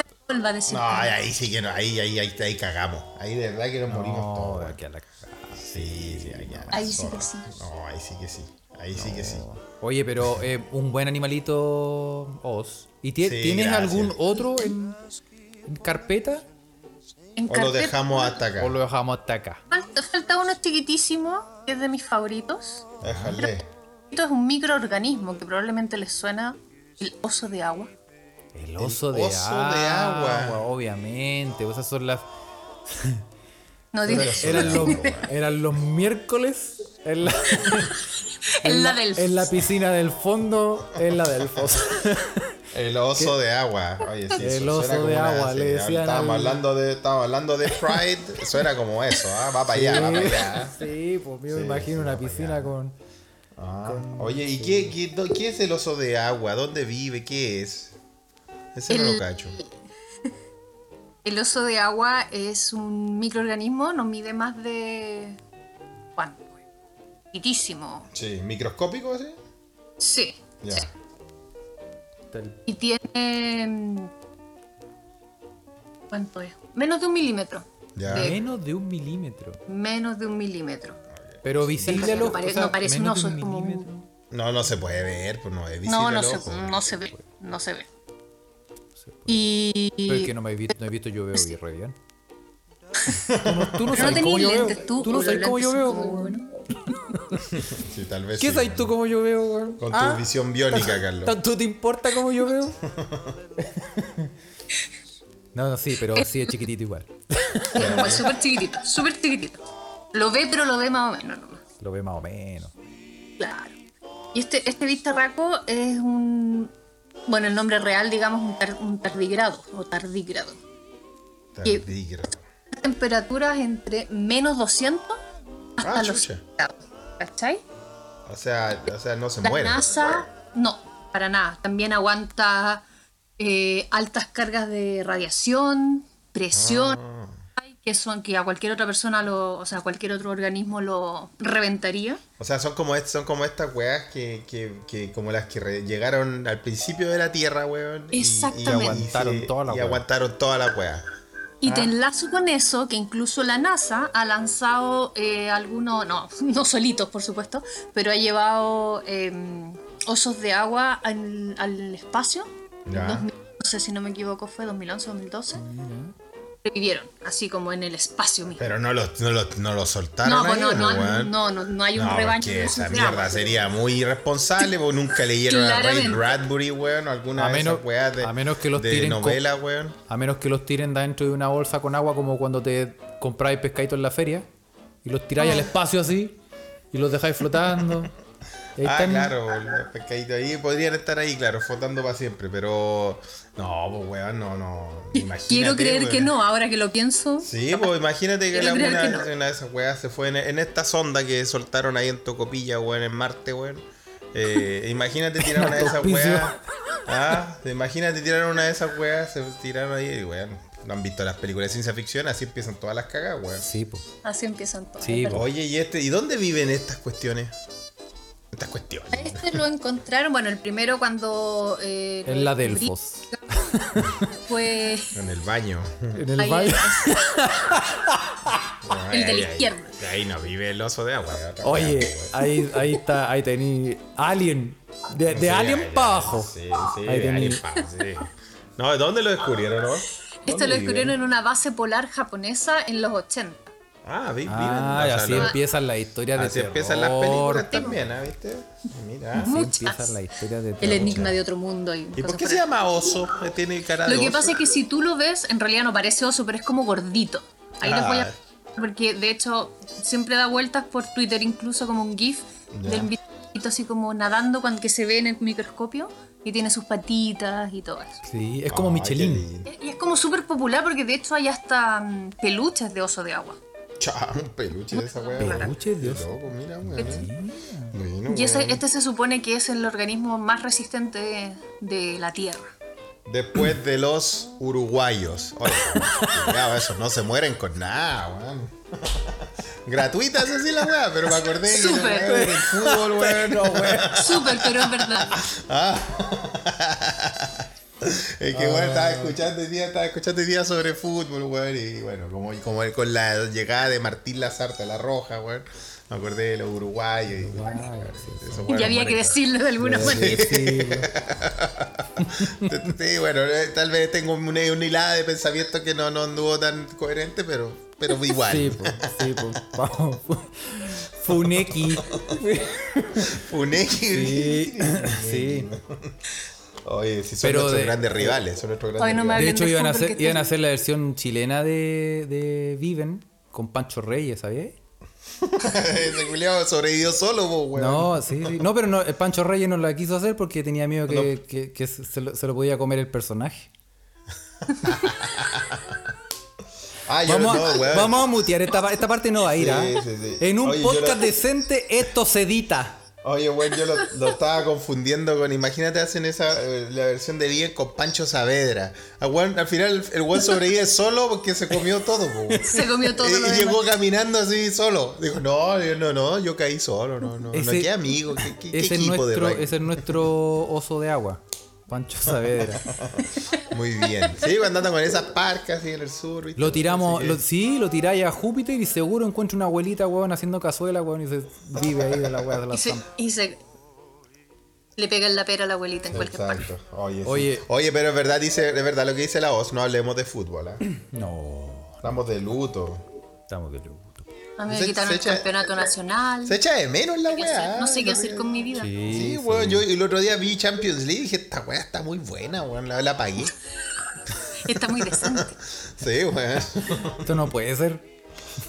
[SPEAKER 5] va a decir.
[SPEAKER 1] Ah, No, ahí, ahí sí que no, ahí, ahí, ahí, ahí cagamos. Ahí de verdad que nos morimos
[SPEAKER 3] No,
[SPEAKER 1] todos.
[SPEAKER 3] weón,
[SPEAKER 1] weón.
[SPEAKER 3] que a la cagada.
[SPEAKER 1] Sí, sí, ahí, ya,
[SPEAKER 5] Ahí sí que
[SPEAKER 1] zorra.
[SPEAKER 5] sí.
[SPEAKER 1] No, ahí sí que sí. Ahí sí que sí.
[SPEAKER 3] Oye, pero eh, un buen animalito Oz. ¿Y tie-
[SPEAKER 1] Sí,
[SPEAKER 3] tienes
[SPEAKER 1] gracias.
[SPEAKER 3] algún otro en, en carpeta?
[SPEAKER 5] En
[SPEAKER 1] O lo
[SPEAKER 5] carpeta-
[SPEAKER 1] dejamos hasta acá.
[SPEAKER 3] ¿O lo dejamos hasta acá?
[SPEAKER 5] Falta, falta uno chiquitísimo, que es de mis favoritos.
[SPEAKER 1] Déjale.
[SPEAKER 5] Esto es un microorganismo que probablemente les suena el oso de agua.
[SPEAKER 3] El oso, de,
[SPEAKER 1] oso
[SPEAKER 3] agua,
[SPEAKER 1] de agua.
[SPEAKER 3] Obviamente. Esas son las.
[SPEAKER 5] No tiene- (laughs)
[SPEAKER 3] Eran los, eran los miércoles en la,
[SPEAKER 5] en (laughs) la del.
[SPEAKER 3] en la piscina del fondo, en la (laughs) Delfos.
[SPEAKER 1] El oso de agua. Oye, sí,
[SPEAKER 3] El
[SPEAKER 1] suena
[SPEAKER 3] oso
[SPEAKER 1] como
[SPEAKER 3] de
[SPEAKER 1] una-
[SPEAKER 3] agua,
[SPEAKER 1] sí,
[SPEAKER 3] le decían
[SPEAKER 1] Estábamos,
[SPEAKER 3] al-
[SPEAKER 1] hablando de, estábamos hablando de Pride. Suena como eso, ¿ah? va para allá, va para allá.
[SPEAKER 3] sí, pues yo
[SPEAKER 1] Sí,
[SPEAKER 3] me imagino
[SPEAKER 1] sí,
[SPEAKER 3] una
[SPEAKER 1] va para
[SPEAKER 3] piscina
[SPEAKER 1] allá.
[SPEAKER 3] con.
[SPEAKER 1] Ah, Oye, ¿y qué, qué, do- qué es el oso de agua? ¿Dónde vive? ¿Qué es? Ese no lo
[SPEAKER 5] El-
[SPEAKER 1] cacho.
[SPEAKER 5] El oso de agua es un microorganismo, no mide más de. ¿Cuánto? Chiquitísimo.
[SPEAKER 1] Sí, microscópico, ¿sí?
[SPEAKER 5] Sí.
[SPEAKER 1] Ya.
[SPEAKER 5] Y tiene. mm, ¿Cuánto es? Menos de un milímetro.
[SPEAKER 1] Ya.
[SPEAKER 5] De-
[SPEAKER 3] Menos de un milímetro.
[SPEAKER 5] Menos de un milímetro.
[SPEAKER 3] Pero visible a
[SPEAKER 5] no
[SPEAKER 3] los.
[SPEAKER 5] pare-
[SPEAKER 3] o sea,
[SPEAKER 5] no parece un
[SPEAKER 3] menos de
[SPEAKER 5] oso, es como un-
[SPEAKER 3] milímetro.
[SPEAKER 1] No, no se puede ver, pues no es visible.
[SPEAKER 5] No,
[SPEAKER 1] al
[SPEAKER 5] no se,
[SPEAKER 1] ojo.
[SPEAKER 5] no se ve. No se ve. Y.
[SPEAKER 3] Pero es que no me he visto, no he visto yo veo y re
[SPEAKER 5] (laughs)
[SPEAKER 3] bien. Tú no, tú no
[SPEAKER 5] no
[SPEAKER 3] sabes cómo
[SPEAKER 5] tenías
[SPEAKER 3] yo veo.
[SPEAKER 5] lentes tú.
[SPEAKER 3] Tú no
[SPEAKER 5] o los
[SPEAKER 3] sabes cómo yo
[SPEAKER 5] lentes
[SPEAKER 3] veo.
[SPEAKER 5] son
[SPEAKER 3] weón.
[SPEAKER 5] como, bueno.
[SPEAKER 1] Sí, tal vez
[SPEAKER 3] ¿Qué
[SPEAKER 1] sí,
[SPEAKER 3] sabes tú cómo yo veo, weón?
[SPEAKER 1] Con
[SPEAKER 3] Ah,
[SPEAKER 1] tu visión biónica, Carlos.
[SPEAKER 3] ¿Tanto te importa cómo yo veo? (laughs) No, no, sí, pero sí es chiquitito igual.
[SPEAKER 5] Es como súper chiquitito, súper chiquitito. Lo ve, pero lo ve más o menos nomás.
[SPEAKER 3] Lo ve más o menos.
[SPEAKER 5] Claro. Y este, este bicharraco es un. Bueno, el nombre real, digamos, un, tar- un tardigrado o tardigrado. que-
[SPEAKER 1] Tardígrado.
[SPEAKER 5] Temperaturas entre menos 200 hasta
[SPEAKER 1] Ah,
[SPEAKER 5] los
[SPEAKER 1] chucha.
[SPEAKER 5] 100 grados. ¿Cachai?
[SPEAKER 1] O sea, o sea, no se
[SPEAKER 5] La
[SPEAKER 1] muere.
[SPEAKER 5] NASA, no, para nada. También aguanta eh, altas cargas de radiación, presión,
[SPEAKER 1] Ah.
[SPEAKER 5] que son que a cualquier otra persona, lo, o sea, a cualquier otro organismo lo reventaría.
[SPEAKER 1] O sea, son como, est- son como estas weas que, que, que como las que re- llegaron al principio de la Tierra, weón. y- y
[SPEAKER 5] Exactamente.
[SPEAKER 3] Aguantaron toda la
[SPEAKER 1] Y
[SPEAKER 3] wea.
[SPEAKER 1] aguantaron toda la wea.
[SPEAKER 5] Y
[SPEAKER 1] Ah.
[SPEAKER 5] te enlazo con eso que incluso la NASA ha lanzado eh, algunos, no, (laughs) no solitos por supuesto, pero ha llevado eh, osos de agua al, al espacio.
[SPEAKER 1] Ya.
[SPEAKER 5] 2011, si no me equivoco, fue 2011, 2012. Vivieron, así como en el espacio mismo.
[SPEAKER 1] Pero no los, no los, no los soltaron.
[SPEAKER 5] no,
[SPEAKER 1] ahí,
[SPEAKER 5] pues no,
[SPEAKER 1] ¿o
[SPEAKER 5] no,
[SPEAKER 1] weón?
[SPEAKER 5] no, no, no hay un
[SPEAKER 1] No,
[SPEAKER 5] rebaño.
[SPEAKER 1] porque
[SPEAKER 5] de
[SPEAKER 1] esa
[SPEAKER 5] osos de
[SPEAKER 1] mierda
[SPEAKER 5] agua.
[SPEAKER 1] sería muy irresponsable, porque nunca leyeron a Ray
[SPEAKER 5] Claramente.
[SPEAKER 1] Bradbury, weón, o alguna
[SPEAKER 3] A
[SPEAKER 1] de
[SPEAKER 3] menos-
[SPEAKER 1] esas weas de,
[SPEAKER 3] a menos que los
[SPEAKER 1] de
[SPEAKER 3] tiren con-
[SPEAKER 1] novela, weón.
[SPEAKER 3] A menos que los tiren dentro de una bolsa con agua como cuando te compráis pescadito en la feria y los tiráis al espacio así y los dejáis
[SPEAKER 1] (laughs)
[SPEAKER 3] flotando. Y ahí
[SPEAKER 1] Ah,
[SPEAKER 3] están-
[SPEAKER 1] claro, los pescaditos ahí podrían estar ahí, claro, flotando para siempre, pero no, pues weón, no, no. Imagínate,
[SPEAKER 5] (laughs) Quiero creer que
[SPEAKER 1] weón.
[SPEAKER 5] no, ahora que lo pienso.
[SPEAKER 1] Sí, pues imagínate que la
[SPEAKER 5] Quiero creer
[SPEAKER 1] una,
[SPEAKER 5] que no.
[SPEAKER 1] una de esas weas se fue en, en esta sonda que soltaron ahí en Tocopilla, weón, en Marte, weón. Eh, imagínate
[SPEAKER 5] (laughs)
[SPEAKER 1] tirar una de esas
[SPEAKER 3] Auspicio.
[SPEAKER 1] weas. Ah, imagínate tirar una de esas weas, se tiraron ahí, y, weón. No han visto las películas de ciencia ficción, así empiezan todas las cagas, weón.
[SPEAKER 3] Sí, pues.
[SPEAKER 5] Así empiezan todos.
[SPEAKER 3] Sí, po.
[SPEAKER 1] Oye, ¿y este? ¿Y dónde viven estas cuestiones? Estas cuestiones.
[SPEAKER 5] Este lo encontraron, bueno, el primero cuando. eh,
[SPEAKER 3] En la
[SPEAKER 5] lo descubrí
[SPEAKER 3] Delfos.
[SPEAKER 5] Fue
[SPEAKER 1] En el
[SPEAKER 5] (laughs)
[SPEAKER 1] baño.
[SPEAKER 3] En el
[SPEAKER 5] ahí,
[SPEAKER 3] baño.
[SPEAKER 5] El de la
[SPEAKER 1] Ahí- ahí-
[SPEAKER 5] izquierda.
[SPEAKER 1] Ahí no vive el oso de agua.
[SPEAKER 3] Oye, ahí, ahí está, ahí tení Alien. De, de
[SPEAKER 1] Sí,
[SPEAKER 3] Alien
[SPEAKER 1] ahí-
[SPEAKER 3] para abajo.
[SPEAKER 1] Sí, sí,
[SPEAKER 3] Ahí
[SPEAKER 1] de
[SPEAKER 3] tení.
[SPEAKER 1] Alien para abajo, sí. No, ¿dónde lo descubrieron, no?
[SPEAKER 5] Esto lo descubrieron en una base polar japonesa en los 80.
[SPEAKER 1] Ah, vi, viven,
[SPEAKER 3] Ah,
[SPEAKER 1] o
[SPEAKER 3] y
[SPEAKER 1] sea,
[SPEAKER 3] así
[SPEAKER 1] lo-
[SPEAKER 3] empiezan las historias de
[SPEAKER 1] así
[SPEAKER 3] terror.
[SPEAKER 1] empiezan las películas también, ¿ah? ¿viste? Mira.
[SPEAKER 3] Así
[SPEAKER 5] Muchas.
[SPEAKER 3] empiezan las historias de
[SPEAKER 5] El
[SPEAKER 3] terror.
[SPEAKER 5] enigma de otro mundo. Y
[SPEAKER 1] ¿Y por
[SPEAKER 5] cosas
[SPEAKER 1] qué
[SPEAKER 5] por
[SPEAKER 1] se
[SPEAKER 5] el-
[SPEAKER 1] llama oso? Eh, Tiene cara de
[SPEAKER 5] Lo que
[SPEAKER 1] oso.
[SPEAKER 5] pasa es que si tú lo ves, en realidad no parece oso, pero es como gordito. Ahí les voy
[SPEAKER 1] Ah.
[SPEAKER 5] a. Porque de hecho, siempre da vueltas por Twitter, incluso como un GIF
[SPEAKER 1] Ya.
[SPEAKER 5] del bichito así como nadando cuando que se ve en el microscopio y tiene sus patitas y todo eso.
[SPEAKER 3] Sí, es como
[SPEAKER 1] Ay, qué
[SPEAKER 3] Michelin.
[SPEAKER 1] lindo.
[SPEAKER 5] Y es como súper popular porque de hecho hay hasta mm, peluches de oso de agua.
[SPEAKER 1] Cha, un peluche de esa weá.
[SPEAKER 3] Peluche de oso.
[SPEAKER 1] Loco, mira, weón. eh. Bueno,
[SPEAKER 5] Y ese-
[SPEAKER 1] weón.
[SPEAKER 5] este se supone que es el organismo más resistente de, de la Tierra.
[SPEAKER 1] Después de los uruguayos. Oye, cuidado, eso, no se mueren con nada, weón. (laughs) Gratuita, eso sí la weá, pero me acordé que
[SPEAKER 5] Súper.
[SPEAKER 1] weón, el fútbol, weón.
[SPEAKER 3] (laughs)
[SPEAKER 5] Súper, pero
[SPEAKER 1] (laughs)
[SPEAKER 5] es verdad.
[SPEAKER 1] Ah. Es que, bueno,
[SPEAKER 3] Ah.
[SPEAKER 1] estaba escuchando hoy día, estaba escuchando hoy día sobre fútbol, weón. Y bueno, como, como con la llegada de Martín Lazarte a la Roja, weón. Me acordé de los uruguayos. Y, esos
[SPEAKER 5] Y
[SPEAKER 1] weones
[SPEAKER 5] había que
[SPEAKER 1] mueren (laughs) con-
[SPEAKER 5] decirlo de alguna manera.
[SPEAKER 1] Sí, bueno, eh, tal vez tengo una, una hilada de pensamiento que no, no anduvo tan coherente, pero,
[SPEAKER 3] (laughs)
[SPEAKER 1] pero igual.
[SPEAKER 3] Sí, pues. po, sí, po. Vamos. Funeki.
[SPEAKER 1] Funé.
[SPEAKER 3] Sí. sí.
[SPEAKER 1] Oye, si son
[SPEAKER 3] Pero
[SPEAKER 1] nuestros
[SPEAKER 3] de-
[SPEAKER 1] grandes rivales, son nuestros grandes
[SPEAKER 5] Ay, no me
[SPEAKER 3] De
[SPEAKER 5] Hablen
[SPEAKER 3] hecho,
[SPEAKER 5] de
[SPEAKER 3] iban a,
[SPEAKER 5] fútbol
[SPEAKER 3] hacer,
[SPEAKER 5] que
[SPEAKER 3] iban a
[SPEAKER 5] te-
[SPEAKER 3] hacer la versión chilena de, de Viven con Pancho Reyes, ¿sabías?
[SPEAKER 1] rivales. (laughs) Ese culiao sobrevivió solo, po, weón.
[SPEAKER 3] No, sí, sí. No, pero no, el Pancho Reyes no la quiso hacer porque tenía miedo que, que- que se, lo, se lo podía comer el personaje.
[SPEAKER 1] Ah, yo
[SPEAKER 3] Vamos,
[SPEAKER 1] no,
[SPEAKER 3] a,
[SPEAKER 1] weón.
[SPEAKER 3] vamos a mutear, esta, pa- esta parte no va a ir,
[SPEAKER 1] Sí,
[SPEAKER 3] ¿ah?
[SPEAKER 1] sí, sí.
[SPEAKER 3] En un
[SPEAKER 1] Oye, yo
[SPEAKER 3] podcast
[SPEAKER 1] la-
[SPEAKER 3] decente esto se edita.
[SPEAKER 1] Oye, weón, yo lo, lo estaba confundiendo con. Imagínate, hacen esa eh, la versión de bien con Pancho Saavedra. Ah, weón, al final, el weón sobrevive solo porque se comió todo, po, weón.
[SPEAKER 5] Se comió todo
[SPEAKER 1] Y,
[SPEAKER 5] lo
[SPEAKER 1] y
[SPEAKER 5] demás.
[SPEAKER 1] llegó caminando así solo. Dijo, no, yo no, no, yo caí solo, no, no. no
[SPEAKER 3] Ese-
[SPEAKER 1] qué amigo, qué, qué- qué
[SPEAKER 3] Ese es,
[SPEAKER 1] equipo de
[SPEAKER 3] nuestro,
[SPEAKER 1] rugby.
[SPEAKER 3] ese es nuestro oso de agua, Pancho Saavedra.
[SPEAKER 1] Muy bien. Sí, pues, andando con esas parcas así en el sur. ¿viste?
[SPEAKER 3] Lo tiramos,
[SPEAKER 1] Así que-
[SPEAKER 3] lo- sí, lo tiráis a Júpiter y seguro encuentra una abuelita, weón, haciendo cazuela, weón, y se vive ahí de la weá de la
[SPEAKER 5] (laughs) Y se,
[SPEAKER 3] zampa.
[SPEAKER 5] y se- le pegan la pera a la abuelita en cualquier parte.
[SPEAKER 1] Exacto. Oye, sí.
[SPEAKER 3] Oye.
[SPEAKER 1] Oye. pero es verdad, dice, es verdad lo que dice la voz, no hablemos de fútbol. ¿ah?
[SPEAKER 3] No,
[SPEAKER 1] Estamos de luto.
[SPEAKER 3] estamos de luto.
[SPEAKER 5] A mí me
[SPEAKER 1] Se-
[SPEAKER 5] quitaron
[SPEAKER 1] se
[SPEAKER 5] el
[SPEAKER 1] echa-
[SPEAKER 5] campeonato nacional.
[SPEAKER 1] Se echa de menos la
[SPEAKER 5] ¿Qué hacer?
[SPEAKER 1] weá.
[SPEAKER 5] No sé qué hacer con mi vida.
[SPEAKER 1] Sí, weón. Yo el otro día vi Champions League y dije, esta weá está muy buena, weón. La, la
[SPEAKER 3] (laughs)
[SPEAKER 1] pagué.
[SPEAKER 5] Está muy decente.
[SPEAKER 1] (laughs) Sí, weón.
[SPEAKER 3] Esto no puede ser.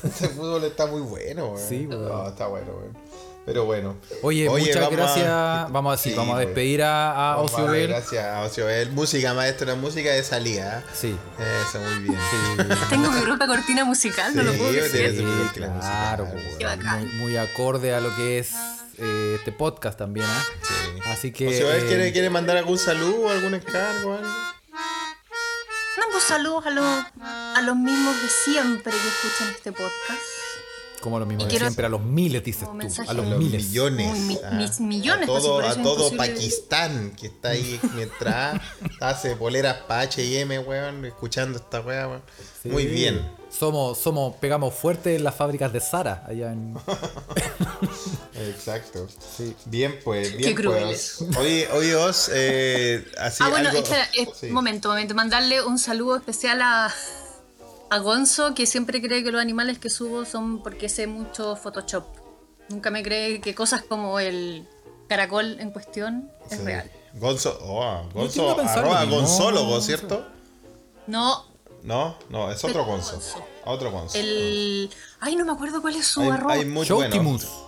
[SPEAKER 1] Este fútbol está muy bueno, weón.
[SPEAKER 3] Sí, weón.
[SPEAKER 1] No, está bueno, weón. Pero bueno.
[SPEAKER 3] Oye, muchas
[SPEAKER 1] vamos a-
[SPEAKER 3] gracias. Vamos a, sí,
[SPEAKER 1] Sí,
[SPEAKER 3] vamos a
[SPEAKER 1] weón.
[SPEAKER 3] despedir a, a
[SPEAKER 1] Vamos a
[SPEAKER 3] Ocio
[SPEAKER 1] ver,
[SPEAKER 3] Bell.
[SPEAKER 1] Gracias, a Ociobel. Música, maestra, música de salida. ¿eh?
[SPEAKER 3] Sí.
[SPEAKER 1] Eso, muy bien.
[SPEAKER 5] Tengo mi propia cortina musical, no lo puedo
[SPEAKER 1] Sí,
[SPEAKER 5] creer.
[SPEAKER 1] tienes
[SPEAKER 3] Sí,
[SPEAKER 1] un buen clan
[SPEAKER 3] claro,
[SPEAKER 1] musical.
[SPEAKER 3] pues,
[SPEAKER 5] Qué
[SPEAKER 3] weón.
[SPEAKER 5] bacán.
[SPEAKER 3] muy, muy acorde a lo que es eh, este podcast también, ¿ah?
[SPEAKER 1] Sí.
[SPEAKER 3] Así que.
[SPEAKER 1] Ociobel,
[SPEAKER 3] eh,
[SPEAKER 1] ¿quiere, ¿quiere mandar algún saludo, algún encargo, algo?
[SPEAKER 5] No, pues saludos a los, a los mismos de siempre que escuchan este podcast.
[SPEAKER 3] Como lo mismo
[SPEAKER 5] Y
[SPEAKER 3] de
[SPEAKER 5] quiero-
[SPEAKER 3] siempre, a los miles, dices
[SPEAKER 5] como
[SPEAKER 3] tú.
[SPEAKER 5] mensaje-
[SPEAKER 3] A
[SPEAKER 5] A
[SPEAKER 3] los
[SPEAKER 1] Los
[SPEAKER 3] miles.
[SPEAKER 1] millones.
[SPEAKER 5] Uy, mi-
[SPEAKER 1] ah.
[SPEAKER 5] mis millones,
[SPEAKER 1] A
[SPEAKER 5] pues,
[SPEAKER 1] todo,
[SPEAKER 5] si por
[SPEAKER 1] a
[SPEAKER 5] eso es
[SPEAKER 1] todo
[SPEAKER 5] imposible.
[SPEAKER 1] Pakistán que está (laughs) ahí mientras hace poleras para H&M, weón, escuchando esta weá, weón.
[SPEAKER 3] Sí.
[SPEAKER 1] Muy bien.
[SPEAKER 3] Somos, somos, pegamos fuerte en las fábricas de Sara
[SPEAKER 1] (laughs)
[SPEAKER 3] allá en.
[SPEAKER 1] Exacto. Bien, pues, bien,
[SPEAKER 5] crueles.
[SPEAKER 1] pues. Oye, oye, Oz, eh, así
[SPEAKER 5] ah, bueno,
[SPEAKER 1] algo-
[SPEAKER 5] espera, eh,
[SPEAKER 1] sí.
[SPEAKER 5] momento, momento. Mandarle un saludo especial a, a Gonzo, que siempre cree que los animales que subo son porque sé mucho Photoshop. Nunca me cree que cosas como el caracol en cuestión es
[SPEAKER 1] Sí.
[SPEAKER 5] real.
[SPEAKER 1] Gonzo, oh,
[SPEAKER 3] iba a
[SPEAKER 1] Gonzo,
[SPEAKER 3] pensar
[SPEAKER 1] arroba
[SPEAKER 3] lo mismo.
[SPEAKER 1] Gonzólogo, ¿cierto?
[SPEAKER 5] No,
[SPEAKER 1] No, no, es otro
[SPEAKER 5] Pero
[SPEAKER 1] Gonzo.
[SPEAKER 5] Gonzo.
[SPEAKER 1] Otro Gonzo.
[SPEAKER 5] el. Ay, no me acuerdo cuál es su
[SPEAKER 1] Hay,
[SPEAKER 5] arroba.
[SPEAKER 1] hay muy
[SPEAKER 3] Showtimus.
[SPEAKER 1] buenos.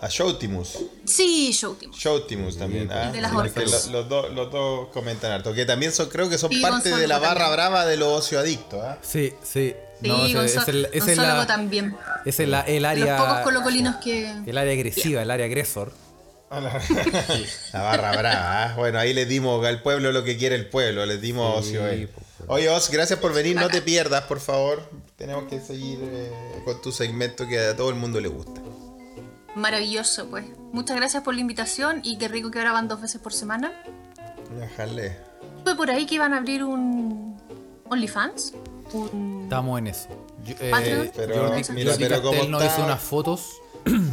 [SPEAKER 1] A Showtimus.
[SPEAKER 5] Sí, Showtime.
[SPEAKER 1] Showtimus también. ah,
[SPEAKER 5] de las
[SPEAKER 1] porque
[SPEAKER 5] orcas.
[SPEAKER 1] lo- los, dos, los dos comentan harto. Que también son, creo que son
[SPEAKER 5] Y
[SPEAKER 1] parte
[SPEAKER 5] Gonzalo
[SPEAKER 1] de la barra
[SPEAKER 5] también.
[SPEAKER 1] brava de los ocioadictos. ¿ah?
[SPEAKER 3] Sí, sí.
[SPEAKER 5] Sí,
[SPEAKER 3] No, ese-
[SPEAKER 5] Gonzo-
[SPEAKER 3] ese es el- ese es
[SPEAKER 5] Gonzólogo
[SPEAKER 3] la-
[SPEAKER 5] también.
[SPEAKER 3] ese es la- el
[SPEAKER 5] Los pocos
[SPEAKER 3] área.
[SPEAKER 5] colocolinos que.
[SPEAKER 3] El área agresiva, el área agresor.
[SPEAKER 1] (laughs) La barra brava. ¿ah? Bueno, ahí les dimos al pueblo lo que quiere el pueblo. Les dimos a Ocio. eh. Oye, Oz, gracias por venir. No
[SPEAKER 5] (laughs)
[SPEAKER 1] te pierdas, por favor. Tenemos que seguir eh, con tu segmento que a todo el mundo le gusta.
[SPEAKER 5] Maravilloso, pues. Muchas gracias por la invitación y qué rico que ahora van dos veces por semana.
[SPEAKER 1] Déjale.
[SPEAKER 5] Fue por ahí que iban a abrir un OnlyFans. Un...
[SPEAKER 3] Estamos en eso. Yo- eh,
[SPEAKER 5] Patreon.
[SPEAKER 1] Pero,
[SPEAKER 3] Jordi,
[SPEAKER 1] mira,
[SPEAKER 3] Jordi
[SPEAKER 1] pero como
[SPEAKER 3] Castel nos
[SPEAKER 1] está-
[SPEAKER 3] hizo unas fotos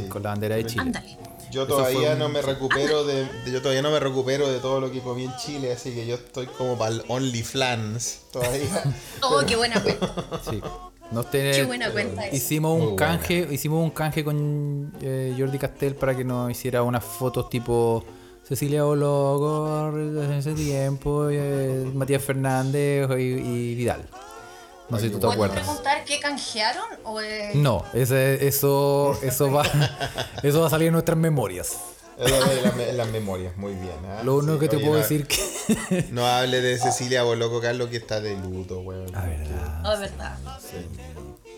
[SPEAKER 3] con la bandera de Chile.
[SPEAKER 5] Ándale.
[SPEAKER 1] Yo
[SPEAKER 3] Eso fue
[SPEAKER 1] todavía
[SPEAKER 3] un-
[SPEAKER 1] no me recupero de, de- yo todavía no me recupero de todo lo que comí en Chile, así que yo estoy como para el OnlyFlans todavía.
[SPEAKER 3] (laughs)
[SPEAKER 5] Oh,
[SPEAKER 1] (laughs)
[SPEAKER 5] qué buena cuenta. (laughs)
[SPEAKER 3] Sí. Nos tiene-
[SPEAKER 5] Qué buena cuenta esa.
[SPEAKER 3] hicimos un
[SPEAKER 1] Muy buena.
[SPEAKER 3] canje, hicimos un canje con eh, Jordi Castel para que nos hiciera unas fotos tipo Cecilia Ologo desde ese tiempo, eh, Matías Fernández y, y Vidal. No sé si tú te
[SPEAKER 5] ¿Puedo
[SPEAKER 3] acuerdas.
[SPEAKER 5] preguntar qué canjearon? O, eh,
[SPEAKER 3] No, ese- eso, eso va, (laughs) eso va a salir en nuestras memorias.
[SPEAKER 1] Es lo de la me- las memorias, muy bien. ¿ah?
[SPEAKER 3] Lo único
[SPEAKER 1] Sí,
[SPEAKER 3] que te
[SPEAKER 1] oye,
[SPEAKER 3] puedo
[SPEAKER 1] no-
[SPEAKER 3] decir que. Ah.
[SPEAKER 1] No hable de Cecilia Boloco, Carlos, que está de luto, weón.
[SPEAKER 3] La verdad.
[SPEAKER 5] Ah, verdad.
[SPEAKER 1] Sí,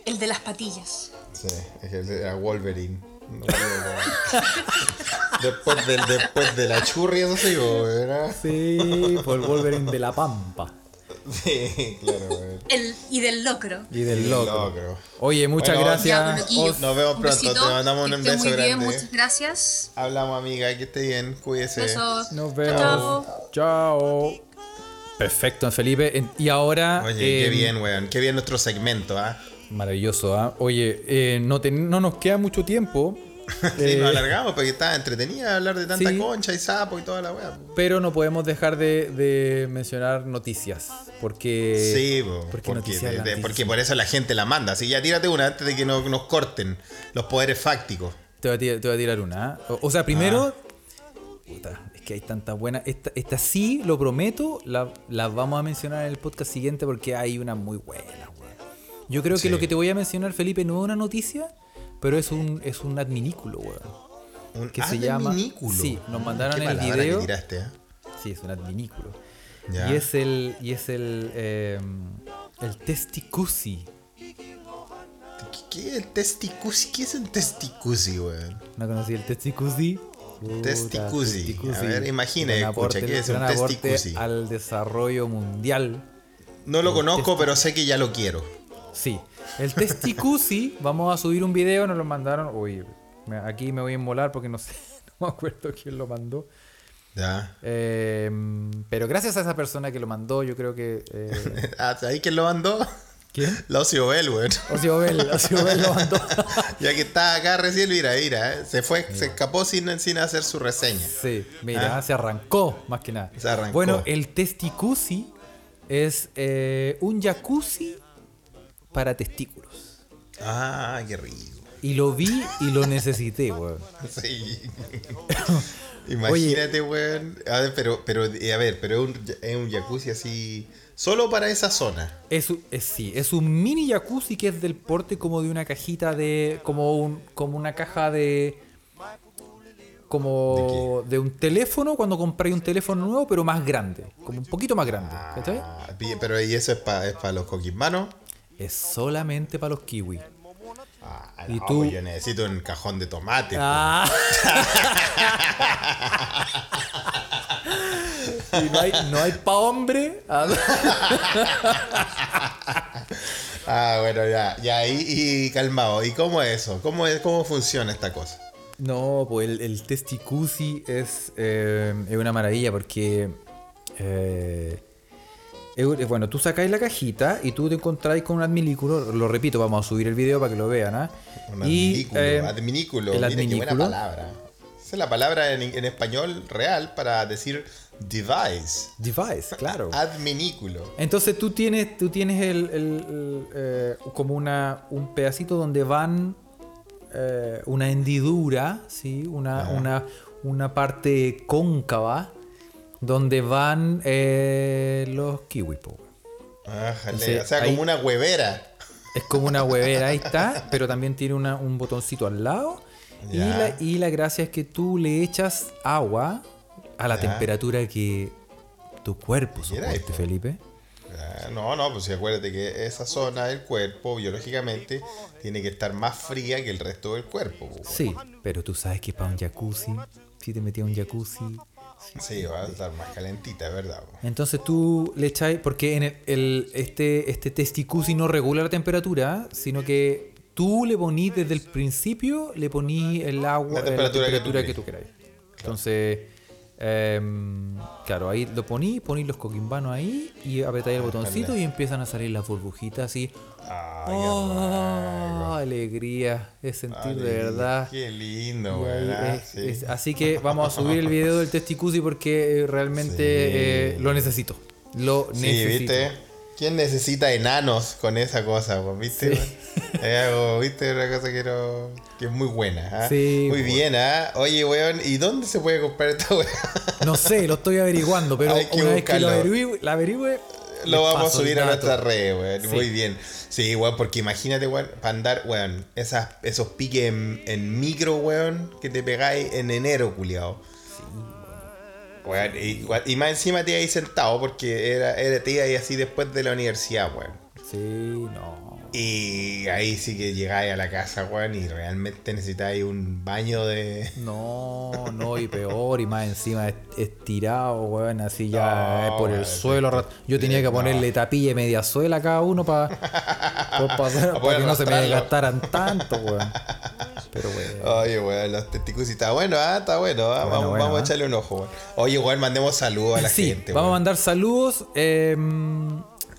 [SPEAKER 5] El de las patillas.
[SPEAKER 1] sí, es el era Wolverine. No, weón. después, del, después de la churria, eso sí, weón. ¿ah?
[SPEAKER 3] (laughs) Sí, por el Wolverine de la Pampa
[SPEAKER 1] Sí, claro, weón.
[SPEAKER 5] El, y del locro.
[SPEAKER 3] y del
[SPEAKER 1] El
[SPEAKER 3] loco.
[SPEAKER 1] locro.
[SPEAKER 3] Oye, muchas
[SPEAKER 1] Bueno,
[SPEAKER 5] Ya, bueno,
[SPEAKER 3] gracias.
[SPEAKER 5] Guillo,
[SPEAKER 1] Os- nos vemos
[SPEAKER 5] un
[SPEAKER 1] pronto,
[SPEAKER 5] besito,
[SPEAKER 1] te mandamos un
[SPEAKER 5] que estés
[SPEAKER 1] beso
[SPEAKER 5] muy bien,
[SPEAKER 1] grande.
[SPEAKER 5] muchas gracias.
[SPEAKER 1] Hablamos, amiga, que esté bien, cuídese.
[SPEAKER 5] Besos.
[SPEAKER 3] Nos
[SPEAKER 5] Chao,
[SPEAKER 3] vemos.
[SPEAKER 5] chao.
[SPEAKER 3] Chao. Perfecto, Felipe. En- Y ahora.
[SPEAKER 1] Oye,
[SPEAKER 3] eh,
[SPEAKER 1] qué bien, weón. Qué bien nuestro segmento, ¿ah?
[SPEAKER 3] Maravilloso, ¿ah? Oye, eh, no, ten- no nos queda mucho tiempo.
[SPEAKER 1] (laughs) Sí,
[SPEAKER 3] eh,
[SPEAKER 1] nos alargamos porque estaba entretenida hablar de tanta
[SPEAKER 3] sí.
[SPEAKER 1] concha y sapo y toda la weá. po.
[SPEAKER 3] eh, pero no podemos dejar de, de mencionar noticias. Porque.
[SPEAKER 1] sí, po,
[SPEAKER 3] Eh, porque,
[SPEAKER 1] porque,
[SPEAKER 3] noticias
[SPEAKER 1] de- de-
[SPEAKER 3] hablan,
[SPEAKER 1] porque
[SPEAKER 3] sí,
[SPEAKER 1] por eso la gente la manda. Así que ya tírate una antes de que no- nos corten los poderes fácticos.
[SPEAKER 3] Te voy a tirar, te voy a tirar una. ¿ah? O, o sea, primero.
[SPEAKER 1] Ah.
[SPEAKER 3] Puta, es que hay tantas buenas. Esta, esta sí, lo prometo, la, la vamos a mencionar en el podcast siguiente porque hay una muy buena, weón. Yo creo
[SPEAKER 1] Sí.
[SPEAKER 3] que lo que te voy a mencionar, Felipe, no es una noticia, pero es un, es un adminículo, weón.
[SPEAKER 1] Un
[SPEAKER 3] Que se llama-
[SPEAKER 1] adminículo.
[SPEAKER 3] sí, nos mandaron
[SPEAKER 1] ¿Qué
[SPEAKER 3] el
[SPEAKER 1] palabra que
[SPEAKER 3] video.
[SPEAKER 1] tiraste, ¿eh?
[SPEAKER 3] Sí, es un adminículo.
[SPEAKER 1] Ya.
[SPEAKER 3] Y es el. Y es el. eh, el testicusi.
[SPEAKER 1] ¿Qué- ¿Qué es el testicusi? ¿Qué es un testicusi, weón?
[SPEAKER 3] ¿No conocí el testicusi? Puta,
[SPEAKER 1] Testicusi. A ver, imagina,
[SPEAKER 3] Gran
[SPEAKER 1] escucha,
[SPEAKER 3] aporte-
[SPEAKER 1] ¿qué es un
[SPEAKER 3] gran aporte
[SPEAKER 1] testicusi?
[SPEAKER 3] Al desarrollo mundial.
[SPEAKER 1] No lo conozco, pero sé que ya lo quiero.
[SPEAKER 3] Sí. El testicusi, (laughs) vamos a subir un video, nos lo mandaron. Uy, me- aquí me voy a inmolar porque no sé, (laughs) no me acuerdo quién lo mandó.
[SPEAKER 1] Ya. (laughs)
[SPEAKER 3] Eh, pero gracias a esa persona que lo mandó, yo creo que.
[SPEAKER 1] (laughs)
[SPEAKER 3] eh,
[SPEAKER 1] Ah, ¿Sabéis quién lo mandó? (laughs)
[SPEAKER 3] ¿Quién?
[SPEAKER 1] La Ocio Bell, weón. (laughs)
[SPEAKER 3] Ocio Bell, Ocio Bell lo mandó.
[SPEAKER 1] Ya que está acá recién, mira, mira, eh. se fue, se escapó sin, sin hacer su reseña.
[SPEAKER 3] Sí, mira, se arrancó más que nada.
[SPEAKER 1] Ah. Se arrancó.
[SPEAKER 3] Bueno, el testicusi es eh, un jacuzzi para testículos.
[SPEAKER 1] Ah, qué rico.
[SPEAKER 3] Y lo vi y lo necesité, weón.
[SPEAKER 1] Sí.
[SPEAKER 3] (laughs)
[SPEAKER 1] Imagínate, weón. A ver, pero, pero, eh, a ver, pero es un, es un jacuzzi así. Solo para esa zona.
[SPEAKER 3] Es, un- es- sí, es un mini jacuzzi que es del porte como de una cajita de. como un, como una caja de. como ¿De, un teléfono cuando compráis un teléfono nuevo, pero más grande. Como un poquito más grande. ¿Cachai?
[SPEAKER 1] Ah, pi- pero y eso es para es pa los coquismanos.
[SPEAKER 3] Es solamente para los kiwis.
[SPEAKER 1] Ah,
[SPEAKER 3] ¿Y
[SPEAKER 1] no,
[SPEAKER 3] tú?
[SPEAKER 1] yo necesito un cajón de tomate. pues.
[SPEAKER 3] Ah. (laughs) Y no hay, no hay pa' hombre. (laughs) Ah,
[SPEAKER 1] Ah, bueno, ya, ya, y, y calmado. ¿Y cómo es eso? ¿Cómo, es, ¿Cómo funciona esta cosa?
[SPEAKER 3] No, pues el, el testicusi es, eh, es una maravilla porque. eh, es un- bueno, tú sacáis la cajita y tú te encontráis con un adminículo. Lo repito, vamos a subir el video para que lo vean. ¿ah?
[SPEAKER 1] Un
[SPEAKER 3] Y,
[SPEAKER 1] adminículo.
[SPEAKER 3] eh,
[SPEAKER 1] adminículo.
[SPEAKER 3] el
[SPEAKER 1] Mira qué buena
[SPEAKER 3] adminículo.
[SPEAKER 1] palabra. Esa es la palabra en, en español real para decir device.
[SPEAKER 3] Device,
[SPEAKER 1] (laughs)
[SPEAKER 3] claro.
[SPEAKER 1] Ah, Adminículo.
[SPEAKER 3] Entonces tú tienes, tú tienes el, el- el, eh, como una, un pedacito donde van eh, una hendidura, ¿sí? una, una, una parte cóncava donde van eh, los kiwi. po.
[SPEAKER 1] Ájale,
[SPEAKER 3] Entonces,
[SPEAKER 1] o sea,
[SPEAKER 3] ahí-
[SPEAKER 1] como una huevera.
[SPEAKER 3] Es como una huevera, ahí
[SPEAKER 1] (laughs)
[SPEAKER 3] está, pero también tiene una- un botoncito al lado. Y
[SPEAKER 1] Ya.
[SPEAKER 3] la, y la gracia es que tú le echas agua a la
[SPEAKER 1] Ya.
[SPEAKER 3] temperatura que tu cuerpo
[SPEAKER 1] Quieras,
[SPEAKER 3] soporte,
[SPEAKER 1] po.
[SPEAKER 3] Felipe.
[SPEAKER 1] Ah, No, no, pues sí, acuérdate que esa zona del cuerpo, biológicamente, tiene que estar más fría que el resto del cuerpo. pues, bueno.
[SPEAKER 3] Sí, pero tú sabes que para un jacuzzi, si te metías un jacuzzi.
[SPEAKER 1] Sí, va a estar más calentita, es verdad. pues.
[SPEAKER 3] Entonces tú le echáis, porque en el, el- este, este testicuzzi no regula la temperatura, sino que tú le ponís desde el principio, le ponís el agua, eh,
[SPEAKER 1] La temperatura que tú
[SPEAKER 3] que
[SPEAKER 1] querís.
[SPEAKER 3] tú queráis. Entonces, Em, claro, ahí lo poní, poní los coquimbanos ahí y apretáis
[SPEAKER 1] Ah,
[SPEAKER 3] el botoncito y empiezan a salir las burbujitas así.
[SPEAKER 1] Ay,
[SPEAKER 3] ¡Oh! Alegría, es sentir de
[SPEAKER 1] alegría.
[SPEAKER 3] verdad.
[SPEAKER 1] Qué lindo,
[SPEAKER 3] Y ahí
[SPEAKER 1] ¿verdad?
[SPEAKER 3] es-
[SPEAKER 1] Sí.
[SPEAKER 3] es- así que vamos a subir el video del testicusi porque eh, realmente eh, lo necesito. Lo
[SPEAKER 1] Sí,
[SPEAKER 3] necesito.
[SPEAKER 1] ¿viste? ¿Quién necesita enanos con esa cosa? pues, ¿Viste? (laughs) Es algo, ¿viste? Una cosa que, no- que es muy buena. ¿ah?
[SPEAKER 3] Sí,
[SPEAKER 1] muy
[SPEAKER 3] bueno.
[SPEAKER 1] bien, ¿ah? Oye, weón, ¿y dónde se puede comprar esta weón?
[SPEAKER 3] No sé, lo estoy averiguando, pero
[SPEAKER 1] Hay que
[SPEAKER 3] una vez que lo
[SPEAKER 1] buscarlo.
[SPEAKER 3] averigüe, la averigüe,
[SPEAKER 1] Lo
[SPEAKER 3] les
[SPEAKER 1] vamos a
[SPEAKER 3] paso el
[SPEAKER 1] subir a
[SPEAKER 3] dato.
[SPEAKER 1] nuestra red, weón.
[SPEAKER 3] Sí.
[SPEAKER 1] Muy bien. Sí, weón, porque imagínate, weón, para andar, weón, esas, esos piques en, en micro, weón, que te pegáis en enero, culiao. Weón, y, weón, y más encima te ahí sentado porque era, era te iba ahí así después de la universidad, weón.
[SPEAKER 3] Sí, no.
[SPEAKER 1] Y ahí sí que llegáis a la casa, weón, y realmente necesitáis un baño
[SPEAKER 3] (laughs)
[SPEAKER 1] de.
[SPEAKER 3] No, no, y peor, y más encima est- estirado, weón, así ya
[SPEAKER 1] No,
[SPEAKER 3] eh, por el
[SPEAKER 1] weón,
[SPEAKER 3] suelo. arras- Yo tenía que
[SPEAKER 1] no.
[SPEAKER 3] ponerle tapilla y media suela a cada uno para
[SPEAKER 1] (laughs) poder
[SPEAKER 3] que no se me
[SPEAKER 1] arrastrarlo.
[SPEAKER 3] desgastaran tanto, weón. Pero weón.
[SPEAKER 1] Oye, weón, los testicus está bueno, ah, está bueno, ah,
[SPEAKER 3] Bueno,
[SPEAKER 1] vamos,
[SPEAKER 3] bueno,
[SPEAKER 1] vamos a
[SPEAKER 3] ah.
[SPEAKER 1] echarle un ojo, weón. Oye, weón, mandemos saludos a la
[SPEAKER 3] sí,
[SPEAKER 1] gente,
[SPEAKER 3] vamos a
[SPEAKER 1] weón. Ah,
[SPEAKER 3] mandar saludos. eh,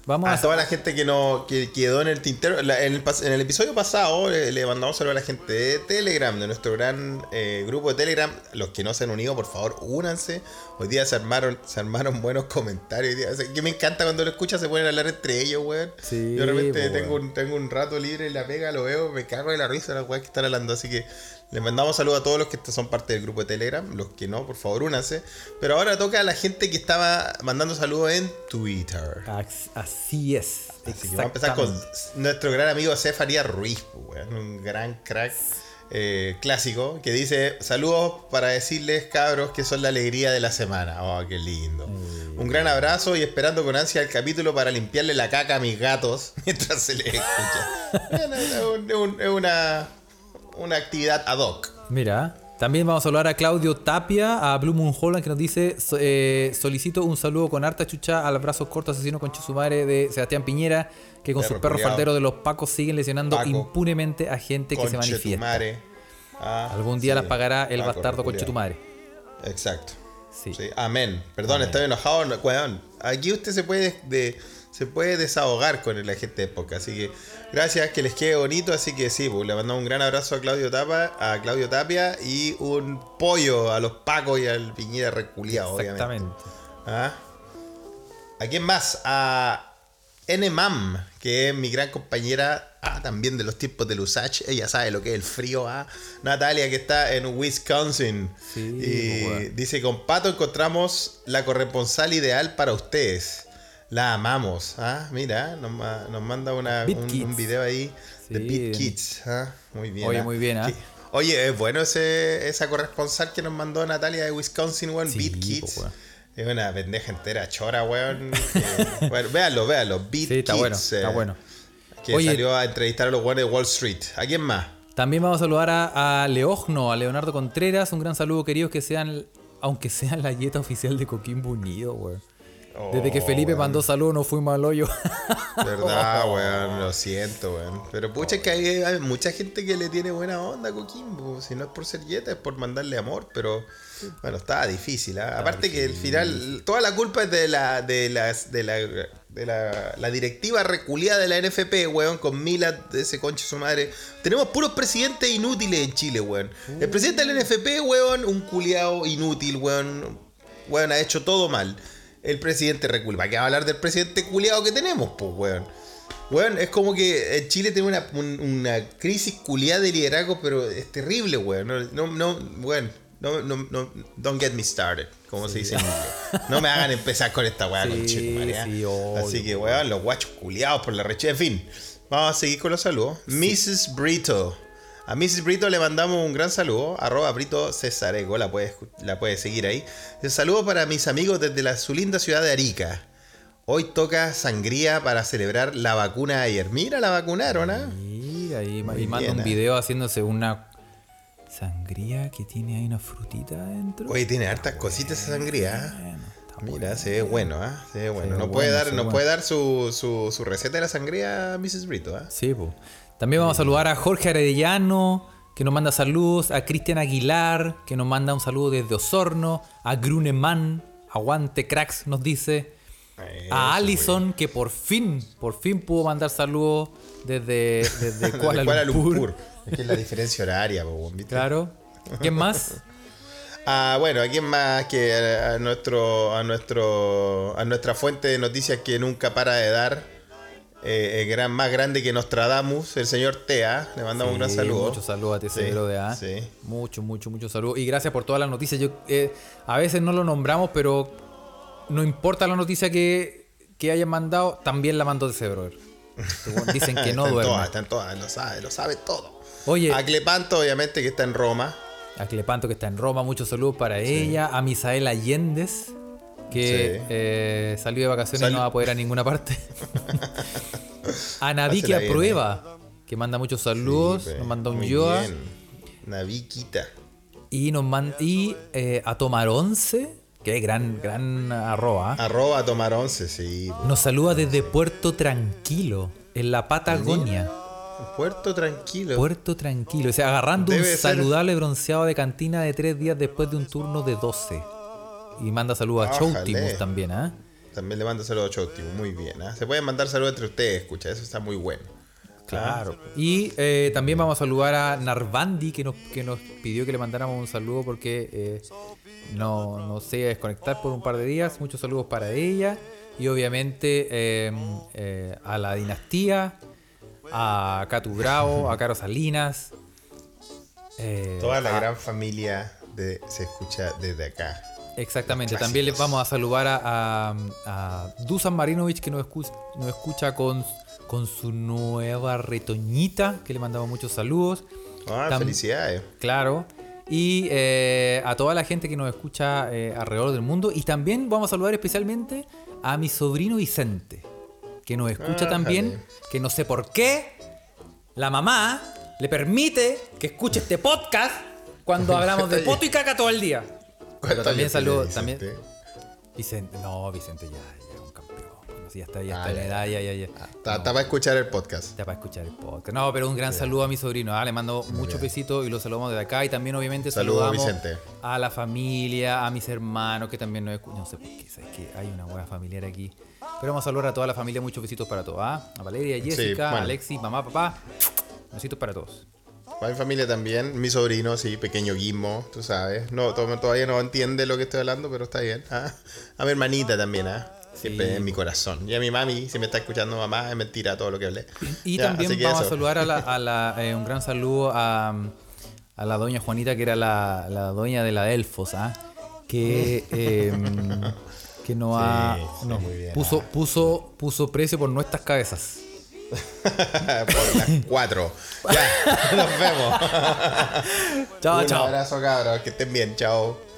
[SPEAKER 3] vamos
[SPEAKER 1] A
[SPEAKER 3] a
[SPEAKER 1] toda la gente que no que quedó en el tintero. La- en, el, pas- en el episodio pasado eh, le, le mandamos saludos a la gente de Telegram, de nuestro gran eh, grupo de Telegram. Los que no se han unido, por favor, únanse. Hoy día se armaron, se armaron buenos comentarios. hoy día. O sea, que me encanta cuando lo escuchas, se pueden hablar entre ellos, weón.
[SPEAKER 3] Sí,
[SPEAKER 1] Yo de repente
[SPEAKER 3] po,
[SPEAKER 1] tengo
[SPEAKER 3] weón.
[SPEAKER 1] un, tengo un rato libre en la pega, lo veo, me cago de la risa las weas que están hablando. Así que les mandamos saludos a todos los que son parte del grupo de Telegram. Los que no, por favor, únanse. Pero ahora toca a la gente que estaba mandando saludos en Twitter.
[SPEAKER 3] Ax- Así es.
[SPEAKER 1] Así que vamos a empezar con
[SPEAKER 3] exactamente.
[SPEAKER 1] nuestro gran amigo Cefaría Ruiz, pues, weón, un gran crack eh, clásico, que dice, saludos para decirles cabros que son la alegría de la semana. Oh, qué lindo.
[SPEAKER 3] Mm.
[SPEAKER 1] Un gran abrazo y esperando con ansia el capítulo para limpiarle la caca a mis gatos (laughs) mientras se les escucha. Bueno, es un- es un- es una, una actividad ad hoc.
[SPEAKER 3] Mira, también vamos a saludar a Claudio Tapia, a Blue Moon Holland, que nos dice: so- eh, Solicito un saludo con harta chucha al brazo corto asesino con su madre de Sebastián Piñera, que con
[SPEAKER 1] Perro
[SPEAKER 3] sus perros
[SPEAKER 1] culiao.
[SPEAKER 3] falderos de los pacos siguen lesionando
[SPEAKER 1] Paco.
[SPEAKER 3] impunemente a gente que se manifiesta.
[SPEAKER 1] Conchetumare. Ah,
[SPEAKER 3] Algún día
[SPEAKER 1] sí.
[SPEAKER 3] las pagará el
[SPEAKER 1] Ah,
[SPEAKER 3] bastardo
[SPEAKER 1] corre,
[SPEAKER 3] con tu madre.
[SPEAKER 1] Exacto.
[SPEAKER 3] Sí.
[SPEAKER 1] Sí, Amén. Perdón, estoy enojado, no- weón. Aquí usted se puede de- se puede desahogar con la gente de época. Así que gracias, que les quede bonito. Así que sí, pues, le mandamos un gran abrazo a Claudio Tapa, a Claudio Tapia y un pollo a los Pacos y al Piñera reculiado, obviamente.
[SPEAKER 3] Exactamente.
[SPEAKER 1] ¿Ah? ¿A quién más? A N-Mam, que es mi gran compañera ah, también de los tiempos del Usach. Ella sabe lo que es el frío. ah. Natalia, que está en Wisconsin.
[SPEAKER 3] Sí,
[SPEAKER 1] y
[SPEAKER 3] pues, weón.
[SPEAKER 1] dice: Con Pato encontramos la corresponsal ideal para ustedes. La amamos. Ah, mira, nos, ma- nos manda una-
[SPEAKER 3] Beat
[SPEAKER 1] un,
[SPEAKER 3] Kids.
[SPEAKER 1] un video ahí de
[SPEAKER 3] Sí.
[SPEAKER 1] Beat Kids. ah. Muy bien.
[SPEAKER 3] Oye,
[SPEAKER 1] ah.
[SPEAKER 3] muy bien, ah.
[SPEAKER 1] Sí. Oye, es bueno ese, esa corresponsal que nos mandó Natalia de Wisconsin, weón.
[SPEAKER 3] Sí,
[SPEAKER 1] Beat
[SPEAKER 3] po,
[SPEAKER 1] Kids.
[SPEAKER 3] weón.
[SPEAKER 1] Es una pendeja entera chora, weón. (laughs) que- bueno, véanlo, véanlo. Beat
[SPEAKER 3] Sí, está
[SPEAKER 1] Kids,
[SPEAKER 3] bueno,
[SPEAKER 1] eh,
[SPEAKER 3] está bueno.
[SPEAKER 1] Que
[SPEAKER 3] Oye.
[SPEAKER 1] salió a entrevistar a los weones de Wall Street. ¿A quién más?
[SPEAKER 3] También vamos a saludar a, a Leogno, a Leonardo Contreras. Un gran saludo, queridos, que sean, aunque sean la dieta oficial de Coquimbo Unido, weón. Desde que
[SPEAKER 1] Oh,
[SPEAKER 3] Felipe
[SPEAKER 1] weón.
[SPEAKER 3] mandó saludos, no fuimos al hoyo.
[SPEAKER 1] Verdad, weón. Lo siento, weón. Pero pucha, es que hay, hay mucha gente que le tiene buena onda a Coquimbo. Si no es por ser yeta, es por mandarle amor. Pero bueno, estaba difícil. ¿ah? Aparte que al final, toda la culpa es de la, de las, de la, de la, la directiva reculiada de la NFP, weón, con Mila, de ese conche su madre. Tenemos puros presidentes inútiles en Chile, weón. El presidente del NFP, weón, un culiao inútil, weón. Weón, ha hecho todo mal. El presidente recul. ¿Para qué va a hablar del presidente culiado que tenemos, pues, weón? Weón, es como que eh, Chile tiene una, un- una crisis culiada de liderazgo, pero es terrible, weón. No, no, no weón. No, no, no, don't get me started, como se dice en inglés. No me hagan empezar con esta weá
[SPEAKER 3] (laughs) Sí,
[SPEAKER 1] con
[SPEAKER 3] sí, obvio,
[SPEAKER 1] ¿ah? Así que, weón, los guachos culiados por la reche. En fin, vamos a seguir con los saludos. Mrs. Brito. A Mrs. Brito le mandamos un gran saludo. Arroba Brito Cesarego, la puedes la puedes seguir ahí. El saludo para mis amigos desde la su linda ciudad de Arica. Hoy toca sangría para celebrar la vacuna de ayer. Mira, la vacunaron, ¿ah?
[SPEAKER 3] Mira, y, ma-
[SPEAKER 1] Muy
[SPEAKER 3] y manda
[SPEAKER 1] bien,
[SPEAKER 3] un
[SPEAKER 1] eh.
[SPEAKER 3] video haciéndose una sangría que tiene ahí una frutita adentro.
[SPEAKER 1] Oye, tiene hartas cositas esa sangría. ¿ah?
[SPEAKER 3] Bueno, está
[SPEAKER 1] Mira,
[SPEAKER 3] buena.
[SPEAKER 1] se ve bueno, ¿ah? Se ve bueno.
[SPEAKER 3] ve
[SPEAKER 1] No
[SPEAKER 3] bueno,
[SPEAKER 1] puede
[SPEAKER 3] se
[SPEAKER 1] dar,
[SPEAKER 3] ve
[SPEAKER 1] no
[SPEAKER 3] bueno.
[SPEAKER 1] puede dar su, su, su receta de la sangría, Mrs. Brito, ¿ah?
[SPEAKER 3] Sí, po. También vamos a saludar a Jorge Arellano, que nos manda saludos, a Cristian Aguilar, que nos manda un saludo desde Osorno, a Gruneman, aguante cracks, nos dice, a Allison, que por fin, por fin pudo mandar saludos desde,
[SPEAKER 1] (laughs)
[SPEAKER 3] desde Kuala,
[SPEAKER 1] Eh, De Kuala
[SPEAKER 3] Lumpur.
[SPEAKER 1] Lumpur. Es que es la diferencia horaria, bobo, ¿viste?
[SPEAKER 3] Claro. ¿Quién
[SPEAKER 1] (laughs)
[SPEAKER 3] más?
[SPEAKER 1] Ah, bueno, ¿a quién más que a, a nuestro, a nuestro, a nuestra fuente de noticias que nunca para de dar, eh, el gran, más grande que Nostradamus, el señor Tea, le mandamos un gran
[SPEAKER 3] Sí,
[SPEAKER 1] saludo.
[SPEAKER 3] Muchos saludos a ti,
[SPEAKER 1] Sí,
[SPEAKER 3] señor de A.
[SPEAKER 1] sí.
[SPEAKER 3] Mucho, mucho, mucho saludo. Y gracias por todas las noticias. Yo, eh, a veces no lo nombramos, pero no importa la noticia que, que hayan mandado, también la mandó ese
[SPEAKER 1] (laughs)
[SPEAKER 3] brother. Este weón Dicen que no
[SPEAKER 1] están
[SPEAKER 3] duerme.
[SPEAKER 1] todas, están todas, lo sabe, lo sabe todo.
[SPEAKER 3] Oye,
[SPEAKER 1] A Clepanto, obviamente, que está en Roma.
[SPEAKER 3] a Clepanto que está en Roma, muchos saludos para ella. A Misael Allendez, que
[SPEAKER 1] Sí.
[SPEAKER 3] eh, salió de vacaciones
[SPEAKER 1] Sal-
[SPEAKER 3] y no va a poder a ninguna
[SPEAKER 1] (laughs)
[SPEAKER 3] parte. a Naví que
[SPEAKER 1] Pásela bien, eh.
[SPEAKER 3] aprueba, que manda muchos saludos,
[SPEAKER 1] Sí, pues,
[SPEAKER 3] nos manda un
[SPEAKER 1] muy
[SPEAKER 3] yoa.
[SPEAKER 1] bien. Naviquita.
[SPEAKER 3] Y nos man- y eh, a tomar once, que es gran, gran arroba.
[SPEAKER 1] Arroba tomar once, sí.
[SPEAKER 3] Nos saluda desde Puerto Tranquilo, en la Patagonia.
[SPEAKER 1] Puerto tranquilo.
[SPEAKER 3] Puerto Tranquilo, o sea, agarrando
[SPEAKER 1] Debe
[SPEAKER 3] un
[SPEAKER 1] ser-
[SPEAKER 3] saludable bronceado de cantina de tres días después de un turno de 12. Y manda saludos a
[SPEAKER 1] Ájale.
[SPEAKER 3] Choutimus también, ¿ah?
[SPEAKER 1] También le mando saludos a Choti, muy bien. ¿ah? Se pueden mandar saludos entre ustedes, escucha, eso está muy bueno. ¿Ah?
[SPEAKER 3] Claro. Y eh, también vamos a saludar a Narvandi, que nos, que nos pidió que le mandáramos un saludo porque eh, no, no se iba a desconectar por un par de días. Muchos saludos para ella. Y obviamente eh, eh, a la dinastía, a Catu Bravo, a Caro Salinas. eh,
[SPEAKER 1] Toda la
[SPEAKER 3] a-
[SPEAKER 1] gran familia de Se Escucha desde acá.
[SPEAKER 3] Exactamente,
[SPEAKER 1] Clásicos.
[SPEAKER 3] también les vamos a saludar a, a, a Dusan Marinovic que nos escucha, nos escucha con, con su nueva retoñita, que le mandamos muchos saludos.
[SPEAKER 1] Ah,
[SPEAKER 3] Tam-
[SPEAKER 1] felicidades.
[SPEAKER 3] Claro. Y eh, a toda la gente que nos escucha eh, alrededor del mundo. Y también vamos a saludar especialmente a mi sobrino Vicente, que nos escucha
[SPEAKER 1] Ájale.
[SPEAKER 3] también, que no sé por qué la mamá le permite que escuche este podcast
[SPEAKER 1] (laughs)
[SPEAKER 3] cuando hablamos de
[SPEAKER 1] Oye.
[SPEAKER 3] poto y caca todo el día. Pero
[SPEAKER 1] ¿Cuántos
[SPEAKER 3] también
[SPEAKER 1] años este? tiene
[SPEAKER 3] saludo,
[SPEAKER 1] Vicente?
[SPEAKER 3] también, Vicente, no, Vicente ya, ya es un campeón. Bueno, sí, ya está, ya está
[SPEAKER 1] Ah,
[SPEAKER 3] en la edad, ya, ya, ya.
[SPEAKER 1] Está,
[SPEAKER 3] No,
[SPEAKER 1] está para escuchar el podcast.
[SPEAKER 3] está para escuchar el podcast. No, pero un gran saludo a mi sobrino. ah, le mando muchos besitos y los saludamos desde acá. Y también, obviamente,
[SPEAKER 1] Saludos,
[SPEAKER 3] saludamos
[SPEAKER 1] Vicente.
[SPEAKER 3] a la familia, a mis hermanos que también nos escuchan. No sé por qué, ¿sabes qué? hay una buena familiar aquí. Pero vamos a saludar a toda la familia. Muchos besitos para todos. ¿ah? A Valeria, Jessica,
[SPEAKER 1] bueno.
[SPEAKER 3] Alexis, mamá, papá. Besitos para todos.
[SPEAKER 1] Para mi familia también, mi sobrino, sí, pequeño Guismo, tú sabes. No, to- todavía no entiende lo que estoy hablando, pero está bien. ah. A mi hermanita también, ¿ah? Siempre
[SPEAKER 3] Sí.
[SPEAKER 1] en mi corazón. Y a mi mami, si me está escuchando mamá, es mentira todo lo que hablé.
[SPEAKER 3] Y
[SPEAKER 1] Ya,
[SPEAKER 3] también
[SPEAKER 1] así que
[SPEAKER 3] vamos a
[SPEAKER 1] eso.
[SPEAKER 3] saludar a la,
[SPEAKER 1] (laughs)
[SPEAKER 3] a la, eh, un gran saludo a, a la doña Juanita, que era la, la doña de la Delfos, ¿ah?
[SPEAKER 1] (laughs)
[SPEAKER 3] que, eh, que nos, ha-
[SPEAKER 1] Sí, sí,
[SPEAKER 3] nos
[SPEAKER 1] muy bien,
[SPEAKER 3] puso,
[SPEAKER 1] ah.
[SPEAKER 3] puso, puso precio por nuestras cabezas.
[SPEAKER 1] (laughs) Por las cuatro. Ya, (laughs) nos vemos.
[SPEAKER 3] Chao,
[SPEAKER 1] Un
[SPEAKER 3] chao.
[SPEAKER 1] abrazo, cabros. Que estén bien. Chao.